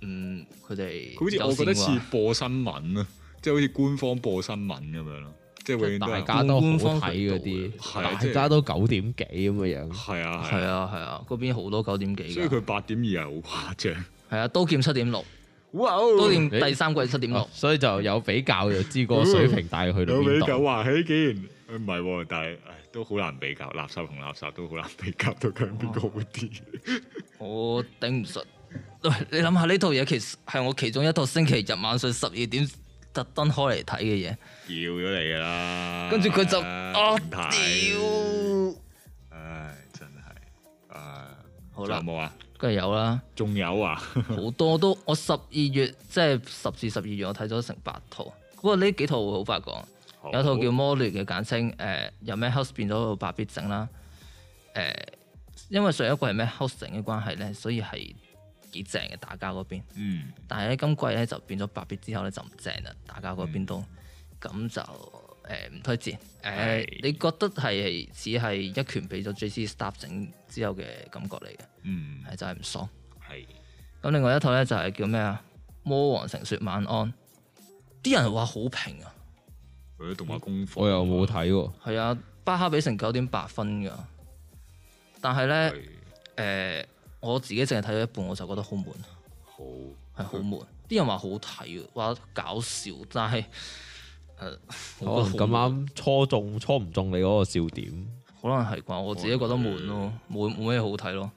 [SPEAKER 2] 嗯，佢哋
[SPEAKER 1] 佢好似
[SPEAKER 2] 有
[SPEAKER 1] 我覺得
[SPEAKER 2] 線
[SPEAKER 1] 似
[SPEAKER 2] 啩
[SPEAKER 1] 播新聞啊，即係好似官方播新聞咁樣咯，即係永遠都
[SPEAKER 3] 大
[SPEAKER 1] 係
[SPEAKER 3] 家都好
[SPEAKER 2] 官方
[SPEAKER 3] 睇嗰啲
[SPEAKER 2] 渠，
[SPEAKER 1] 係啊
[SPEAKER 3] 大
[SPEAKER 1] 即係
[SPEAKER 3] 家都九點幾咁嘅樣。
[SPEAKER 1] 係啊係
[SPEAKER 2] 係
[SPEAKER 1] 啊，
[SPEAKER 2] 啊係啊，嗰邊好多九點幾㗎。
[SPEAKER 1] 所以佢八點二係好誇張。
[SPEAKER 2] 係啊，刀劍七點六，
[SPEAKER 1] 哇
[SPEAKER 2] 刀
[SPEAKER 1] 哦！
[SPEAKER 2] 劍第三季七點六
[SPEAKER 3] 哦。所以就有比較就知個水平大概去到
[SPEAKER 1] 有比
[SPEAKER 3] 邊
[SPEAKER 1] 較
[SPEAKER 3] 度。
[SPEAKER 1] 話起竟然呃唔係喎，但係唉都好難比較，垃圾同垃圾都好難比較到究竟邊個好 啲。
[SPEAKER 2] 我頂唔順。 喂，你諗下呢套嘢其實係我其中一套星期日晚上十二點特登開嚟睇嘅嘢，
[SPEAKER 1] 叫咗你噶啦，
[SPEAKER 2] 跟住佢就啊
[SPEAKER 1] 唔睇
[SPEAKER 2] 屌，
[SPEAKER 1] 唉，真係啊，
[SPEAKER 2] 好啦
[SPEAKER 1] 仲有冇啊？
[SPEAKER 2] 跟住有啦，
[SPEAKER 1] 仲有啊，
[SPEAKER 2] 好多都我十二月即係十至十二月我睇咗成八套，不過呢幾套我好快講，
[SPEAKER 1] 好
[SPEAKER 2] 有套叫《魔聯》嘅簡稱，誒、由 m a House 變咗到白必整啦。誒、因為上一季係 m a House 整嘅關係咧，所以係幾正嘅打交嗰邊。
[SPEAKER 1] 嗯
[SPEAKER 2] 但係咧今季咧就變咗白必之後咧就唔正啦，打交
[SPEAKER 1] 嗯
[SPEAKER 2] 嗰邊都咁、就誒唔、推薦。誒、
[SPEAKER 1] 係
[SPEAKER 2] 你覺得係似係一拳俾咗 JC Staff 整之後嘅感覺嚟嘅，
[SPEAKER 1] 嗯
[SPEAKER 2] 係就係、唔爽。
[SPEAKER 1] 係
[SPEAKER 2] 咁另外一套咧就係叫咩啊？魔王城説晚安，啲人話好評啊！
[SPEAKER 1] 佢啲動畫功課，
[SPEAKER 3] 我又冇睇喎，
[SPEAKER 2] 係啊，巴哈比成九點八分㗎，但係咧
[SPEAKER 1] 係
[SPEAKER 2] 誒，我自己淨係睇咗一半，我就覺得好悶，
[SPEAKER 1] 好
[SPEAKER 2] 係好悶。啲人話好睇嘅，話搞笑，但係誒，呃
[SPEAKER 3] 可
[SPEAKER 2] 我
[SPEAKER 3] 能
[SPEAKER 2] 覺得好
[SPEAKER 3] 哦啊咁
[SPEAKER 2] 悶
[SPEAKER 3] 啱戳中戳唔中你嗰個笑點。
[SPEAKER 2] 可能係啩，我自己覺得悶咯，冇冇咩好睇咯，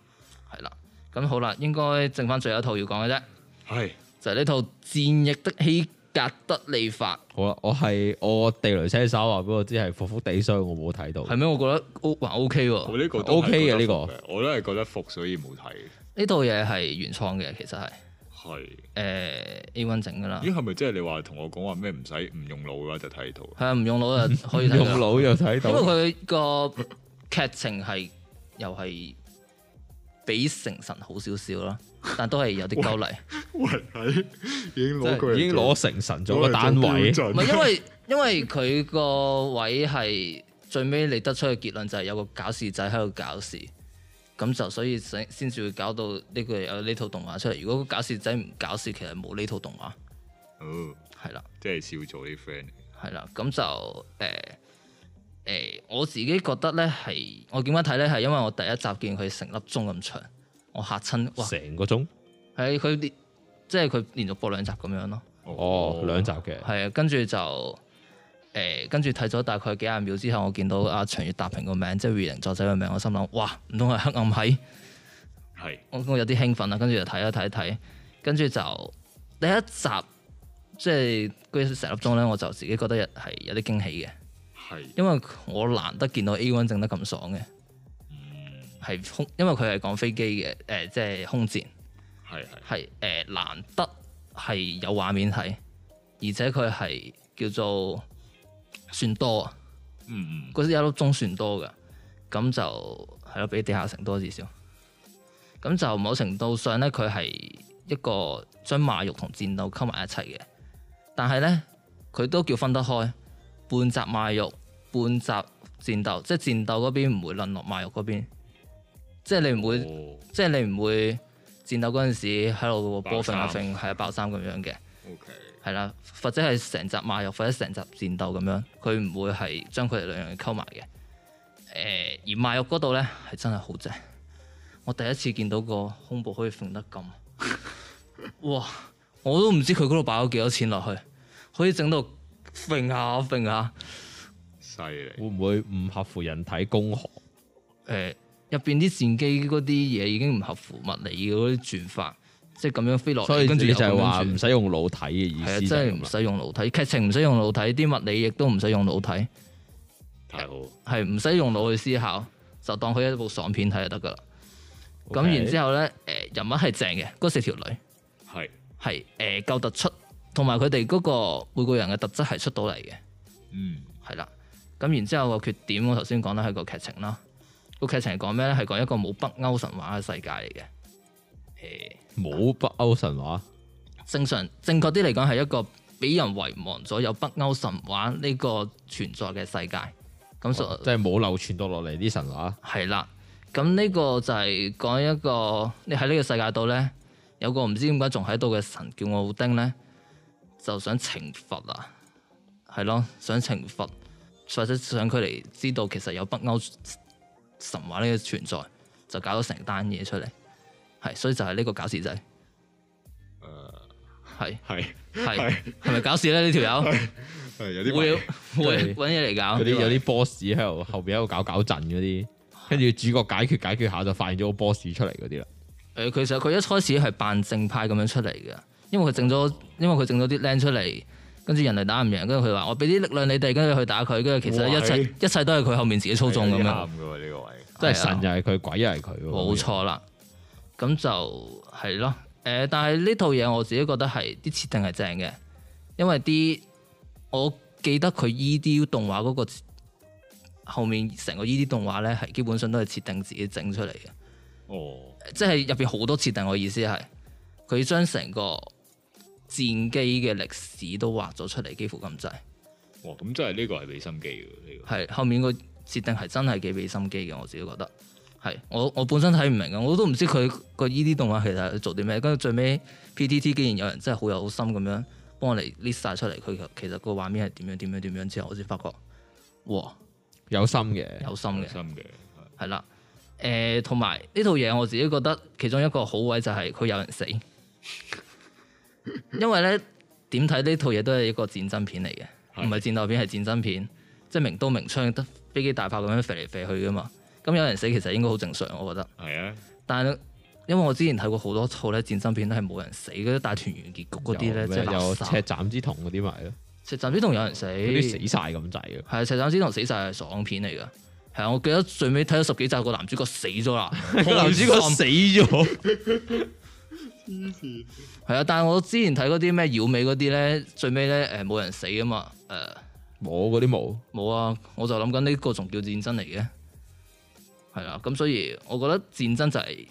[SPEAKER 2] 係啦。咁好啦，應該剩翻最後一套要講嘅啫，
[SPEAKER 1] 係
[SPEAKER 2] 就係呢套《戰役的希格德利法
[SPEAKER 3] 好啦，我係我地雷車手話俾我知係服服地衰，我冇睇到》，。
[SPEAKER 2] 係咩？我覺得 O 還 OK
[SPEAKER 1] 我
[SPEAKER 2] 喎。
[SPEAKER 1] 呢個都係
[SPEAKER 3] OK 嘅
[SPEAKER 1] 覺得
[SPEAKER 3] 呢個
[SPEAKER 1] 服嘅，我都係覺得服，所以冇睇。
[SPEAKER 2] 呢套嘢係原創嘅，其實係誒、呃
[SPEAKER 1] 係
[SPEAKER 2] A one 整㗎啦。
[SPEAKER 1] 咦係咪即係你話同我講話咩唔使唔用腦嘅話就睇到？
[SPEAKER 2] 係啊，唔用腦就可以睇
[SPEAKER 3] 用
[SPEAKER 2] 到，啊
[SPEAKER 3] 腦又睇到，
[SPEAKER 2] 因為佢個劇情係又係比成神好少少啦，但都係有啲鳩嚟。
[SPEAKER 1] 喂，係已經
[SPEAKER 3] 即係
[SPEAKER 1] 攞佢嚟
[SPEAKER 3] 已經
[SPEAKER 1] 做
[SPEAKER 3] 攞成神做個單位
[SPEAKER 1] 攞嚟。做標準
[SPEAKER 2] 唔係因 為因為佢個位係最尾你得出嘅結論就係有個搞事仔喺度搞事，咁就所以先先至會搞到呢個有呢套動畫出嚟。如果個搞事仔唔搞事，其實冇呢套動畫，
[SPEAKER 1] 哦，
[SPEAKER 2] 係啦。
[SPEAKER 1] 即係笑做啲 friend。
[SPEAKER 2] 係啦，咁就誒誒、呃呃我自己覺得咧係，我點解睇咧係因為我第一集見佢成粒鐘咁長，我嚇親，哇！
[SPEAKER 3] 成個鐘
[SPEAKER 2] 係佢連即係佢連續播兩集咁樣咯，
[SPEAKER 3] 哦，兩集嘅，
[SPEAKER 2] 係啊，跟住就誒、呃跟住睇咗大概幾廿秒之後，我見到阿長月達平個名，即係 V 零作者個名，我心諗哇，唔通係黑暗系？
[SPEAKER 1] 係
[SPEAKER 2] 我我有啲興奮啊啦，跟住就睇一睇一睇，跟住就第一集即係嗰成粒鐘咧，我就自己覺得有係有啲驚喜嘅。
[SPEAKER 1] 係
[SPEAKER 2] 因為我難得見到 A one 整得咁爽嘅，
[SPEAKER 1] 嗯
[SPEAKER 2] 係空，因為佢係講飛機嘅，誒、即係空戰，
[SPEAKER 1] 係係
[SPEAKER 2] 係誒、呃難得係有畫面睇，而且佢係叫做算多啊，
[SPEAKER 1] 嗯嗯
[SPEAKER 2] 嗰時有粒鐘算多噶，咁就係咯，比地下城多至少。咁就某程度上咧，佢係一個將馬肉同戰鬥溝埋一齊嘅，但係咧佢都叫分得開，半集馬肉，半集戰鬥，即係戰鬥嗰邊唔會淪落馬肉嗰邊，即係你唔會，
[SPEAKER 1] 哦
[SPEAKER 2] 即係你唔會戰鬥嗰陣時喺度波揈啊
[SPEAKER 1] 爆衫
[SPEAKER 2] 揈，係啊爆衫咁樣嘅。
[SPEAKER 1] ，OK，
[SPEAKER 2] 係啦，或者係成集賣肉，或者成集戰鬥咁樣，佢唔會係將佢哋兩樣嘢溝埋嘅。誒、而賣肉嗰度咧係真係好正，我第一次見到個胸部可以揈得咁，哇！我都唔知佢嗰度擺咗幾多錢落去，可以整到揈下揈下。
[SPEAKER 1] 犀利
[SPEAKER 3] 會唔會唔合乎人體工學？
[SPEAKER 2] 誒入邊啲戰機嗰啲嘢已經唔合乎物理嘅嗰啲轉法，即係咁樣飛落
[SPEAKER 3] 所
[SPEAKER 2] 嚟，
[SPEAKER 3] 以
[SPEAKER 2] 哦跟
[SPEAKER 3] 跟
[SPEAKER 2] 住
[SPEAKER 3] 住
[SPEAKER 2] 又
[SPEAKER 3] 就係
[SPEAKER 2] 咁樣
[SPEAKER 3] 話
[SPEAKER 2] 轉
[SPEAKER 3] 唔使用腦睇嘅意
[SPEAKER 2] 係啊，
[SPEAKER 3] 思
[SPEAKER 2] 真
[SPEAKER 3] 就係
[SPEAKER 2] 係
[SPEAKER 3] 咁
[SPEAKER 2] 唔
[SPEAKER 3] 啦。
[SPEAKER 2] 使用腦睇，劇情唔使用腦睇，啲物理亦都唔使用腦睇。
[SPEAKER 1] 太好，
[SPEAKER 2] 係唔使用腦去思考，就當佢一部爽片睇就得噶啦。咁
[SPEAKER 3] OK
[SPEAKER 2] 然之後咧，誒、人物係正嘅，嗰四條女
[SPEAKER 1] 係
[SPEAKER 2] 係誒、夠突出，同埋佢哋嗰個每個人嘅特質係出到嚟嘅，
[SPEAKER 1] 嗯
[SPEAKER 2] 係啦。咁然之後個缺點，我頭先講啦，係個劇情啦。個劇情係講咩咧？係講一個冇北歐神話嘅世界嚟嘅。誒、
[SPEAKER 3] 冇北歐神話，
[SPEAKER 2] 正常正確啲嚟講係一個俾人遺忘咗有北歐神話呢個存在嘅世界。咁所、
[SPEAKER 3] 哦即係冇流傳到落嚟啲神話。
[SPEAKER 2] 係啦，咁呢個就係講一個你喺呢個世界度咧，有個唔知點解仲喺度嘅神叫奧丁咧，就想懲罰啊，係咯，想懲罰，或者想佢哋知道其實有北歐神話呢個存在，就搞咗成單嘢出嚟，係，所以就係呢個搞事仔，
[SPEAKER 1] 誒
[SPEAKER 2] 係
[SPEAKER 1] 係
[SPEAKER 2] 係係咪搞事咧？呢條 友
[SPEAKER 1] 係有啲
[SPEAKER 2] 會
[SPEAKER 1] 迷
[SPEAKER 2] 會揾嘢嚟搞
[SPEAKER 3] 嗰啲，有
[SPEAKER 1] 呢
[SPEAKER 3] 啲 boss 喺度後邊喺度搞搞震嗰啲，跟住主角解決解決下就發現咗個 boss 出嚟嗰啲啦。
[SPEAKER 2] 誒，其實佢一開始係扮正派咁樣出嚟嘅，因為佢整咗，因為佢整咗啲僆出嚟，跟住人哋打唔贏，跟住佢話我俾啲力量你哋，跟住去打佢，跟住其實
[SPEAKER 1] 哇
[SPEAKER 2] 一切一切都係佢後面自己操縱咁
[SPEAKER 1] 係
[SPEAKER 2] 樣
[SPEAKER 3] 啊
[SPEAKER 1] 啱，嘅喎呢個位，
[SPEAKER 3] 即係
[SPEAKER 2] 係
[SPEAKER 3] 神
[SPEAKER 2] 啊
[SPEAKER 3] 又係佢，鬼又係佢喎。
[SPEAKER 2] 冇錯啦。咁就係咯，誒，但係呢套嘢我自己覺得係啲設定係正嘅，因為啲我記得佢 ED 動畫嗰、個後面成個 ED 動畫咧，係基本上都係設定自己整出嚟嘅。
[SPEAKER 1] 哦，
[SPEAKER 2] 即係入邊好多設定，我意思係佢將成個戰機嘅歷史都畫咗出嚟，幾乎咁滯。
[SPEAKER 1] 哦
[SPEAKER 4] 哇！咁真係呢個係俾心機嘅呢個。
[SPEAKER 2] 係後面個設定係真係幾俾心機嘅，我自己覺得係我我本身睇唔明嘅，我都唔知佢個依啲動畫其實係做啲咩，跟住最尾 PTT 竟然有人真係好有心咁樣幫我哋 list 晒出嚟，佢其實個畫面係點樣點樣點樣之後，我先發覺哇
[SPEAKER 3] 有心嘅，
[SPEAKER 2] 有心
[SPEAKER 4] 有
[SPEAKER 2] 嘅。
[SPEAKER 4] 心嘅，
[SPEAKER 2] 係啦。誒，同埋呢套嘢我自己覺得其中一個好位就係佢有 人死，因為咧點睇呢套嘢都係一個戰爭片嚟嘅，
[SPEAKER 1] 係
[SPEAKER 2] 唔係戰鬥片係戰爭片，即係明刀明槍得飛機大炮咁樣飛嚟飛去噶嘛。咁有人死其實應該好正常，我覺得。
[SPEAKER 4] 係啊，
[SPEAKER 2] 但係因為我之前睇過好多套咧戰爭片都係冇人死嘅，大團圓結局嗰啲咧
[SPEAKER 3] 有
[SPEAKER 2] 即係
[SPEAKER 3] 咩
[SPEAKER 2] 垃
[SPEAKER 3] 有赤
[SPEAKER 2] 圾。
[SPEAKER 3] 斬之瞳嗰啲咪咯，
[SPEAKER 2] 石站之同有人死，
[SPEAKER 3] 嗰啲
[SPEAKER 2] 係
[SPEAKER 3] 死晒咁滯嘅。
[SPEAKER 2] 啊赤站之同死晒係爽片嚟㗎。係啊，我記得最尾睇咗十幾集個男主角死咗啦，
[SPEAKER 3] 個男主角
[SPEAKER 2] 開心
[SPEAKER 3] 死咗，
[SPEAKER 2] 係啊，但係我之前睇嗰啲咩妖尾嗰啲咧，最尾咧誒冇人死啊嘛，誒、
[SPEAKER 3] 我嗰啲冇。
[SPEAKER 2] 冇啊，我就諗緊呢個仲叫戰爭嚟嘅，係啦，咁所以我覺得戰爭就係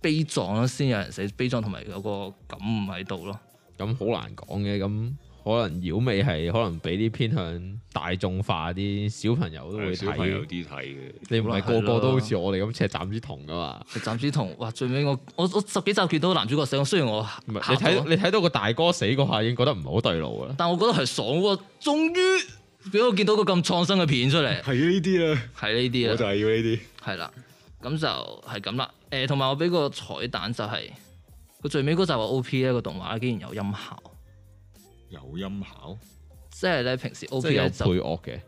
[SPEAKER 2] 悲壯咯，先有人死，悲壯同埋有個感悟喺度咯，
[SPEAKER 3] 咁好難講嘅，咁可能妖尾係可能俾啲偏向大眾化啲小朋友都會
[SPEAKER 4] 小朋友
[SPEAKER 3] 睇，
[SPEAKER 4] 啲睇嘅，
[SPEAKER 3] 你唔係個個都好似我哋咁赤斬之瞳噶嘛？
[SPEAKER 2] 暫時同哇最尾我我我十幾集見到男主角死，我雖然我嚇
[SPEAKER 3] 唔係
[SPEAKER 2] 嚇
[SPEAKER 3] 你睇
[SPEAKER 1] 啊
[SPEAKER 2] 咗，
[SPEAKER 3] 你睇到個大哥死嗰下已經覺得唔係好對路啦。
[SPEAKER 2] 但我覺得係爽喎，終於俾我見到個咁創新嘅片出嚟，
[SPEAKER 1] 係啊呢啲啦，
[SPEAKER 2] 係呢啲啊
[SPEAKER 1] 我就。係要呢啲。
[SPEAKER 2] 係啦，咁就係咁啦。誒、同埋我俾個彩蛋就係、佢最尾嗰集話 O.P. 咧個動畫竟然有音效，
[SPEAKER 1] 有音效，
[SPEAKER 2] 即係咧平時 O.P.
[SPEAKER 3] 即係有
[SPEAKER 2] 咧就
[SPEAKER 3] 配樂嘅，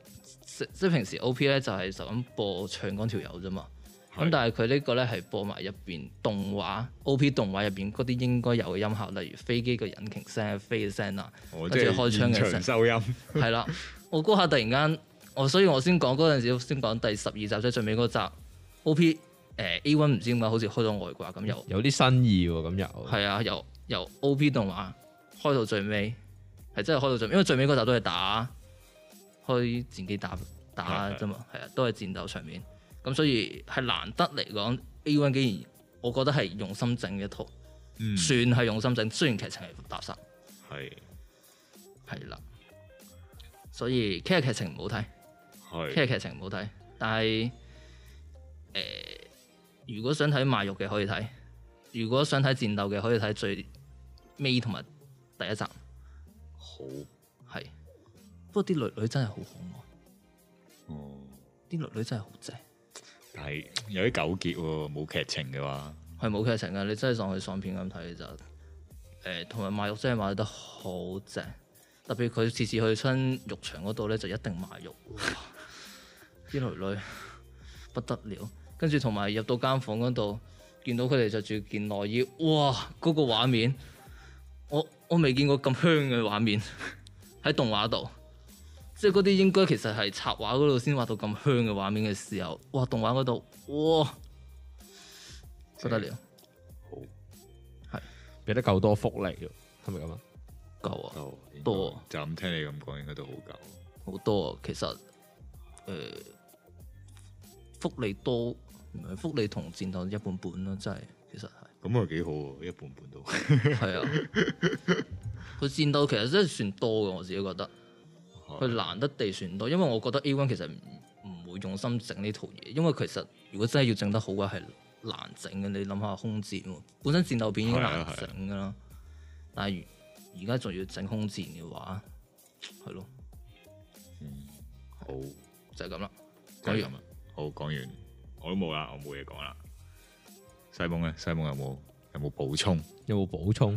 [SPEAKER 2] 即即係平時 O.P. 咧就係就咁播唱嗰條友啫嘛。咁
[SPEAKER 1] 係
[SPEAKER 2] 但係佢呢個咧係播埋入邊動畫 O.P. 動畫入邊嗰啲應該有嘅音效，例如飛機嘅引擎聲、飛嘅聲 啊，
[SPEAKER 1] 我哦即
[SPEAKER 2] 跟住
[SPEAKER 1] 係
[SPEAKER 2] 開槍
[SPEAKER 1] 現
[SPEAKER 2] 嘅
[SPEAKER 1] 場
[SPEAKER 2] 聲，
[SPEAKER 1] 收音，
[SPEAKER 2] 係啦。我嗰下突然間，我所以我先講嗰陣時先講第十二集即係最尾嗰集 O.P. 誒、A one 唔知點解好似開咗外掛咁又。
[SPEAKER 3] 有啲新意喎，咁又
[SPEAKER 2] 係啊，由由 O.P. 動畫開到最尾，係真係開到最尾，因為最尾嗰集都係打開戰機打打
[SPEAKER 4] 係係
[SPEAKER 2] 啫嘛，係啊，都係戰鬥場面。咁所以係難得嚟講，A One 竟然我覺得係用心整嘅一套，
[SPEAKER 1] 嗯
[SPEAKER 2] 算係用心整，雖然劇情係垃圾，
[SPEAKER 4] 係
[SPEAKER 2] 係啦。所以其實劇情唔好睇，其
[SPEAKER 4] 係
[SPEAKER 2] 實劇情唔好睇，但係誒、呃如果想睇賣肉嘅可以睇，如果想睇戰鬥嘅可以睇最尾同埋第一集。
[SPEAKER 4] 好
[SPEAKER 2] 係，不過啲女女真係好可愛，
[SPEAKER 1] 哦，
[SPEAKER 2] 啲女女真係好正，
[SPEAKER 1] 但係
[SPEAKER 4] 係有啲糾結喎，冇劇情嘅話，
[SPEAKER 2] 係冇劇情噶，你真係當佢爽片咁睇就，誒同埋賣肉真係賣得好正，特別佢次次去親肉場嗰度咧就一定賣肉，哇啲女女不得了，跟住同埋入到間房嗰度見到佢哋着住件內衣，哇嗰、個畫面，我我未見過咁香嘅畫面喺動畫度。即係嗰啲應該其實係插畫嗰度先畫到咁香嘅畫面嘅時候，哇！動畫嗰度，哇，不得了，
[SPEAKER 3] 俾得夠多福利喎，係咪咁啊？
[SPEAKER 2] 夠啊，
[SPEAKER 1] 哦應該
[SPEAKER 2] 多啊
[SPEAKER 1] 就咁聽你咁講，應該都好夠。
[SPEAKER 2] 好多啊。其實誒、呃福利多，唔係福利同戰鬥一半半咯，真係其實係
[SPEAKER 1] 咁啊幾好喎，一半半都。
[SPEAKER 2] 係啊。佢戰鬥其實真係算多嘅，我自己覺得佢難得地算多，因為我覺得 A one 其實唔唔會用心整呢套嘢，因為其實如果真係要整得好嘅係難整嘅。你諗下空戰喎，本身戰鬥片已經
[SPEAKER 1] 係啊
[SPEAKER 2] 難整㗎啦，但係如而家仲要整空戰嘅話，係咯，
[SPEAKER 1] 好，
[SPEAKER 2] 就係咁啦。講
[SPEAKER 1] 講
[SPEAKER 2] 完
[SPEAKER 1] 完啦。啊好，講完，我都冇啦，我冇嘢講啦。西蒙咧，西蒙有冇有冇補充？
[SPEAKER 3] 有冇補充？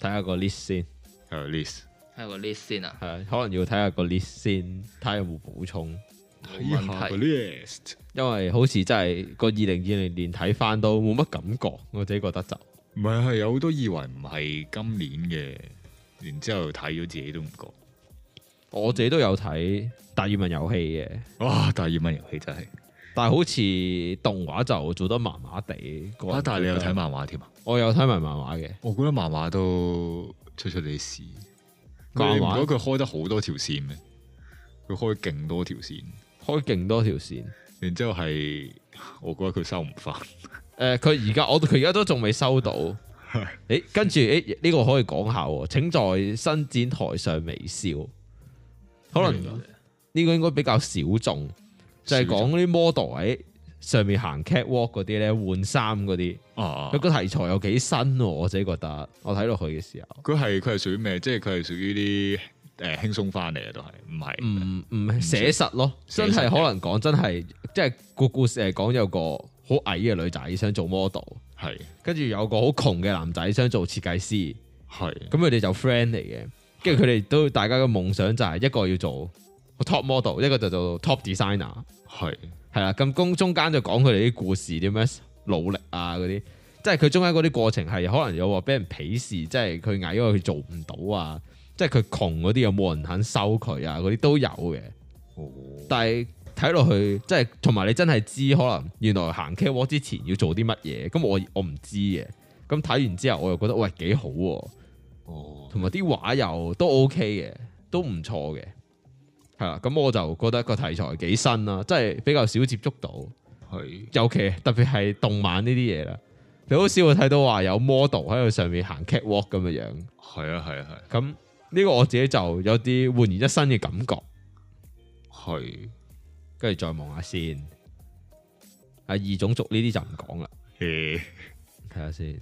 [SPEAKER 3] 睇下個 list 先，
[SPEAKER 1] 有 list
[SPEAKER 2] 睇下個 list 先啊，
[SPEAKER 3] 係啊，可能要睇下個 list 先，睇下有冇補充。
[SPEAKER 2] 冇問題。
[SPEAKER 1] list。
[SPEAKER 3] 因為好似真係個二零二零年睇翻都冇乜感覺，我自己覺得就
[SPEAKER 1] 唔係係有好多以為唔係今年嘅，然之後睇咗自己都唔覺。
[SPEAKER 3] 我自己都有睇《達爾文遊戲》嘅，
[SPEAKER 1] 哇！但係葉問遊戲真係
[SPEAKER 3] 但係好似動畫就做得麻麻地。個人
[SPEAKER 1] 啊！但係你有
[SPEAKER 3] 覺得
[SPEAKER 1] 睇？漫畫添啊？
[SPEAKER 3] 我有睇埋漫畫嘅，
[SPEAKER 1] 我覺得漫畫都出出你事。佢
[SPEAKER 3] 漫
[SPEAKER 1] 你唔
[SPEAKER 3] 畫
[SPEAKER 1] 覺得佢開得好多條線咩？佢開勁多條線，
[SPEAKER 3] 開勁多條線。
[SPEAKER 1] 然之後係我覺得佢收唔翻，
[SPEAKER 3] 誒，呃佢而家我佢而家都仲未收到。誒，跟住誒呢個可以講下喎，請在伸展台上微笑。可能呢個應該比較小眾，就係講啲 model 喺上面行 catwalk 嗰啲咧，換衫嗰啲。
[SPEAKER 1] 啊
[SPEAKER 3] 佢個題材又幾新喎，我自己覺得。我睇落去嘅時候，
[SPEAKER 1] 佢係佢係屬於咩？即係佢係屬於啲誒輕鬆翻嚟嘅都係，唔係
[SPEAKER 3] 唔唔寫實咯，
[SPEAKER 1] 寫
[SPEAKER 3] 真
[SPEAKER 1] 實
[SPEAKER 3] 係可能講真係，即係個故事係講有個好矮嘅女仔想做 model，
[SPEAKER 1] 係
[SPEAKER 3] 跟住有個好窮嘅男仔想做設計師，
[SPEAKER 1] 係
[SPEAKER 3] 咁佢哋就 friend 嚟嘅，跟住佢哋都大家嘅夢想就係一個要做 top model，一個就做 top designer，
[SPEAKER 1] 係
[SPEAKER 3] 係啦，咁中中間就講佢哋啲故事點樣努力啊嗰啲，即係佢中間嗰啲過程係可能有話俾人鄙視，即係佢矮因為佢做唔到啊，即係佢窮嗰啲又冇人肯收佢啊，嗰啲都有嘅。
[SPEAKER 1] 哦
[SPEAKER 3] 但係睇落去，即係同埋你真係知可能原來行 K 窩之前要做啲乜嘢，咁我我唔知嘅。咁睇完之後，我又覺得喂幾好喎、
[SPEAKER 1] 哦
[SPEAKER 3] 同埋啲畫又都 OK 嘅，都唔錯嘅，係啦。咁我就覺得個題材幾新啦，即係比較少接觸到，
[SPEAKER 1] 係
[SPEAKER 3] 尤其特別係動漫呢啲嘢啦，你好少會睇到話有 model 喺佢上面行 catwalk 咁嘅樣。
[SPEAKER 1] 係啊係啊
[SPEAKER 3] 咁呢個我自己就有啲煥然一新嘅感覺。
[SPEAKER 1] 係係
[SPEAKER 3] 跟住再望下先。啊，異種族呢啲就唔講啦，
[SPEAKER 5] 誒，
[SPEAKER 3] 睇下先。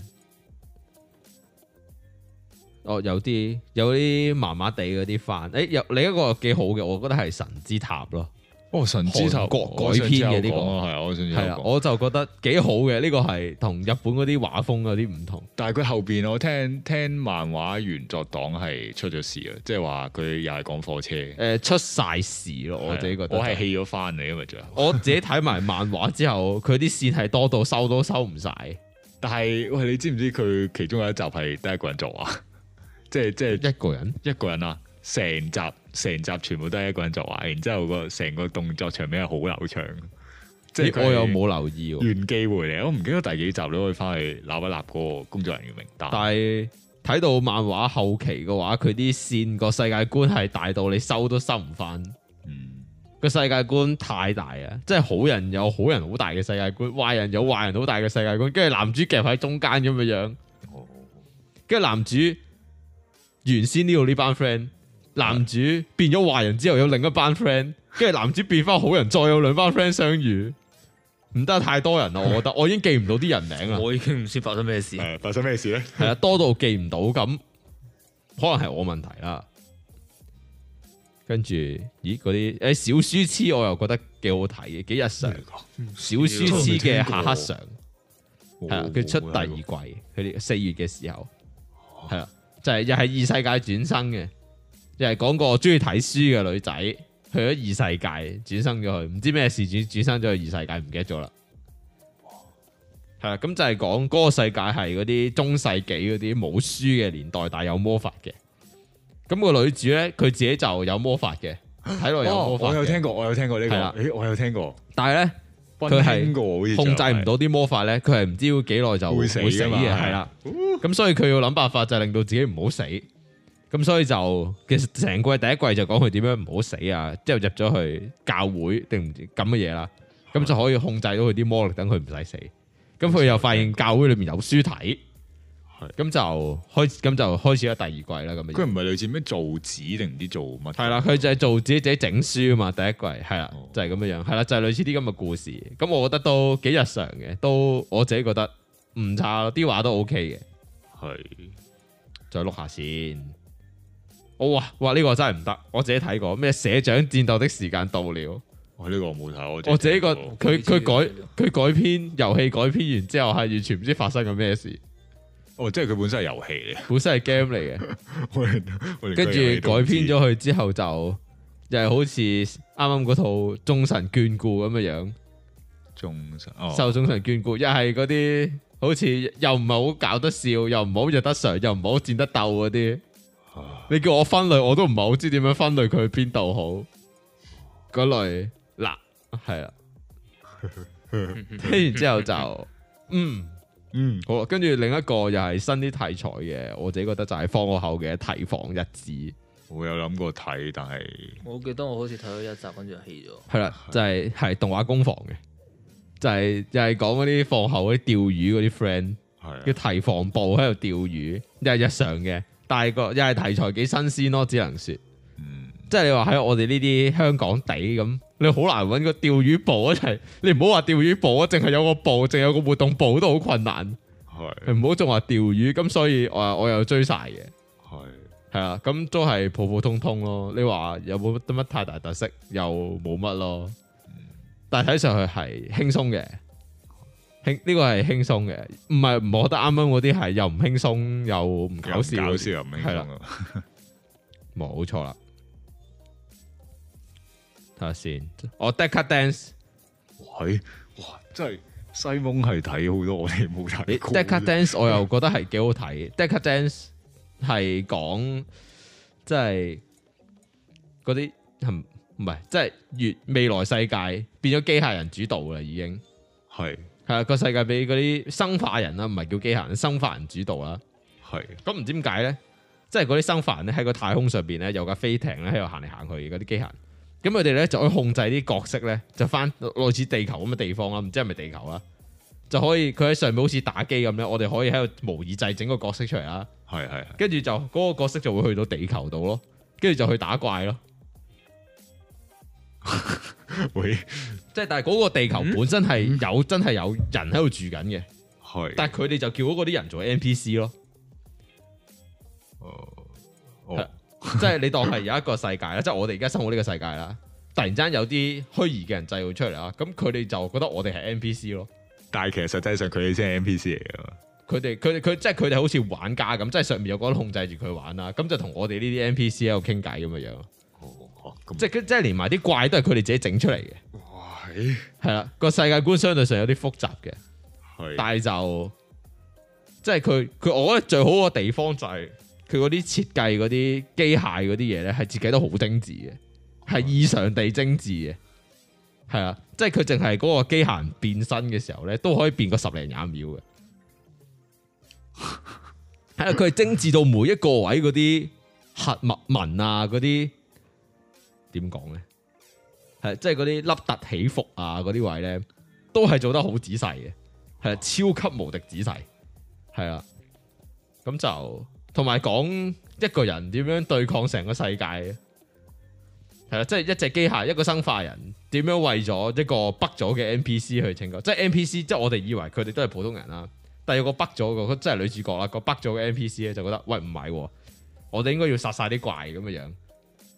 [SPEAKER 3] 哦，有啲有啲麻麻地嗰啲番，誒、有另一個幾好嘅，我覺得係神之塔咯，
[SPEAKER 1] 哦神之塔
[SPEAKER 3] 韓國改
[SPEAKER 1] 我上次
[SPEAKER 3] 編
[SPEAKER 1] 有
[SPEAKER 3] 嘅呢個
[SPEAKER 1] 講啊係啊我上次有
[SPEAKER 3] 係啦，
[SPEAKER 1] 講
[SPEAKER 3] 我就覺得幾好嘅，呢、個係同日本嗰啲畫風有啲 唔同，
[SPEAKER 1] 但係佢後邊我聽聽漫畫原作黨係出咗事啊，即係話佢又係講火車嘅
[SPEAKER 3] 誒、，出晒事咯，我自己覺得。
[SPEAKER 1] 我係棄咗翻嚟，因為最後。
[SPEAKER 3] 我自己睇埋漫畫之後，佢啲線係多到收都收唔晒，
[SPEAKER 1] 但係喂，你知唔知佢其中有一集係得一個人作畫？ 即係即係
[SPEAKER 3] 一個人。
[SPEAKER 1] 一個人啊！成集成集全部都係一個人作畫，然之後個成個動作場面係好流暢。即係
[SPEAKER 3] 咦
[SPEAKER 1] 佢係
[SPEAKER 3] 我又冇留意喎，
[SPEAKER 1] 原機會嚟，我唔記得第幾集你可以翻去立一立嗰個工作人員名單。
[SPEAKER 3] 但係睇到漫畫後期嘅話，佢啲線個世界觀係大到你收都收唔翻，
[SPEAKER 1] 嗯，
[SPEAKER 3] 個世界觀太大啊！即係好人有好人好大嘅世界觀，壞人有壞人好大嘅世界觀，跟住男主夾喺中間咁嘅樣，
[SPEAKER 1] 哦
[SPEAKER 3] 跟住男主原先呢度呢班 friend，男主變咗壞人之後有另一班 friend，跟住男主變翻好人，再有兩班 friend 相遇，唔得太多人啦，我覺得我已經記唔到啲人名啦。
[SPEAKER 2] 我已經唔知發生咩 事。
[SPEAKER 5] 誒發生咩事 咧？
[SPEAKER 3] 系啊，多到記唔到咁，可能係我問題啦。跟住，咦嗰啲诶小書痴我又覺得幾好睇嘅，幾日常。
[SPEAKER 1] 嗯哦
[SPEAKER 3] 小書痴嘅下克常
[SPEAKER 1] 冇
[SPEAKER 3] 係啦，啊哦佢出第二季，佢哋四月嘅時候係啦，就係又係異世界轉生嘅，又係講個中意睇書嘅女仔去咗異世界轉生咗去，唔知咩事轉轉生咗去異世界，唔記得咗啦。係啦，咁就係講嗰個世界係嗰啲中世紀嗰啲冇書嘅年代，但係有魔法嘅。咁、個女主咧，佢自己就有魔法嘅，睇落有魔
[SPEAKER 1] 哦，
[SPEAKER 3] 法嘅、
[SPEAKER 1] 我有聽過，我有聽過呢個
[SPEAKER 3] 係啦，
[SPEAKER 1] 誒，我有聽過，
[SPEAKER 3] 但係咧。
[SPEAKER 1] 溫
[SPEAKER 3] 佢係
[SPEAKER 1] 馨過好似
[SPEAKER 3] 控制
[SPEAKER 1] 就
[SPEAKER 3] 唔
[SPEAKER 1] 係
[SPEAKER 3] 到啲魔法咧，佢係唔知要幾耐就
[SPEAKER 1] 會死㗎
[SPEAKER 3] 會死
[SPEAKER 1] 嘛
[SPEAKER 3] 嘅，係啦。咁所以佢要諗辦法就係令到自己唔好死。咁所以就其實成季第一季就講佢點樣唔好死啊，之後入咗去教會定唔知咁嘅嘢啦，咁就可以控制到佢啲魔力，等佢唔使死。咁佢又發現教會裏面有書睇，咁就開始咁就開始咗第二季啦。咁嘅嘢
[SPEAKER 1] 佢唔係類似咩造紙定唔知做乜？
[SPEAKER 3] 係啦，佢就係做自己自己整書啊嘛，第一季係啦
[SPEAKER 1] 哦，
[SPEAKER 3] 就係咁樣樣，係啦，就係類似啲咁嘅故事。咁我覺得都幾日常嘅，都我自己覺得唔差咯，啲畫都 OK 嘅。
[SPEAKER 1] 係
[SPEAKER 3] 再碌下先。哦哇哇！呢、個真係唔得，我自己睇過咩社長戰鬥的時間到了，
[SPEAKER 1] 我呢個我冇睇，我
[SPEAKER 3] 我自己
[SPEAKER 1] 個
[SPEAKER 3] 個佢
[SPEAKER 2] 我
[SPEAKER 3] 佢
[SPEAKER 2] 知
[SPEAKER 3] 改佢改編遊戲改編完之後係完全唔知發生緊咩事，
[SPEAKER 1] 哦，即係佢本身係遊戲嚟。
[SPEAKER 3] 本身係 game 嚟嘅，
[SPEAKER 1] 我連我連
[SPEAKER 3] 跟
[SPEAKER 1] 佢
[SPEAKER 3] 住
[SPEAKER 1] 遊戲
[SPEAKER 3] 改
[SPEAKER 1] 都唔知
[SPEAKER 3] 編咗佢之後就又係好似啱啱嗰套《忠臣眷顧》咁嘅樣。
[SPEAKER 1] 眾神哦，
[SPEAKER 3] 受眾神眷顧，一係嗰啲好似又唔係好搞得笑，又唔好日得常，又唔好戰得鬥嗰啲。你叫我分類，我都唔係好知點樣分類佢去邊度好嗰類嗱，係啦。跟住之後就嗯
[SPEAKER 5] 嗯，
[SPEAKER 3] 好啦，跟住另一個又係新啲題材嘅，我自己覺得就係放學後嘅提防日子。
[SPEAKER 1] 我有諗過睇，但係
[SPEAKER 2] 我記得我好似睇咗一集，跟住就棄咗。
[SPEAKER 3] 係啦，就係係動畫工房嘅，就係就係講嗰啲放學嗰啲釣魚嗰啲 friend。
[SPEAKER 1] 係
[SPEAKER 3] 叫
[SPEAKER 1] 啊
[SPEAKER 3] 提防部喺度釣魚，又係日常嘅，但係個又係題材幾新鮮咯，只能説，
[SPEAKER 1] 嗯
[SPEAKER 3] 即係你話喺我哋呢啲香港地咁，你好難揾個釣魚部一齊，你唔好話釣魚部啊，淨係有個部，淨有個活動部都好困難，
[SPEAKER 1] 係
[SPEAKER 3] 唔好仲話釣魚，咁所以我我又追晒嘅，
[SPEAKER 1] 係
[SPEAKER 3] 係啊，咁都係普普通通咯，你話有冇得乜太大特色，又冇乜咯，但係睇上去係輕鬆嘅。輕呢個係輕鬆嘅，唔係唔我覺得啱啱嗰啲係又唔輕鬆又唔搞笑嗰啲，
[SPEAKER 1] 搞笑又唔輕
[SPEAKER 3] 係啦
[SPEAKER 1] 鬆啊！
[SPEAKER 3] 冇錯啦。睇下先，我 Deca Dance，
[SPEAKER 1] 喂，哇，真係西蒙係睇好多我哋冇睇
[SPEAKER 3] 你
[SPEAKER 1] 過
[SPEAKER 3] Deca Dance 我又覺得係幾好睇嘅。Deca Dance 係講即係嗰啲係唔係即係越未來世界變咗機械人主導啦，已經
[SPEAKER 1] 係
[SPEAKER 3] 係啊個世界俾嗰啲生化人啦，唔係叫機械人，生化人主導啦。
[SPEAKER 1] 係
[SPEAKER 3] 咁唔知點解咧，即係嗰啲生凡咧喺個太空上邊咧有架飛艇咧喺度行嚟行去嘅嗰啲機械人，咁佢哋咧就可以控制啲角色咧，就翻類似地球咁嘅地方啦，唔知係咪地球啦，啊就可以佢喺上面好似打機咁咧，我哋可以喺度模擬製整個角色出嚟啦，
[SPEAKER 1] 係係係
[SPEAKER 3] 跟住就嗰、個角色就會去到地球度咯，跟住就去打怪咯，
[SPEAKER 1] 喂
[SPEAKER 3] 即係但係嗰個地球本身係有、真係有人喺度住緊嘅，
[SPEAKER 1] 係
[SPEAKER 3] 但係佢哋就叫嗰啲人做 NPC 咯。
[SPEAKER 1] 哦
[SPEAKER 3] 係
[SPEAKER 1] 哦
[SPEAKER 3] 即係你當係有一個世界啦，即係我哋而家生活呢個世界啦。突然之間有啲虛擬嘅人製造出嚟啦，咁佢哋就覺得我哋係 NPC 咯。
[SPEAKER 1] 但係其實實際上佢哋先係 NPC 嚟㗎嘛，
[SPEAKER 3] 佢哋佢哋佢即係佢哋好似玩家咁，即係上面有個人控制住佢玩啦，咁就同我哋呢啲 NPC 喺度傾偈咁嘅樣，
[SPEAKER 1] 哦咁
[SPEAKER 3] 即係即係連埋啲怪都係佢哋自己整出嚟嘅，
[SPEAKER 1] 係
[SPEAKER 3] 係啦，個世界觀相對上有啲複雜嘅，
[SPEAKER 1] 係
[SPEAKER 3] 但係就即係佢佢我覺得最好嘅地方就係佢嗰啲設計嗰啲機械嗰啲嘢咧，係設計得好精緻嘅，係異常地精緻嘅，係啊，即係佢淨係嗰個機械人變身嘅時候咧，都可以變個十零廿秒嘅，係啊啦，佢係精緻到每一個位嗰啲核物紋啊，嗰啲點講咧，係即係嗰啲凹凸起伏啊，嗰啲位咧，都係做得好仔細嘅。係啦，超級無敵仔細，係啦，咁就同埋講一個人點樣對抗成個世界，係啦，即係一隻機械一個生化人點樣為咗一個北咗嘅 NPC 去拯救，即係 NPC 即係我哋以為佢哋都係普通人啦，但有個北咗個即係女主角啦，個北咗嘅 NPC 咧就覺得喂唔係喎，我哋應該要殺晒啲怪咁嘅樣。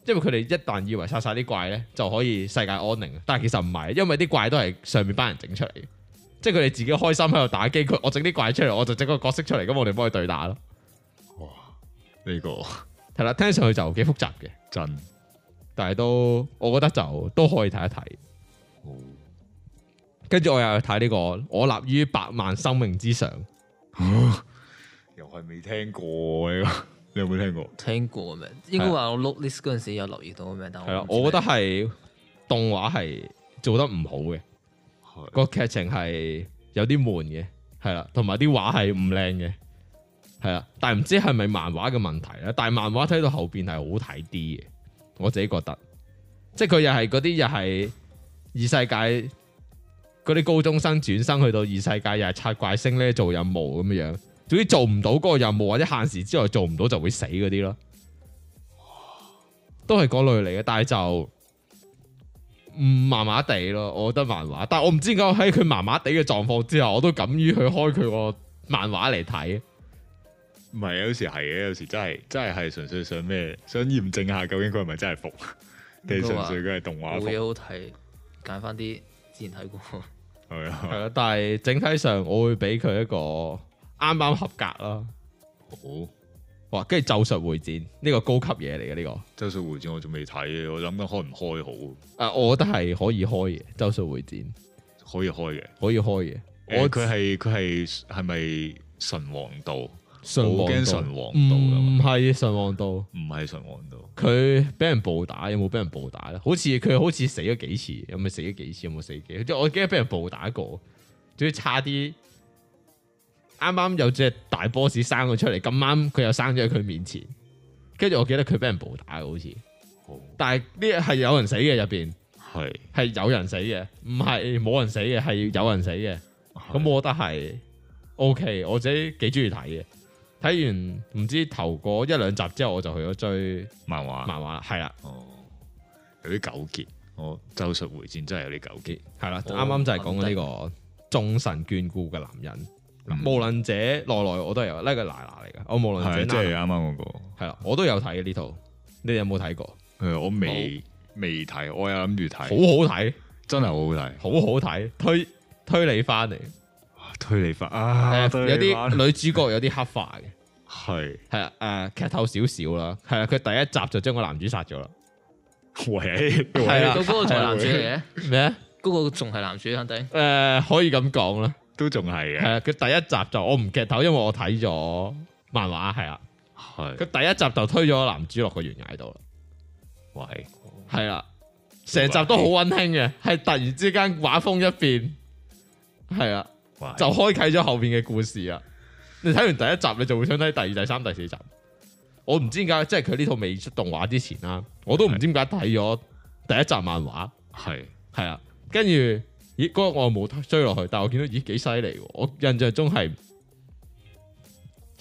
[SPEAKER 3] 因為佢哋一旦以為殺晒啲怪咧，就可以世界安寧，啊但係其實唔係，因為啲怪都係上面班人整出嚟嘅。即係佢哋自己開心喺度打機，佢我整啲怪出嚟，我就整個角色出嚟，咁我哋幫佢對打咯。
[SPEAKER 1] 呢個
[SPEAKER 3] 係啦，聽上去就幾複雜嘅，
[SPEAKER 1] 真
[SPEAKER 3] 但係都我覺得就都可以睇一睇。跟住我又去睇呢、個《我立於百萬生命之上》，
[SPEAKER 1] 又係未聽過呢個，你有冇聽過？
[SPEAKER 2] 聽過嘅名，應該話我 look list 嗰陣時有留意到嘅名，但
[SPEAKER 3] 係啦
[SPEAKER 2] 唔，知
[SPEAKER 3] 我覺得
[SPEAKER 2] 咩
[SPEAKER 3] 係動畫係做得唔好嘅，
[SPEAKER 1] 係
[SPEAKER 3] 個劇情係有啲悶嘅，係啦，同埋啲畫係唔靚嘅，係啦，但係唔知係咪漫畫嘅問題咧？但係漫畫睇到後邊係好睇啲嘅，我自己覺得，即係佢又係嗰啲又係異世界嗰啲高中生轉生去到異世界，又係刷怪星咧做任務咁樣樣，總之做唔到嗰個任務或者限時之內做唔到就會死嗰啲咯，都係嗰類嚟嘅，但係就。唔麻麻地咯，我覺得漫畫，但我唔知點解喺佢麻麻地嘅狀況之下，我都敢於去開佢個漫畫嚟睇。
[SPEAKER 1] 唔係有時係嘅，有時真係真係係純粹想咩，想驗證下究竟佢係咪 真係服，定係純粹佢係動畫
[SPEAKER 2] 冇
[SPEAKER 1] 服
[SPEAKER 2] 嘢好睇，揀翻啲之前睇過。
[SPEAKER 1] 係啊？
[SPEAKER 3] 係啦，但係整體上我會俾佢一個啱啱合格啦。
[SPEAKER 1] 好，
[SPEAKER 3] 哇，跟住《咒術回戰》呢個高級嘢嚟嘅呢個，
[SPEAKER 1] 周水回戰我仲未睇，我諗緊開唔開
[SPEAKER 3] 啊，我覺得係可以開嘅，《咒術回戰》
[SPEAKER 1] 好，可以開嘅。
[SPEAKER 3] 可以開嘅。
[SPEAKER 1] 我
[SPEAKER 3] 我
[SPEAKER 1] 佢係佢係係咪神王道？
[SPEAKER 3] 神
[SPEAKER 1] 我
[SPEAKER 3] 王
[SPEAKER 1] 驚
[SPEAKER 3] 道嗯
[SPEAKER 1] 神王道㗎
[SPEAKER 3] 唔
[SPEAKER 1] 嘛
[SPEAKER 3] 係神王道，
[SPEAKER 1] 唔係神王道，
[SPEAKER 3] 佢俾人暴打，有冇俾人暴打咧？好似佢好似死咗幾次，有冇死咗幾次？有冇死幾？即係我記得俾人暴打過，仲要差啲。啱啱有隻大 boss 生咗出嚟，咁啱佢又生咗喺佢面前，跟跟住我記得佢俾人暴打嘅好似，
[SPEAKER 4] 好
[SPEAKER 3] 但係呢係有人死嘅入邊，
[SPEAKER 4] 係
[SPEAKER 3] 係有人死嘅，唔係冇人死嘅，係有人死嘅。咁
[SPEAKER 4] 係
[SPEAKER 3] 我覺得係 OK，我自己幾中意睇嘅。睇完唔知頭嗰一兩集之後，我就去咗追
[SPEAKER 4] 漫畫
[SPEAKER 3] 漫畫啦，係啦，
[SPEAKER 4] 哦，有啲糾結。我咒術回戰真係有啲糾結。啊
[SPEAKER 3] 係啦，
[SPEAKER 2] 哦
[SPEAKER 3] 啱啱就係講緊呢個眾神眷顧嘅男人。嗱、
[SPEAKER 4] 嗯
[SPEAKER 3] 無論者內內我都有，呢個奶奶嚟嘅，我無論者
[SPEAKER 4] 係啊即
[SPEAKER 3] 奶
[SPEAKER 4] 係
[SPEAKER 3] 奶
[SPEAKER 4] 啱啱嗰個。
[SPEAKER 3] 係啦，我都有睇嘅呢套，你哋有冇睇過？
[SPEAKER 4] 誒，我未未睇，我有諗住
[SPEAKER 3] 好好
[SPEAKER 4] 睇，
[SPEAKER 3] 睇，
[SPEAKER 4] 真係好好睇。
[SPEAKER 3] 好好睇，推推理翻嚟，
[SPEAKER 4] 推理法啊，
[SPEAKER 3] 誒有
[SPEAKER 4] 推理法
[SPEAKER 3] 啲女主角有啲黑化嘅，
[SPEAKER 4] 係
[SPEAKER 3] 係啊，誒劇透少少啦，係啊，佢第一集就將個男主殺咗啦，
[SPEAKER 4] 喂
[SPEAKER 3] 係啦
[SPEAKER 2] 到嗰個仲係男主嚟嘅，
[SPEAKER 3] 咩啊？
[SPEAKER 2] 嗰個仲係男主肯定。
[SPEAKER 3] 誒、可以咁講啦，
[SPEAKER 4] 都仲係
[SPEAKER 3] 係
[SPEAKER 4] 嘅，
[SPEAKER 3] 啊，佢第一集就我唔劇透，因為我睇咗漫畫係啊，佢
[SPEAKER 4] 係
[SPEAKER 3] 第一集就推咗男主落個懸崖度啦，
[SPEAKER 4] 喂
[SPEAKER 3] 係啊啦，成集都好温馨嘅，係突然之間畫風一變，係啊，
[SPEAKER 4] 喂，
[SPEAKER 3] 就開啟咗後邊嘅故事啊！你睇完第一集，你就會想睇第二、第三、第四集。我唔知點解，即係佢呢套未出動畫之前啦，我都唔知點解睇咗第一集漫畫，
[SPEAKER 4] 係
[SPEAKER 3] 係啊，跟住咦嗰日我冇追落去，但我見到咦幾犀利喎！我印象中係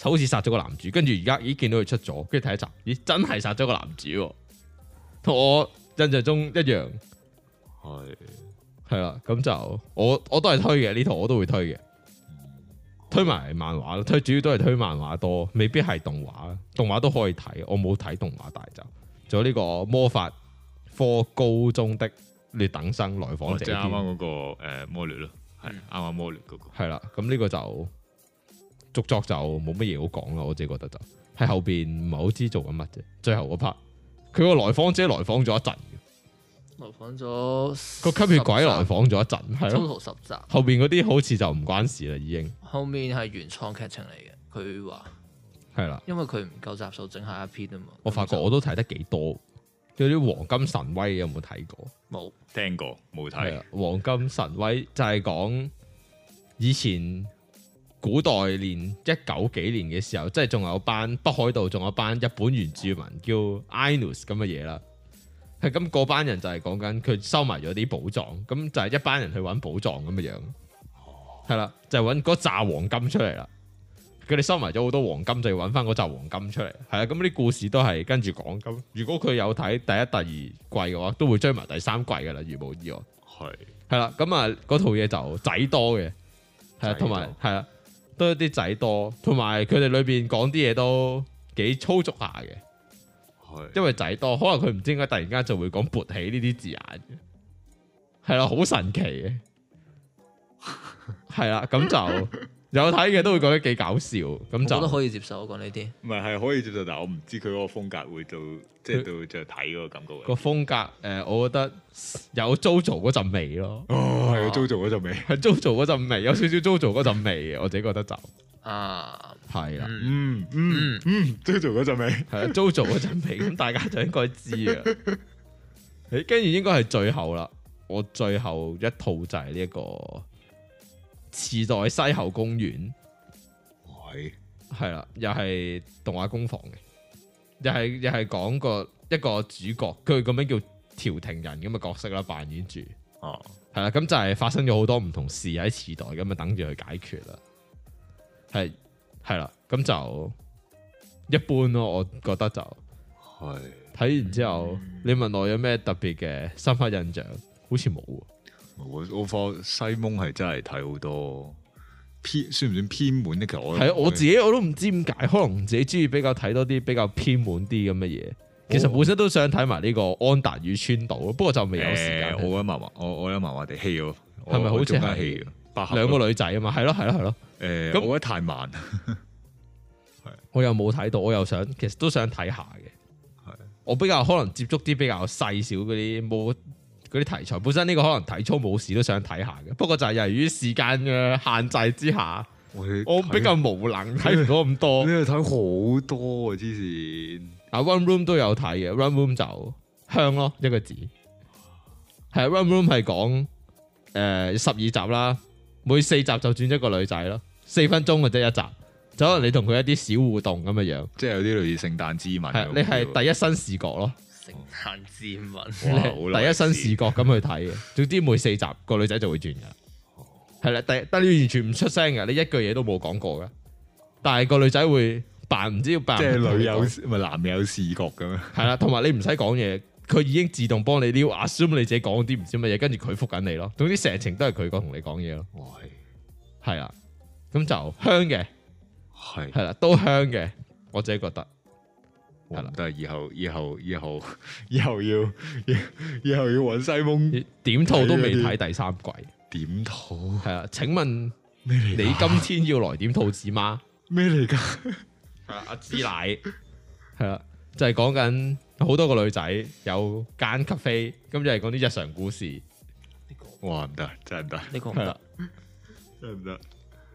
[SPEAKER 3] 好似殺咗個男主，跟住而家咦見到佢出咗，跟住睇一集，咦真係殺咗個男主喎，同我印象中一樣，
[SPEAKER 4] 係
[SPEAKER 3] 係啦，咁就我我都係推嘅呢套，我都會推嘅。推埋漫畫咯，推主要都係推漫畫多，未必係動畫。動畫都可以睇，我冇睇動畫，但係就仲有呢個魔法科高中的劣等生來
[SPEAKER 4] 我
[SPEAKER 3] 訪
[SPEAKER 4] 即
[SPEAKER 3] 者
[SPEAKER 4] 係啱
[SPEAKER 3] 篇，
[SPEAKER 4] 啱嗰個誒魔劣咯，係
[SPEAKER 3] 嗯
[SPEAKER 4] 啱啱魔劣嗰個
[SPEAKER 3] 係啦。咁呢個就續作就冇乜嘢好講啦，我自己覺得就喺後邊唔係好知做緊乜啫。最後嗰 part，佢個來訪者來訪咗一陣，
[SPEAKER 2] 模仿咗
[SPEAKER 3] 個吸血鬼來
[SPEAKER 2] 來
[SPEAKER 3] 訪咗一陣，係咯。
[SPEAKER 2] ，total 十集，
[SPEAKER 3] 後邊嗰啲好似就唔關事啦，已經
[SPEAKER 2] 後面係原創劇情嚟嘅。佢話
[SPEAKER 3] 係啦。
[SPEAKER 2] 因為佢唔夠集數整下一篇啊嘛，
[SPEAKER 3] 我發覺我都睇得幾多，有啲黃金神威有冇睇過？
[SPEAKER 2] 冇
[SPEAKER 4] 聽過冇
[SPEAKER 3] 係
[SPEAKER 4] 睇
[SPEAKER 3] 啊，黃金神威就係講以前古代年一九幾年嘅時候，即係仲有班北海道仲有班日本原住民叫 Ainus 咁嘅嘢啦。係咁，嗰班人就係講緊佢收埋咗啲寶藏，咁就係一班人去揾寶藏咁嘅樣。係啦，就係揾嗰扎黃金出嚟啦。佢哋收埋咗好多黃金，就要揾翻嗰扎黃金出嚟。係啊，咁啲故事都係跟住講。咁如果佢有睇第一、第二季嘅話，都會追埋第三季噶啦，如無意外。
[SPEAKER 4] 係
[SPEAKER 3] 係啦，咁啊嗰套嘢就仔多嘅，係啊，
[SPEAKER 4] 仔多
[SPEAKER 3] 同埋係啦，都有啲仔多，同埋佢哋裏邊講啲嘢都幾粗俗下嘅，
[SPEAKER 4] 係
[SPEAKER 3] 因為仔多，可能佢唔知點解突然間就會講勃起呢啲字眼嘅，係啦，好神奇嘅，係啦，咁 就有睇嘅都會覺得幾搞笑，咁
[SPEAKER 2] 我覺得
[SPEAKER 3] 就
[SPEAKER 2] 可以接受。我講呢啲
[SPEAKER 4] 唔係係可以接受，但係我唔知佢嗰個風格會到即係到就睇嗰個感覺
[SPEAKER 3] 個
[SPEAKER 4] 嘅。啊
[SPEAKER 3] 風格誒、呃我覺得有 JoJo 嗰陣味咯，
[SPEAKER 4] 哦，係啊，JoJo 嗰陣味，
[SPEAKER 3] 係 JoJo 嗰陣味，有少少 JoJo 嗰陣味嘅，我自己覺得就
[SPEAKER 2] 啊，
[SPEAKER 3] 係啦。
[SPEAKER 2] 嗯
[SPEAKER 4] 嗯嗯嗯，JoJo 嗰陣味，
[SPEAKER 3] 系啊，JoJo 嗰陣味，咁大家就應該知啊。誒，跟住應該係最後啦。我最後一套就係呢一個次代西後公園，
[SPEAKER 4] 喂，
[SPEAKER 3] 係啦，又係動畫工坊嘅，又係又係講個一個主角，佢個名叫調停人咁嘅角色啦，扮演住
[SPEAKER 4] 哦，
[SPEAKER 3] 係啦。咁就係發生咗好多唔同事喺次代，咁啊等住去解決啦。係係啦，咁就一般咯，我覺得就。
[SPEAKER 4] 係。
[SPEAKER 3] 睇完之後，你問我有咩特別嘅深刻印象？好似冇喎，
[SPEAKER 4] 我我發覺西蒙係真係睇好多偏，算唔算偏門咧？其實我
[SPEAKER 3] 係啊，我自己我都唔知點解，可能自己中意比較睇多啲比較偏門啲咁嘅嘢。其實本身都想睇埋呢個《安達與川島》，不過就未有時間
[SPEAKER 4] 誒。我覺得麻麻，我我覺得麻麻地氣咯，
[SPEAKER 3] 係咪好似係
[SPEAKER 4] 氣八
[SPEAKER 3] 兩
[SPEAKER 4] 個
[SPEAKER 3] 個女仔啊嘛，係咯係咯係咯，
[SPEAKER 4] 誒？
[SPEAKER 3] 咁
[SPEAKER 4] 我覺得太慢，
[SPEAKER 3] 我又冇睇到，我又想其實都想睇下嘅
[SPEAKER 4] 係。
[SPEAKER 3] 我比較可能接觸啲比較細小嗰啲冇嗰啲題材，本身呢個可能體操冇事都想睇下嘅，不過就係由於時間嘅限制之下，我比較無能睇唔到咁多
[SPEAKER 4] 你。係睇好多啊！之前
[SPEAKER 3] 啊，One Room 都有睇嘅，One Room 就香咯一個字，係啊 One Room 係講呃誒十二集啦，每四集就轉一個女仔咯，四分鐘或者一集，就可能你同佢一啲小互動咁嘅樣，
[SPEAKER 1] 即係有啲類似聖誕之吻
[SPEAKER 3] 係啊
[SPEAKER 1] 咁。
[SPEAKER 3] 你係第一身視角咯，
[SPEAKER 2] 聖誕之吻，
[SPEAKER 3] 你
[SPEAKER 1] 哇好
[SPEAKER 3] 係
[SPEAKER 1] 耐
[SPEAKER 3] 第一身
[SPEAKER 1] 事
[SPEAKER 3] 視角咁去睇嘅。總之每四集個女仔就會轉噶，係啦，第但你完全唔出聲噶，你一句嘢都冇講過噶，但係個女仔會扮唔知扮
[SPEAKER 1] 即係女友
[SPEAKER 3] 友。
[SPEAKER 1] 唔係男友視覺咁樣。
[SPEAKER 3] 係啦，同埋你唔使講嘢，佢已經自動幫你撩，assume 你自己講啲唔知乜嘢，跟住佢覆緊你咯。總之成程都係佢講同你講嘢咯，
[SPEAKER 1] 哇，
[SPEAKER 3] 係啦，咁就香嘅，
[SPEAKER 1] 係
[SPEAKER 3] 係啦，都香嘅，我自己覺得
[SPEAKER 1] 係
[SPEAKER 3] 係啦
[SPEAKER 1] 啦，都係以後以後以後 以後要以以後要揾西蒙
[SPEAKER 3] 點套都未睇第三季，
[SPEAKER 1] 點討
[SPEAKER 3] 係啦。請問你今天要來點兔子嗎？
[SPEAKER 1] 咩嚟㗎？
[SPEAKER 3] 係啦，阿芝奶係啦，就係講緊好多個女仔有間咖啡，咁就係講啲日常故事，
[SPEAKER 1] 哇，唔得，真係唔得，
[SPEAKER 2] 呢個唔
[SPEAKER 3] 係啦
[SPEAKER 2] 得，，
[SPEAKER 1] 真係唔得。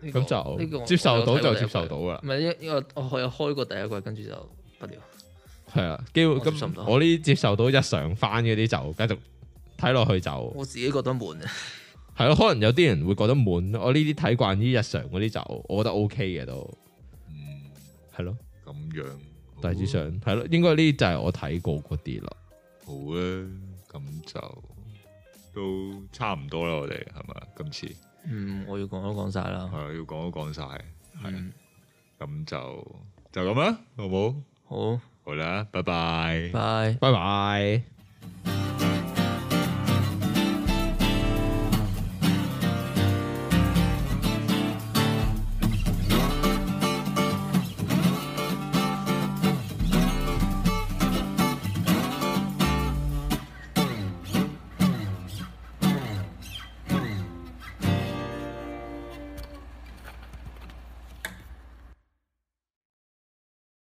[SPEAKER 2] 呢個呢
[SPEAKER 3] 咁
[SPEAKER 2] 個
[SPEAKER 3] 就
[SPEAKER 2] 我
[SPEAKER 3] 接受到
[SPEAKER 2] 我有睇過
[SPEAKER 3] 就
[SPEAKER 2] 第一
[SPEAKER 3] 接受
[SPEAKER 2] 季
[SPEAKER 3] 到噶啦
[SPEAKER 2] 唔。係因因為我有開過第一季，跟住就不了。
[SPEAKER 3] 系啊，基本
[SPEAKER 2] 我接受唔
[SPEAKER 3] 咁
[SPEAKER 2] 到
[SPEAKER 3] 我呢啲接受到日常翻嗰啲就繼續睇落去就
[SPEAKER 2] 我自己覺得悶啊，
[SPEAKER 3] 係咯，可能有啲人會覺得悶，我呢啲睇慣啲日常嗰啲就我覺得 O K 嘅都
[SPEAKER 1] 嗯，
[SPEAKER 3] 係咯，
[SPEAKER 1] 咁樣
[SPEAKER 3] 大致
[SPEAKER 2] 哦
[SPEAKER 3] 上係咯，應該呢啲就係我睇過嗰啲啦。
[SPEAKER 1] 好啊，咁就都差唔多啦，我哋係咪？今次
[SPEAKER 2] 嗯，我要講都講晒
[SPEAKER 1] 係
[SPEAKER 2] 啦，
[SPEAKER 1] 要講都講晒，
[SPEAKER 2] 嗯，
[SPEAKER 1] 咁就就咁啦，好冇？
[SPEAKER 2] 好，
[SPEAKER 1] 好啦，拜拜。
[SPEAKER 2] 拜。
[SPEAKER 3] 拜拜。